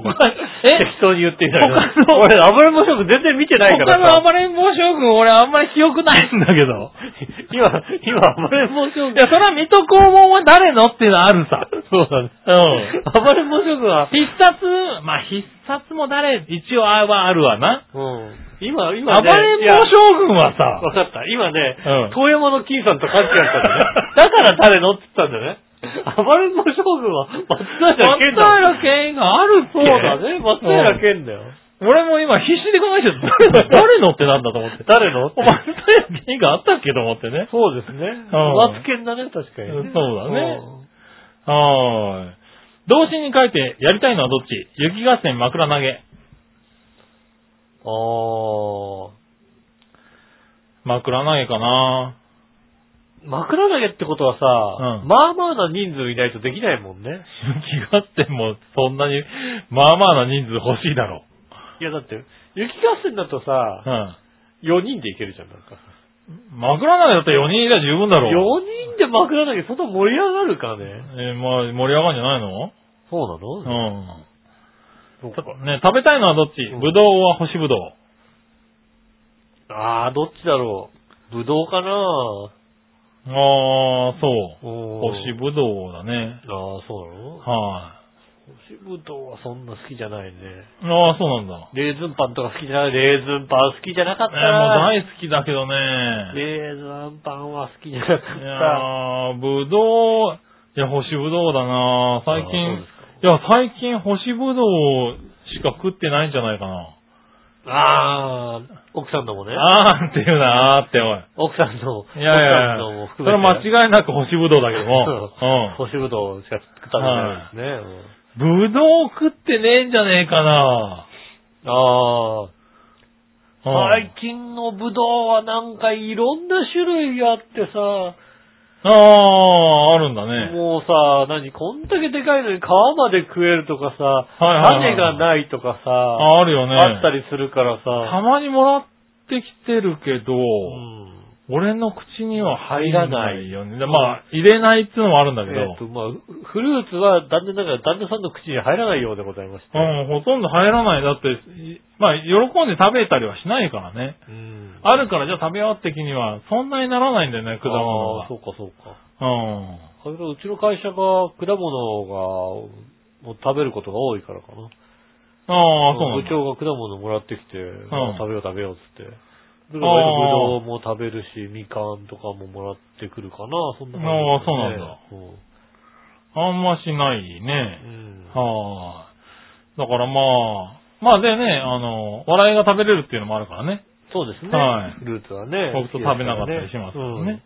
[SPEAKER 2] い
[SPEAKER 3] 他。え
[SPEAKER 2] 適当に言ってみたいな。
[SPEAKER 3] 他の
[SPEAKER 2] 俺、暴れん坊将軍全然見てないから
[SPEAKER 3] 他
[SPEAKER 2] さ
[SPEAKER 3] の暴れん坊将軍俺あんまり記憶ないんだけど。
[SPEAKER 2] 今、今、暴れん坊将
[SPEAKER 3] い
[SPEAKER 2] 軍。
[SPEAKER 3] や、それは水戸黄門は誰のっていうのはあるさ。
[SPEAKER 2] そうだね。
[SPEAKER 3] うん。
[SPEAKER 2] 暴れん坊将軍は、
[SPEAKER 3] 必殺、まあ、必殺も誰、一応あはあるわな。
[SPEAKER 2] うん。今、
[SPEAKER 3] 暴
[SPEAKER 2] 今ね。
[SPEAKER 3] れん坊将軍はい
[SPEAKER 2] やわ
[SPEAKER 3] さ、
[SPEAKER 2] かった。今ね、
[SPEAKER 3] うん
[SPEAKER 2] 遠山の金さんと勘違いしたん だね。だから誰のって言ったんだね。暴れん坊将軍は松
[SPEAKER 3] 松
[SPEAKER 2] 平健だもん。
[SPEAKER 3] 平健があるって。
[SPEAKER 2] そうだね。松平
[SPEAKER 3] 健。
[SPEAKER 2] 健だよ。
[SPEAKER 3] 俺も今必死で考えちゃ った。誰のってなんだと思って。
[SPEAKER 2] 誰の
[SPEAKER 3] お松平健があったっけと思ってね。
[SPEAKER 2] そうですね。松健だね、確かにね。
[SPEAKER 3] そうだねはーい。動詞に書いてやりたいのはどっち雪合戦枕投げ。
[SPEAKER 2] うん。ああ。
[SPEAKER 3] 枕投げかな
[SPEAKER 2] 枕投げってことはさ、
[SPEAKER 3] うん
[SPEAKER 2] まあまあな人数いないとできないもんね。
[SPEAKER 3] 雪合戦もそんなに、まあまあな人数欲しいだろ
[SPEAKER 2] いやだって、雪合戦だとさ
[SPEAKER 3] う。、うん。
[SPEAKER 2] 4人でいけるじゃん、なんか。
[SPEAKER 3] 枕投げだったら4人いれば十分だろう。
[SPEAKER 2] 4人で枕投げそんな盛り上がるかね
[SPEAKER 3] えーまあ、盛り上がるんじゃないの
[SPEAKER 2] そうなのそうか
[SPEAKER 3] うん。ね、食べたいのはどっち、
[SPEAKER 2] うん
[SPEAKER 3] ぶどうは干しぶどう。
[SPEAKER 2] ああ、どっちだろう。ぶどうかな
[SPEAKER 3] ああ、そう。
[SPEAKER 2] 干
[SPEAKER 3] 干しぶどうだね。
[SPEAKER 2] ああ、そうなの干
[SPEAKER 3] は
[SPEAKER 2] しぶどうはそんな好きじゃないね。
[SPEAKER 3] い。ああ、そうなんだ。
[SPEAKER 2] レーズンパンとか好きじゃない。レーズンパン好きじゃなかっ
[SPEAKER 3] え
[SPEAKER 2] た
[SPEAKER 3] ーもう
[SPEAKER 2] な。
[SPEAKER 3] 大好きだけどね。
[SPEAKER 2] レーズンパンは好きじゃなかっ
[SPEAKER 3] いやーぶどう、いや、干しぶどうだな
[SPEAKER 2] た。
[SPEAKER 3] 最近、
[SPEAKER 2] ああそうですか
[SPEAKER 3] いや、最近干しぶどうしか食ってないんじゃないかな。
[SPEAKER 2] ああ、奥さんのもね。
[SPEAKER 3] あーっていうな、あーって、おい。
[SPEAKER 2] 奥さんの、
[SPEAKER 3] いやいや
[SPEAKER 2] 奥さんのも
[SPEAKER 3] いや、そ
[SPEAKER 2] 含
[SPEAKER 3] れ
[SPEAKER 2] めて。
[SPEAKER 3] 間違いなく干しぶどうだけど も。うん。
[SPEAKER 2] 干しぶどうしか作ったことないですね。うん
[SPEAKER 3] ぶどう食ってねえんじゃねえかな
[SPEAKER 2] ああ、
[SPEAKER 3] うん
[SPEAKER 2] 最近のぶどうはなんかいろんな種類があってさ、
[SPEAKER 3] ああ、あるんだね。
[SPEAKER 2] もうさ、何、こんだけでかいのに皮まで食えるとかさ、
[SPEAKER 3] はいはいは
[SPEAKER 2] 種
[SPEAKER 3] い
[SPEAKER 2] がないとかさ、あ
[SPEAKER 3] ああるよね。
[SPEAKER 2] ったりするから
[SPEAKER 3] た
[SPEAKER 2] さ、
[SPEAKER 3] まにもらってきてるけど、
[SPEAKER 2] うん
[SPEAKER 3] 俺の口には
[SPEAKER 2] 入
[SPEAKER 3] 入ら
[SPEAKER 2] ら
[SPEAKER 3] な
[SPEAKER 2] ないい
[SPEAKER 3] よね。でまあ、入れないっていうのもあるんだけど、
[SPEAKER 2] えっと、まあ、フルーツは残念ながら旦那さんの口に入らないようでございまして。
[SPEAKER 3] うん、ほとんど入らない。だって、いまあ、喜んで食べたりはしないからね。
[SPEAKER 2] うん
[SPEAKER 3] あるから、じゃあ食べようって気には、そんなにならないんだよね、果物
[SPEAKER 2] あ
[SPEAKER 3] は
[SPEAKER 2] ー。そうかそうか。
[SPEAKER 3] うん。
[SPEAKER 2] それとうちの会社が果物が、もう食べることが多いからかな。
[SPEAKER 3] ああ、そうなん
[SPEAKER 2] 部
[SPEAKER 3] だ。
[SPEAKER 2] 長が果物もらってきて、
[SPEAKER 3] ん
[SPEAKER 2] 食べよう食べようっつって。で、
[SPEAKER 3] あー
[SPEAKER 2] 割とぶどうも食べるし、みかんとかももらってくるかな、そんな感じ、
[SPEAKER 3] あーそうなんだあんましないね。
[SPEAKER 2] うん。うん。
[SPEAKER 3] はあ。だからまあ、まあでね、あの、笑いが食べれるっていうのもあるからね。
[SPEAKER 2] そうですね。
[SPEAKER 3] はい
[SPEAKER 2] フルーツはね。
[SPEAKER 3] 僕と食べなかったりしますか
[SPEAKER 2] う
[SPEAKER 3] ら
[SPEAKER 2] ん
[SPEAKER 3] ね。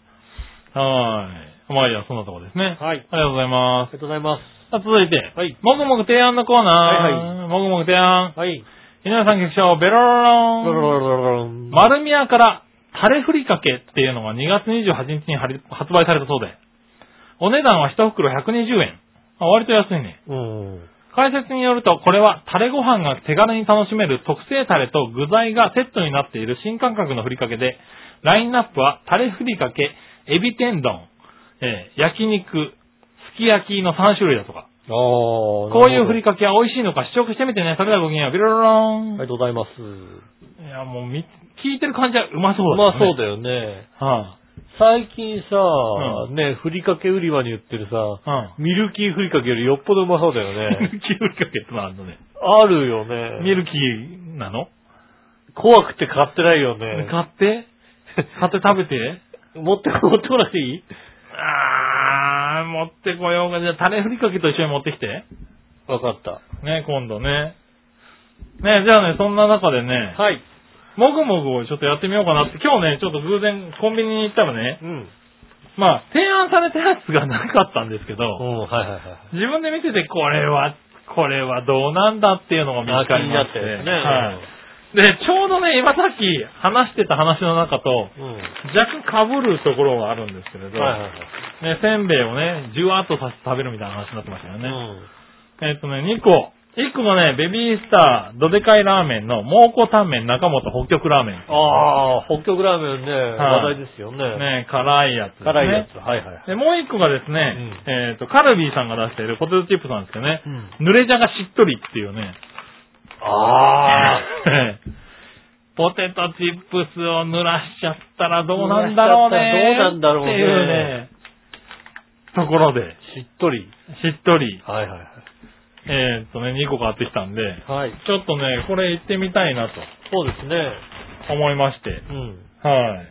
[SPEAKER 3] はい。まあいいや、そんなとこですね。
[SPEAKER 2] はい。あり
[SPEAKER 3] ありがとうございま
[SPEAKER 2] が
[SPEAKER 3] す。
[SPEAKER 2] とうございます。
[SPEAKER 3] さあ、続いて、
[SPEAKER 2] はい
[SPEAKER 3] もぐもぐ提案のコーナー。もぐもぐ提案。
[SPEAKER 2] はい。
[SPEAKER 3] 皆さん局長、ベロロロン。
[SPEAKER 2] ロロロロロロン
[SPEAKER 3] 丸宮からタレふりかけっていうのが2月28日に発売されたそうで、お値段は1袋120円。あ割と安いね。
[SPEAKER 2] うん。
[SPEAKER 3] 解説によると、これはタレご飯が手軽に楽しめる特製タレと具材がセットになっている新感覚のふりかけで、ラインナップはタレふりかけ、エビ天丼、えー焼肉、すき焼きの3種類だとか。
[SPEAKER 2] ああ。こ
[SPEAKER 3] こういうふりかけは美味しいのか試食してみてね。それではごきげんよう。ビロロ
[SPEAKER 2] あ
[SPEAKER 3] ロ
[SPEAKER 2] り
[SPEAKER 3] ン。
[SPEAKER 2] がとうございます。
[SPEAKER 3] いや、もうみ、聞いてる感じはうまそう
[SPEAKER 2] ま
[SPEAKER 3] だ
[SPEAKER 2] あそう
[SPEAKER 3] だ。
[SPEAKER 2] だよね。
[SPEAKER 3] は
[SPEAKER 2] 最近さ、
[SPEAKER 3] う
[SPEAKER 2] ね、ふりかけ売り場に売ってるさ、
[SPEAKER 3] あ、うん。
[SPEAKER 2] ミルキーふりかけよりよっぽどうまそうだよ
[SPEAKER 3] ミル
[SPEAKER 2] ね。
[SPEAKER 3] キーふりかけってのあるのね。
[SPEAKER 2] あるよね。
[SPEAKER 3] ミルキーなの
[SPEAKER 2] 怖くて買ってないよね。
[SPEAKER 3] 買って買って食べて
[SPEAKER 2] 持って、持ってこないでいい
[SPEAKER 3] あー、持ってこようか。じゃあ、タレふりかけと一緒に持ってきて。
[SPEAKER 2] わかった。
[SPEAKER 3] ね、今度ね。ね、じゃあね、そんな中でね、
[SPEAKER 2] はい。
[SPEAKER 3] もぐもぐをちょっとやってみようかなって、今日ね、ちょっと偶然コンビニに行ったらね、
[SPEAKER 2] うん。
[SPEAKER 3] まあ、提案されたやつがなかったんですけ
[SPEAKER 2] う
[SPEAKER 3] ど、
[SPEAKER 2] ん、はいはいはい。
[SPEAKER 3] 自分で見てて、これは、これはどうなんだっていうのが見つかりまして、
[SPEAKER 2] あ気になったやつね
[SPEAKER 3] はい。で、ちょうどね、今さっき話してた話の中と、
[SPEAKER 2] うん。
[SPEAKER 3] 若干被るところがあるんですけれど、
[SPEAKER 2] はいはい
[SPEAKER 3] ね、せんべいをね、じゅわっとさせて食べるみたいな話になってましたよね。
[SPEAKER 2] はい。
[SPEAKER 3] えっとね、2個、一個がね、ベビースター、どでかいラーメンの、蒙古タンメン中本北極ラーメン。
[SPEAKER 2] ああ、北極ラーメンね、話題ですよね。
[SPEAKER 3] ね、辛いやつ、ね。
[SPEAKER 2] 辛いやつ、はいはいはい。
[SPEAKER 3] で、もう一個がですね、
[SPEAKER 2] う
[SPEAKER 3] えっ、と、カルビーさんが出しているポテトチップスなんですけどね、
[SPEAKER 2] うん
[SPEAKER 3] 濡れじゃがしっとりっていうね、
[SPEAKER 2] ああ、
[SPEAKER 3] ポテトチップスを濡らしちゃったらどうなんだろうね。
[SPEAKER 2] 濡らしちゃったらどうなんだろうね
[SPEAKER 3] っていうね。ところで、
[SPEAKER 2] しっとり。
[SPEAKER 3] しっとり、
[SPEAKER 2] はいはい
[SPEAKER 3] えっ、とね、2個買ってきたんで、
[SPEAKER 2] はい。はい。
[SPEAKER 3] ちょっとね、これ行ってみたいな
[SPEAKER 2] そうですね。
[SPEAKER 3] と思いまして、
[SPEAKER 2] うん。
[SPEAKER 3] は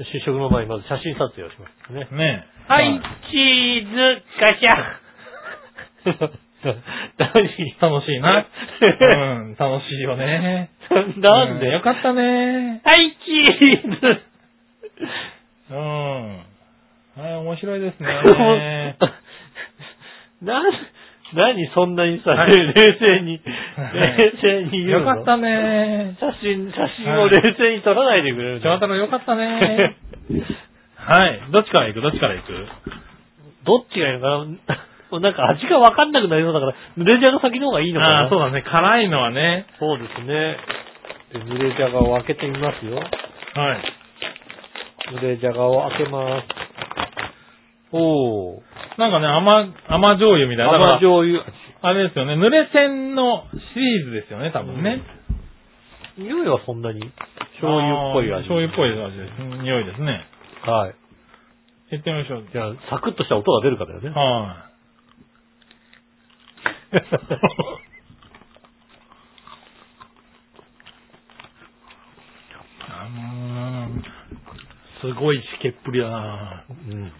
[SPEAKER 3] い。
[SPEAKER 2] 試食の前にまず写真撮影をしますね。
[SPEAKER 3] ね
[SPEAKER 2] はい、チーズ、ガシャ 何
[SPEAKER 3] 楽しいな。うん、楽しいよね。
[SPEAKER 2] なん
[SPEAKER 3] う
[SPEAKER 2] で
[SPEAKER 3] よかったね。
[SPEAKER 2] はい、チーズ。
[SPEAKER 3] うん。はい、面白いですね。
[SPEAKER 2] な、何そんなにさ、
[SPEAKER 3] はい
[SPEAKER 2] 冷静に、
[SPEAKER 3] はい
[SPEAKER 2] 冷静に言う
[SPEAKER 3] よ
[SPEAKER 2] の
[SPEAKER 3] かったね。
[SPEAKER 2] 写真、写真を冷静に撮らないでくれる
[SPEAKER 3] 翔太
[SPEAKER 2] の
[SPEAKER 3] 郎よかったね。 はい、どっちから行くどっちから行く
[SPEAKER 2] どっちがいいのかなもうなん か味がわかんなくなりそうだから、濡れじゃが先の方がいいのか
[SPEAKER 3] あ
[SPEAKER 2] な
[SPEAKER 3] あー、そうだね。辛いのはね。
[SPEAKER 2] そうですね。で濡れじゃがを開けてみますよ。
[SPEAKER 3] はい。
[SPEAKER 2] 濡れじゃがを開けます。おー。
[SPEAKER 3] なんかね、甘、甘醤油みたいな。
[SPEAKER 2] 甘
[SPEAKER 3] だから、
[SPEAKER 2] 醤油味。
[SPEAKER 3] あれですよね。濡れ線のシリーズですよね、多分ね。
[SPEAKER 2] 匂いはそんなに醤油っぽい
[SPEAKER 3] あー
[SPEAKER 2] 味。
[SPEAKER 3] 醤油っぽい味です。匂いですね。
[SPEAKER 2] はい。
[SPEAKER 3] 行ってみましょう。
[SPEAKER 2] じゃあ、サクッとした音が出るからだよ ね。
[SPEAKER 3] はーい。あのーすごいしけっぷりだな
[SPEAKER 2] うん。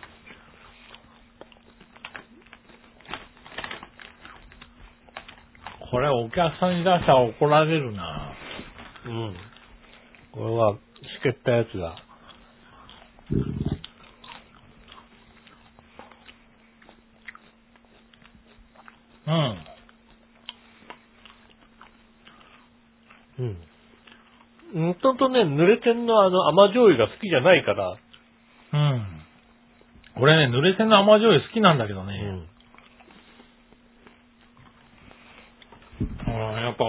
[SPEAKER 3] これお客さんに出したら怒られるな
[SPEAKER 2] うん。これは、しけったやつが。
[SPEAKER 3] うん。
[SPEAKER 2] うん。うんととね、濡れてんのあの甘醤油が好きじゃないから。
[SPEAKER 3] うん。俺ね、濡れ線の甘醤油好きなんだけど
[SPEAKER 2] う
[SPEAKER 3] ね。。うん、やっぱ、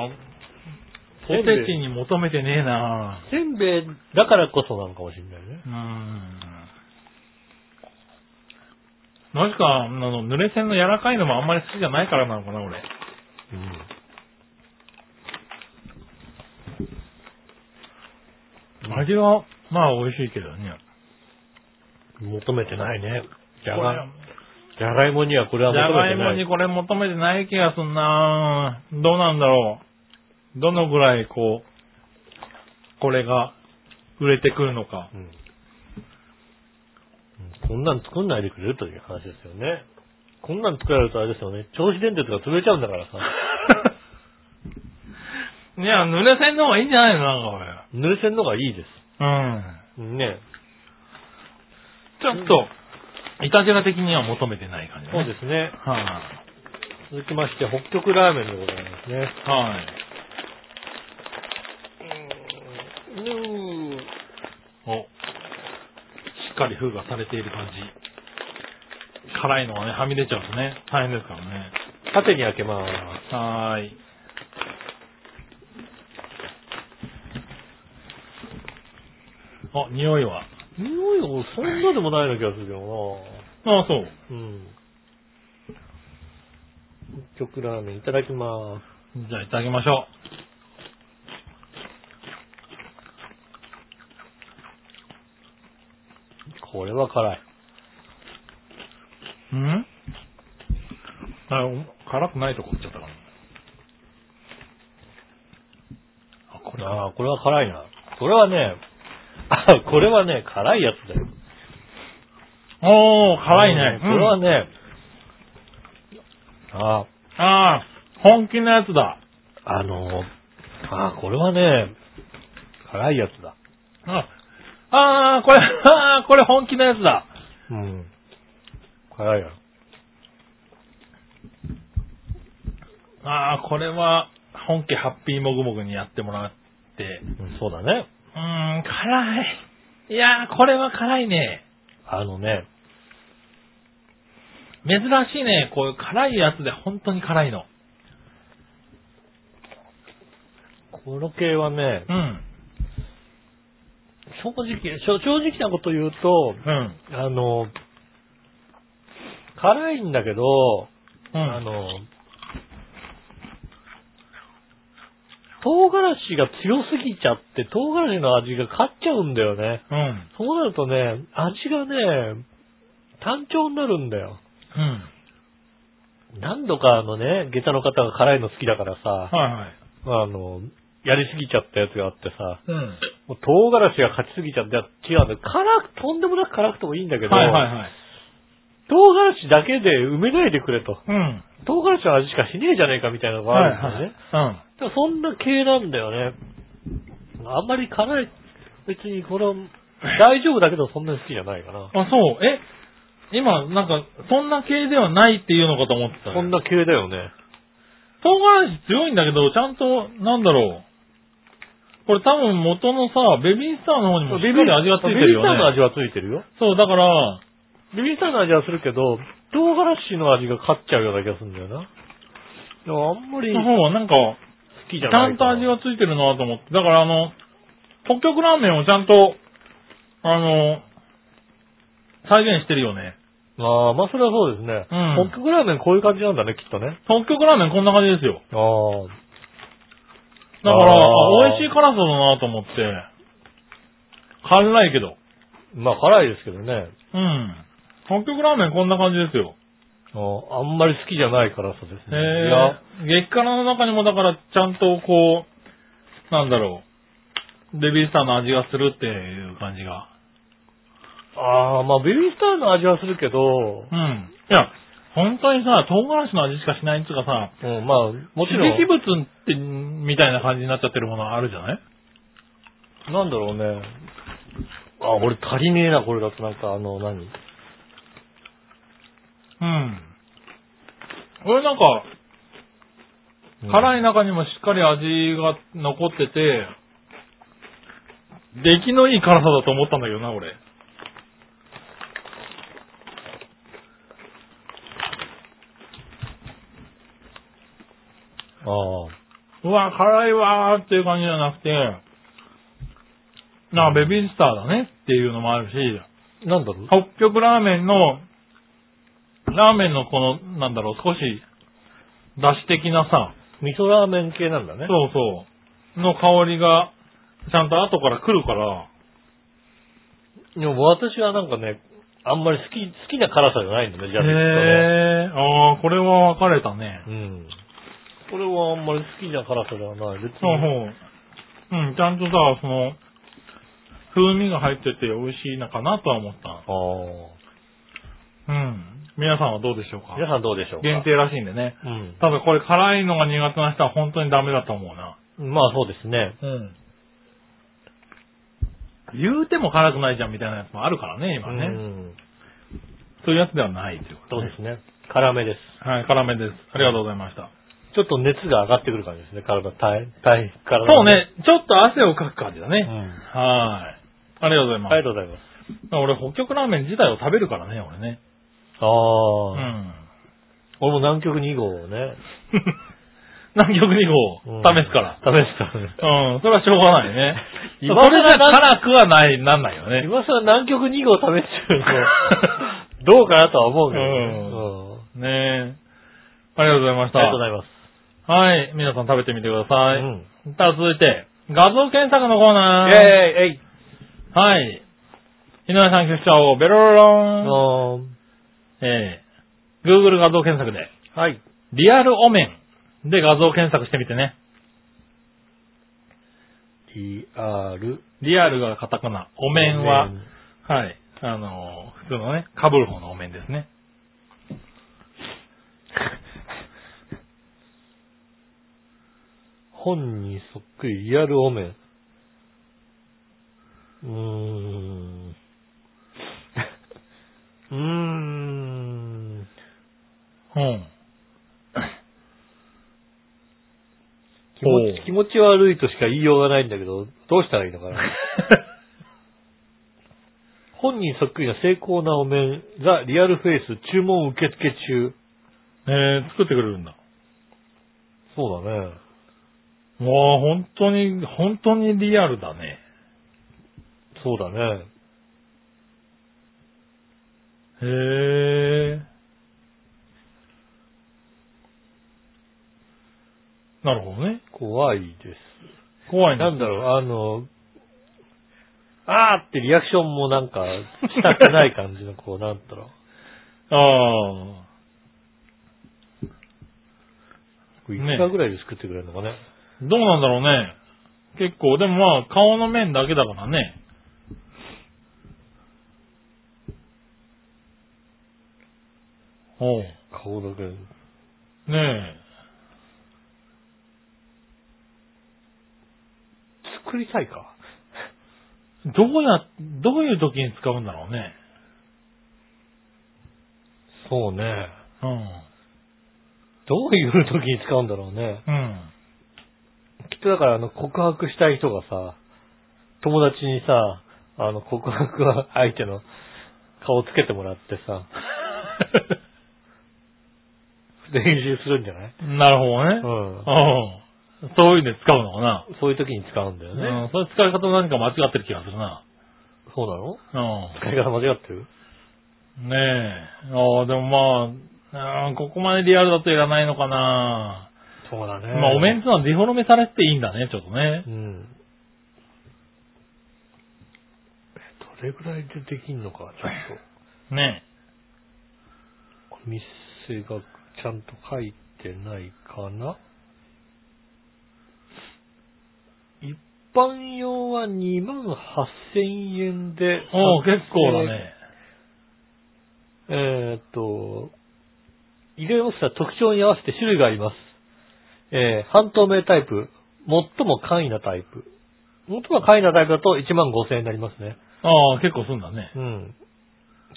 [SPEAKER 3] ポ
[SPEAKER 2] せんべい
[SPEAKER 3] テチに求めてねえな
[SPEAKER 2] せんべいだからこそなのかもしれないね。
[SPEAKER 3] うん。もしか、あの、濡れ線の柔らかいのもあんまり好きじゃないからなのかな、俺。
[SPEAKER 2] うん
[SPEAKER 3] 味は、まあ美味しいけどね。
[SPEAKER 2] うん。求めてないね。じゃ
[SPEAKER 3] これ
[SPEAKER 2] が、じゃがいもにはこれ
[SPEAKER 3] じ
[SPEAKER 2] は
[SPEAKER 3] ゃ
[SPEAKER 2] 求
[SPEAKER 3] が
[SPEAKER 2] め
[SPEAKER 3] い
[SPEAKER 2] て
[SPEAKER 3] も
[SPEAKER 2] な
[SPEAKER 3] に
[SPEAKER 2] い。
[SPEAKER 3] これ求めてない気がすんなぁどうなんだろう。どのぐらいこう、これが売れてくるのか。
[SPEAKER 2] うんうんこんなん作んないでくれるという話ですよね。こんなん作られるとあれですよね。銚子電鉄が潰れちゃうんだ からさ。
[SPEAKER 3] いや、濡れ線の方がいいんじゃないのなんか
[SPEAKER 2] 濡れてんのがいいで
[SPEAKER 3] これ。うん。
[SPEAKER 2] す。ね。
[SPEAKER 3] ちょっと、いたじら的には求めてない感じ、ね。
[SPEAKER 2] そうですね。
[SPEAKER 3] はい、
[SPEAKER 2] 続きまして、北極ラーメンでございますね。
[SPEAKER 3] はい、
[SPEAKER 2] うん。
[SPEAKER 3] お。しっかり風がされている感じ。辛いのがね、はみ出ちゃうとね、大変ですからね。
[SPEAKER 2] 縦に開けます。
[SPEAKER 3] はーい。あ、匂いは。
[SPEAKER 2] 匂いをそんなでもないような気がするけどな
[SPEAKER 3] ああ、そう。
[SPEAKER 2] うん。北極ラーメンいただきます。
[SPEAKER 3] じゃあ、いただきましょ
[SPEAKER 2] これは辛い。
[SPEAKER 3] う。んあ、お辛くないとこ行っちゃったかな。あ、これは、
[SPEAKER 2] ああ、これは辛いな。これはね、 あ、これはね、辛いやつだよ。
[SPEAKER 3] おー、辛いね。
[SPEAKER 2] うんこれは
[SPEAKER 3] うん
[SPEAKER 2] ね、あ
[SPEAKER 3] あー、本気のやつだ。
[SPEAKER 2] あ、あのー、ああ、これはね、辛いやつだ。
[SPEAKER 3] ああー、これ、 あー、これ本気のやつだ。
[SPEAKER 2] うん。辛いやろ。
[SPEAKER 3] あー、これは、本家ハッピーもぐもぐにやってもらって、
[SPEAKER 2] うん、そうだね。
[SPEAKER 3] うーん、辛い。いやー、これは辛いね。
[SPEAKER 2] あのね、
[SPEAKER 3] 珍しいね。こういう辛いやつで本当に辛いの。
[SPEAKER 2] この系はね、
[SPEAKER 3] うん。
[SPEAKER 2] 正直、しょ正直なこと言うと、
[SPEAKER 3] うん。
[SPEAKER 2] あの、辛いんだけど、
[SPEAKER 3] うん。
[SPEAKER 2] あの、唐辛子が強すぎちゃって、唐辛子の味が勝っちゃうんだよね。
[SPEAKER 3] うん。
[SPEAKER 2] そうなるとね、味がね、単調になるんだよ。
[SPEAKER 3] うん。
[SPEAKER 2] 何度かあのね、下駄の方が辛いの好きだからさ、
[SPEAKER 3] はいはい。
[SPEAKER 2] あの、やりすぎちゃったやつがあってさ、
[SPEAKER 3] うん。
[SPEAKER 2] もう唐辛子が勝ちすぎちゃって、いや違うんだよ。辛く、とんでもなく辛くてもいいんだけど、
[SPEAKER 3] はいはいはい。
[SPEAKER 2] 唐辛子だけで埋めないでくれと。
[SPEAKER 3] うん。
[SPEAKER 2] 唐辛子の味しかしねえじゃねえかみたいなのがあ
[SPEAKER 3] はい
[SPEAKER 2] るんだよね。
[SPEAKER 3] はい。
[SPEAKER 2] でもそんな系なんだよね。あんまり辛い、別にこの、大丈夫だけどそんなに好きじゃないかな。
[SPEAKER 3] うん。あ、そう。え今、なんか、そんな系ではないっていうのかと思ってたね。
[SPEAKER 2] そんな系だよね。
[SPEAKER 3] 唐辛子強いんだけど、ちゃんと、なんだろう。これ多分元のさ、ベビースターの方にもしっかり味がついてるよ
[SPEAKER 2] ビビンスターの
[SPEAKER 3] ね。
[SPEAKER 2] 味はついてるよ。
[SPEAKER 3] そう、だから、
[SPEAKER 2] ビビンスターの味はするけど、唐辛子の味が勝っちゃうような気がするんだよな。でもあんまり
[SPEAKER 3] の
[SPEAKER 2] 好
[SPEAKER 3] 方はなんか、
[SPEAKER 2] き
[SPEAKER 3] ち
[SPEAKER 2] じゃ
[SPEAKER 3] ゃ
[SPEAKER 2] ない
[SPEAKER 3] ん
[SPEAKER 2] か
[SPEAKER 3] と
[SPEAKER 2] な。
[SPEAKER 3] 味がついてるなと思って。だからあの、北極ラーメンをちゃんと、あの、再現してるよね。
[SPEAKER 2] ああ、まあそれはそうですね。
[SPEAKER 3] うん
[SPEAKER 2] 北極ラーメンこういう感じなんだね、きっとね。
[SPEAKER 3] 北極ラーメンこんな感じですよ。
[SPEAKER 2] ああ。
[SPEAKER 3] だから、
[SPEAKER 2] あー
[SPEAKER 3] あ美味しい辛さだなと思って。辛いけど。
[SPEAKER 2] まあ辛いですけどね。
[SPEAKER 3] うん。北極ラーメンこんな感じですよ。
[SPEAKER 2] あーあんまり好きじゃない辛さですね。いや
[SPEAKER 3] えー、激辛の中にもだからちゃんとこう、なんだろう、ベビースターの味がするっていう感じが。
[SPEAKER 2] ああ、まあ、ベビースターの味はするけど、
[SPEAKER 3] うん。いや、本当にさ、唐辛子の味しかしないっていうかさ、
[SPEAKER 2] うん、まあ、もちろ
[SPEAKER 3] 刺激
[SPEAKER 2] ん、
[SPEAKER 3] 物って、みたいな感じになっちゃってるものあるじゃない
[SPEAKER 2] なんだろうね。あ、俺足りねえな、これだと、なんか、あの、何
[SPEAKER 3] うん。俺なんか、辛い
[SPEAKER 2] い。
[SPEAKER 3] 中にもしっかり味が残ってて、出来のいい辛さだと思ったんだけどな、俺。
[SPEAKER 2] ああ。
[SPEAKER 3] うわ、辛いわーっていう感じじゃなくて、なあ、ベビースターだねっていうのもあるし、
[SPEAKER 2] なんだろう
[SPEAKER 3] 北極ラーメンの、ラーメンのこの、なんだろう、少し、出汁的なさ、
[SPEAKER 2] 味噌ラーメン系なんだね。
[SPEAKER 3] そうそう、の香りが、ちゃんと後から来るから、
[SPEAKER 2] でも私はなんかね、あんまり好き、好きな辛さじゃないんだね、じゃあ、きっとね。
[SPEAKER 3] へー、あー、これは分かれたね。
[SPEAKER 2] うん。これはあんまり好きな辛さではない。別に。
[SPEAKER 3] そうそう。うん、ちゃんとさ、その、風味が入ってて美味しいのかなとは思った。うん。皆さんはどうでしょう
[SPEAKER 2] ああ。
[SPEAKER 3] か
[SPEAKER 2] 皆さんどうでしょうか
[SPEAKER 3] 限定らしいんでね。
[SPEAKER 2] うん。
[SPEAKER 3] 多分これ辛いのが苦手な人は本当にダメだと思うな。
[SPEAKER 2] まあそうですね。
[SPEAKER 3] うん。言うても辛くないじゃんみたいなやつもあるからね、今ね。
[SPEAKER 2] うん。
[SPEAKER 3] そういうやつではないというこ
[SPEAKER 2] そ
[SPEAKER 3] と
[SPEAKER 2] う
[SPEAKER 3] ね
[SPEAKER 2] ですね。辛めです。
[SPEAKER 3] はい、辛めです。ありがとうございました。
[SPEAKER 2] ちょっと熱が上がってくる感じですね、体、体、体、体の。
[SPEAKER 3] そうね、ちょっと汗をかく感じだね。
[SPEAKER 2] うん。
[SPEAKER 3] はい。ありがとうございます。
[SPEAKER 2] ありがとうございます。
[SPEAKER 3] 俺、北極ラーメン自体を食べるからね、俺ね。
[SPEAKER 2] あ
[SPEAKER 3] う
[SPEAKER 2] あ、
[SPEAKER 3] ん。
[SPEAKER 2] 俺も南極2号をね。
[SPEAKER 3] 南極2
[SPEAKER 2] う
[SPEAKER 3] 号
[SPEAKER 2] ん、
[SPEAKER 3] 試すから。
[SPEAKER 2] 試すからね。
[SPEAKER 3] うん、それはしょうがないね。そ
[SPEAKER 2] 今
[SPEAKER 3] れじゃ辛くはない、なんないよね。
[SPEAKER 2] 今さ、南極2号試して ると、どうかなとは思うけどね。
[SPEAKER 3] うん
[SPEAKER 2] うん
[SPEAKER 3] ねえ。ありがとうございまし
[SPEAKER 2] ありがとうご
[SPEAKER 3] た。
[SPEAKER 2] ざいます。
[SPEAKER 3] はい。皆さん食べてみてください。
[SPEAKER 2] うん
[SPEAKER 3] さあ、続いて、画像検索のコーナー。
[SPEAKER 2] えいえい。
[SPEAKER 3] はい。井上さん局長、ベロロ
[SPEAKER 2] あ
[SPEAKER 3] ロン。
[SPEAKER 2] の
[SPEAKER 3] えー、Google 画像検索で、
[SPEAKER 2] ーはい。
[SPEAKER 3] リアルお面で画像検索してみてね。
[SPEAKER 2] TR。
[SPEAKER 3] リアルがカタカナ、お面は、はい。あのー、普通のね、被る方のお面ですね。
[SPEAKER 2] 本にそっくり、リアルお面。うーん。うーん。
[SPEAKER 3] うん。
[SPEAKER 2] 気持 ち気持ち悪いとしか言いようがないんだけど、どうしたらいいのかな。本人そっくりな精巧なお面、ザ・リアルフェイス、注文受付中。
[SPEAKER 3] えー、作ってくれるんだ。
[SPEAKER 2] そうだね。
[SPEAKER 3] うもう本当に、本当にリアルだね。
[SPEAKER 2] そうだね。
[SPEAKER 3] へえ。なるほどね。
[SPEAKER 2] 怖いです。
[SPEAKER 3] 怖い
[SPEAKER 2] なんだろう、あの、あーってリアクションもなんか、したくない感じの、こう、なんだろ
[SPEAKER 3] あ
[SPEAKER 2] う。い
[SPEAKER 3] ね
[SPEAKER 2] くらぐらいで作ってくれるのかね。
[SPEAKER 3] あ。どうなんだろうね。結構、でもまあ、顔の面だけだからね。おう。
[SPEAKER 2] 顔だけ。
[SPEAKER 3] ね
[SPEAKER 2] 作りたいか。
[SPEAKER 3] え。どうや、どういう時に使うんだろうね。
[SPEAKER 2] そうね。
[SPEAKER 3] うん。
[SPEAKER 2] どういう時に使うんだろうね。
[SPEAKER 3] うん。
[SPEAKER 2] きっとだから、あの、告白したい人がさ、友達にさ、あの、告白は相手の顔をつけてもらってさ、練習するんじゃない
[SPEAKER 3] なるほどね。
[SPEAKER 2] うん。
[SPEAKER 3] うん。そういうので使うのかな。
[SPEAKER 2] そういう時に使うんだよね。
[SPEAKER 3] うん。それ使い方何か間違ってる気がするな。
[SPEAKER 2] そうなの
[SPEAKER 3] う
[SPEAKER 2] 使い方間違ってる
[SPEAKER 3] ん。ねえ。ああ、でもまあ、うんここまでリアルだといらないのかな。
[SPEAKER 2] そうだね
[SPEAKER 3] まあ、お面つのはデフォルメされていいんだね、ちょっとね
[SPEAKER 2] う。ん。どれぐらいでできんのか、ちょっ
[SPEAKER 3] ね
[SPEAKER 2] と。お店がちゃんと書いてないかな。一般用は2万8000円で。
[SPEAKER 3] え。おお結構だね。
[SPEAKER 2] えーっと、入れますは特徴に合わせて種類があります。えー半透明タイプ、最も簡易なタイプ。最も簡易なタイプだと1万5000円になりますね。
[SPEAKER 3] ああ、結構すんだね。
[SPEAKER 2] うん。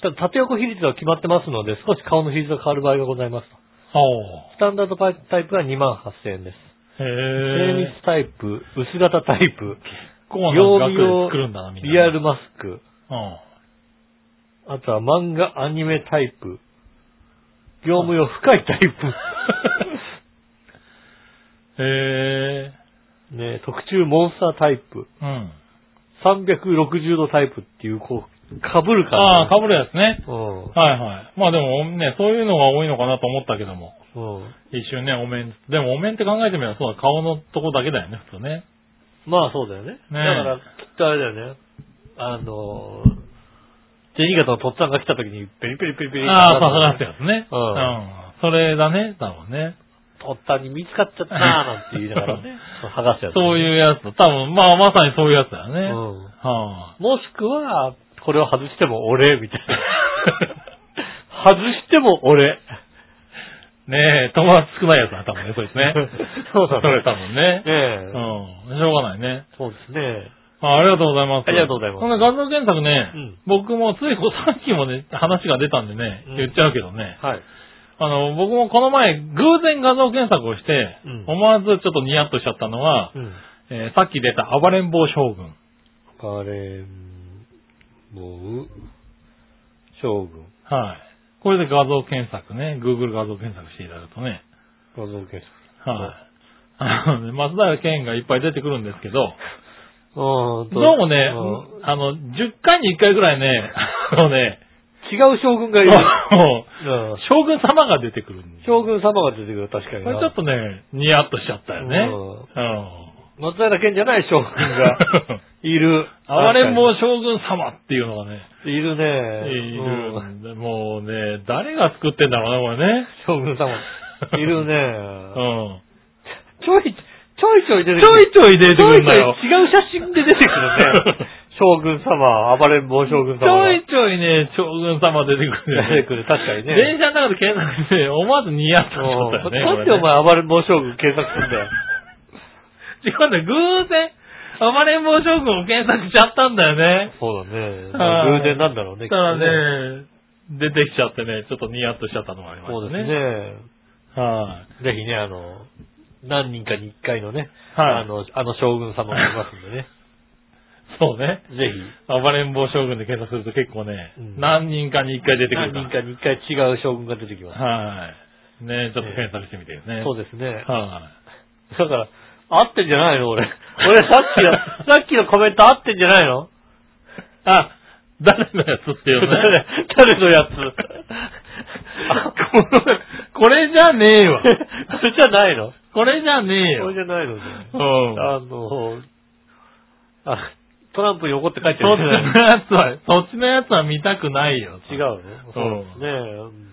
[SPEAKER 2] ただ、縦横比率が決まってますので、少し顔の比率が変わる場合がございますと。
[SPEAKER 3] おお
[SPEAKER 2] スタンダードタイプは2万8000円です。精
[SPEAKER 3] へえ。
[SPEAKER 2] 密タイプ、薄型タイプ、
[SPEAKER 3] 結構な額で作るんだな、みんな。
[SPEAKER 2] リア。ルマスク、
[SPEAKER 3] うん。
[SPEAKER 2] あとは漫画アニメタイプ、業務用深いタイプ。
[SPEAKER 3] へえ。
[SPEAKER 2] ね、特注モンスタータイプ、
[SPEAKER 3] うん。
[SPEAKER 2] 360度タイプっていう、こう、被るから、
[SPEAKER 3] ああ、かぶるやつね。
[SPEAKER 2] うん。
[SPEAKER 3] はいはい。まあでもね、そういうのが多いのかなと思ったけども。
[SPEAKER 2] うん。
[SPEAKER 3] 一瞬ね、お面。でもお面って考えてみればそうだ、顔のとこだけだよね、普通ね。
[SPEAKER 2] まあそうだよね。だから、きっとあれだよね。あのー、銭形のとっつぁんが来た時に、ペリペリペリペリ
[SPEAKER 3] ああ、そうな
[SPEAKER 2] な
[SPEAKER 3] ってやつね。
[SPEAKER 2] うん
[SPEAKER 3] ん。それだね、多分ね。
[SPEAKER 2] とっつぁんに見つかっちゃったなーなんて言いながら ね、剥がすやつ、
[SPEAKER 3] そう
[SPEAKER 2] う。
[SPEAKER 3] いうやつ。多分、まあまさにそういうやつだよね。は
[SPEAKER 2] ん。
[SPEAKER 3] あ。
[SPEAKER 2] もしくは、これを外しても俺、みたい な。外しても俺。。
[SPEAKER 3] ねえ、友達少ないやつだ、多分ね、そうです ね
[SPEAKER 2] そうだね
[SPEAKER 3] それ多分ね。
[SPEAKER 2] ええ
[SPEAKER 3] うん。しょうがないね。
[SPEAKER 2] そうですね。
[SPEAKER 3] あありがとうございます。
[SPEAKER 2] ありがとうございます
[SPEAKER 3] この画像検索ね、
[SPEAKER 2] うん
[SPEAKER 3] 僕もついこさっきもね、話が出たんでね、
[SPEAKER 2] うん
[SPEAKER 3] 言っちゃうけどね。
[SPEAKER 2] はい。
[SPEAKER 3] あの、僕もこの前、偶然画像検索をして、
[SPEAKER 2] うん
[SPEAKER 3] 思わずちょっとニヤッとしちゃったのは、
[SPEAKER 2] うん。
[SPEAKER 3] えーさっき出た暴れん坊将軍。
[SPEAKER 2] バレンボウ将軍
[SPEAKER 3] はい。これで画像検索ね、Google 画像検索していただくとね、
[SPEAKER 2] 画像検
[SPEAKER 3] はい。あのね、松平健がいっぱい出てくるんですけど、
[SPEAKER 2] 索。うん
[SPEAKER 3] どうもね、あの、10回に1回ぐらいね、 あのね、
[SPEAKER 2] 違う将軍がいる。
[SPEAKER 3] も
[SPEAKER 2] うん
[SPEAKER 3] う将軍様が出てくるんです
[SPEAKER 2] 将軍様が出てくる、確かに
[SPEAKER 3] こ
[SPEAKER 2] な。
[SPEAKER 3] れちょっとね、ニヤッとしちゃったよね。
[SPEAKER 2] 松平健じゃない将軍
[SPEAKER 3] うん。
[SPEAKER 2] がいる。
[SPEAKER 3] 暴れん
[SPEAKER 2] も
[SPEAKER 3] 坊将軍様っていうのがね、
[SPEAKER 2] いるね。
[SPEAKER 3] い
[SPEAKER 2] うん
[SPEAKER 3] るんで、もうね、誰が作ってんだろうね、これね。
[SPEAKER 2] 将軍様。いる
[SPEAKER 3] う
[SPEAKER 2] ね。
[SPEAKER 3] ん。
[SPEAKER 2] ちょい、ちょいちょい出て
[SPEAKER 3] ち
[SPEAKER 2] く
[SPEAKER 3] ょ
[SPEAKER 2] る。
[SPEAKER 3] いちょい出てくるんだ
[SPEAKER 2] ちょ
[SPEAKER 3] よ
[SPEAKER 2] い。違う写真で出てくる ね。将軍様、暴れん坊将軍
[SPEAKER 3] ちょ
[SPEAKER 2] 様
[SPEAKER 3] いちょいね、将軍様出てくるよ
[SPEAKER 2] が
[SPEAKER 3] ね
[SPEAKER 2] 出てくる。確かにね。
[SPEAKER 3] 電車の中で検索して、思わずニヤッとしちゃったよね。
[SPEAKER 2] なんでお前暴れん坊将軍検索するん だよ。
[SPEAKER 3] これね違うんだよ、偶然、暴れん坊将軍を検索しちゃったんだよね。
[SPEAKER 2] そうだね。
[SPEAKER 3] はい
[SPEAKER 2] 偶然なんだろうね。
[SPEAKER 3] ただ
[SPEAKER 2] きっ
[SPEAKER 3] ね、出てきちゃってね、ちょっとニヤッとしちゃったのもありま
[SPEAKER 2] とね。そう
[SPEAKER 3] し
[SPEAKER 2] で
[SPEAKER 3] た
[SPEAKER 2] すね。
[SPEAKER 3] ね。はい。
[SPEAKER 2] ぜひね、あの、何人かに一回のね、
[SPEAKER 3] はい
[SPEAKER 2] あの、あの将軍様がいますんでね。
[SPEAKER 3] そうね。
[SPEAKER 2] ぜ
[SPEAKER 3] 暴れん坊将軍で検索すると結構ね、
[SPEAKER 2] うん
[SPEAKER 3] 何人かに一回出
[SPEAKER 2] ひ、
[SPEAKER 3] てく
[SPEAKER 2] 何
[SPEAKER 3] る
[SPEAKER 2] 人
[SPEAKER 3] か
[SPEAKER 2] かに一回違う将軍が出てきます。
[SPEAKER 3] ら。はい。ねちょっと検索してみてよね。
[SPEAKER 2] そうですね。
[SPEAKER 3] は
[SPEAKER 2] だから、合ってんじゃないの俺。俺さっき の、さっきのコメント合ってんじゃないの
[SPEAKER 3] あ、誰のやつっていうね。
[SPEAKER 2] 誰のやつ
[SPEAKER 3] あこのこれじゃねえわ。
[SPEAKER 2] これじゃないのこ
[SPEAKER 3] これじゃねえよ
[SPEAKER 2] れ。じゃないのね
[SPEAKER 3] うん。
[SPEAKER 2] あの、あ、トランプに怒って帰
[SPEAKER 3] そ
[SPEAKER 2] っ
[SPEAKER 3] ってち
[SPEAKER 2] る
[SPEAKER 3] の
[SPEAKER 2] んじゃない
[SPEAKER 3] やつは、そっちのやつは見たくないよ。
[SPEAKER 2] 違う
[SPEAKER 3] う。
[SPEAKER 2] のそうですね。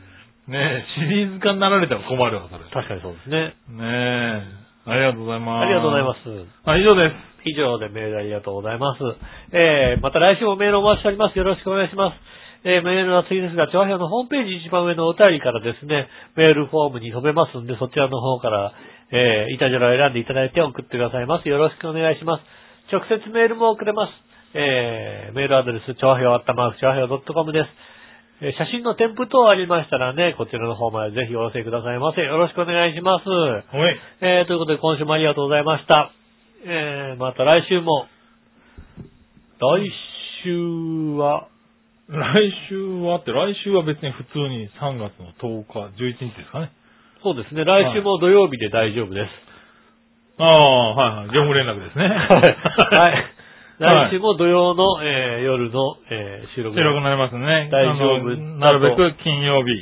[SPEAKER 3] ねえ、シリーズ化になられても困るわ、それ。
[SPEAKER 2] 確かにそうですね。
[SPEAKER 3] ねえ。ありがとうございます。。
[SPEAKER 2] ありがとうございますす。
[SPEAKER 3] あ、以上です。
[SPEAKER 2] 以上でメールありがとうございます。えー、また来週もメールお待ちしております。よろしくお願いします。えー、メールは次ですが、調和表のホームページ一番上のお便りからですね、メールフォームに飛べますんで、そちらの方から、えー、イタジェラを選んでいただいて送ってくださいます。よろしくお願いします。直接メールも送れます。えー、メールアドレス、調和表あったまーく、調和表 .com です。えー写真の添付等ありましたらね、こちらの方までぜひお寄せくださいませ。よろしくお願いします。
[SPEAKER 3] おい。
[SPEAKER 2] えー、ということで今週もありがとうございました。えー、また来週も。来週は、
[SPEAKER 3] 来週はって、来週は別に普通に3月の10日、11日ですかね。
[SPEAKER 2] そうですね、来週も土曜日で大丈夫です。
[SPEAKER 3] ああ、はいはい。業務連絡ですね。
[SPEAKER 2] はい。
[SPEAKER 3] はい
[SPEAKER 2] 来週も土曜の、えー夜の、えー収録
[SPEAKER 3] 収録になりますね。
[SPEAKER 2] 大丈夫
[SPEAKER 3] あのなるべく金曜日、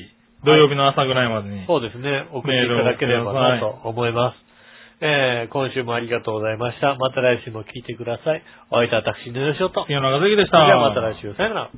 [SPEAKER 3] 土曜日の朝ぐらいまでに。
[SPEAKER 2] そうですね、送っていただければなと思います。えー、今週もありがとうございました。また来週も聞いてください。お相手は私、ぬよしおと。それ
[SPEAKER 3] 杉野中関でした。
[SPEAKER 2] ではまた来週、さよなら。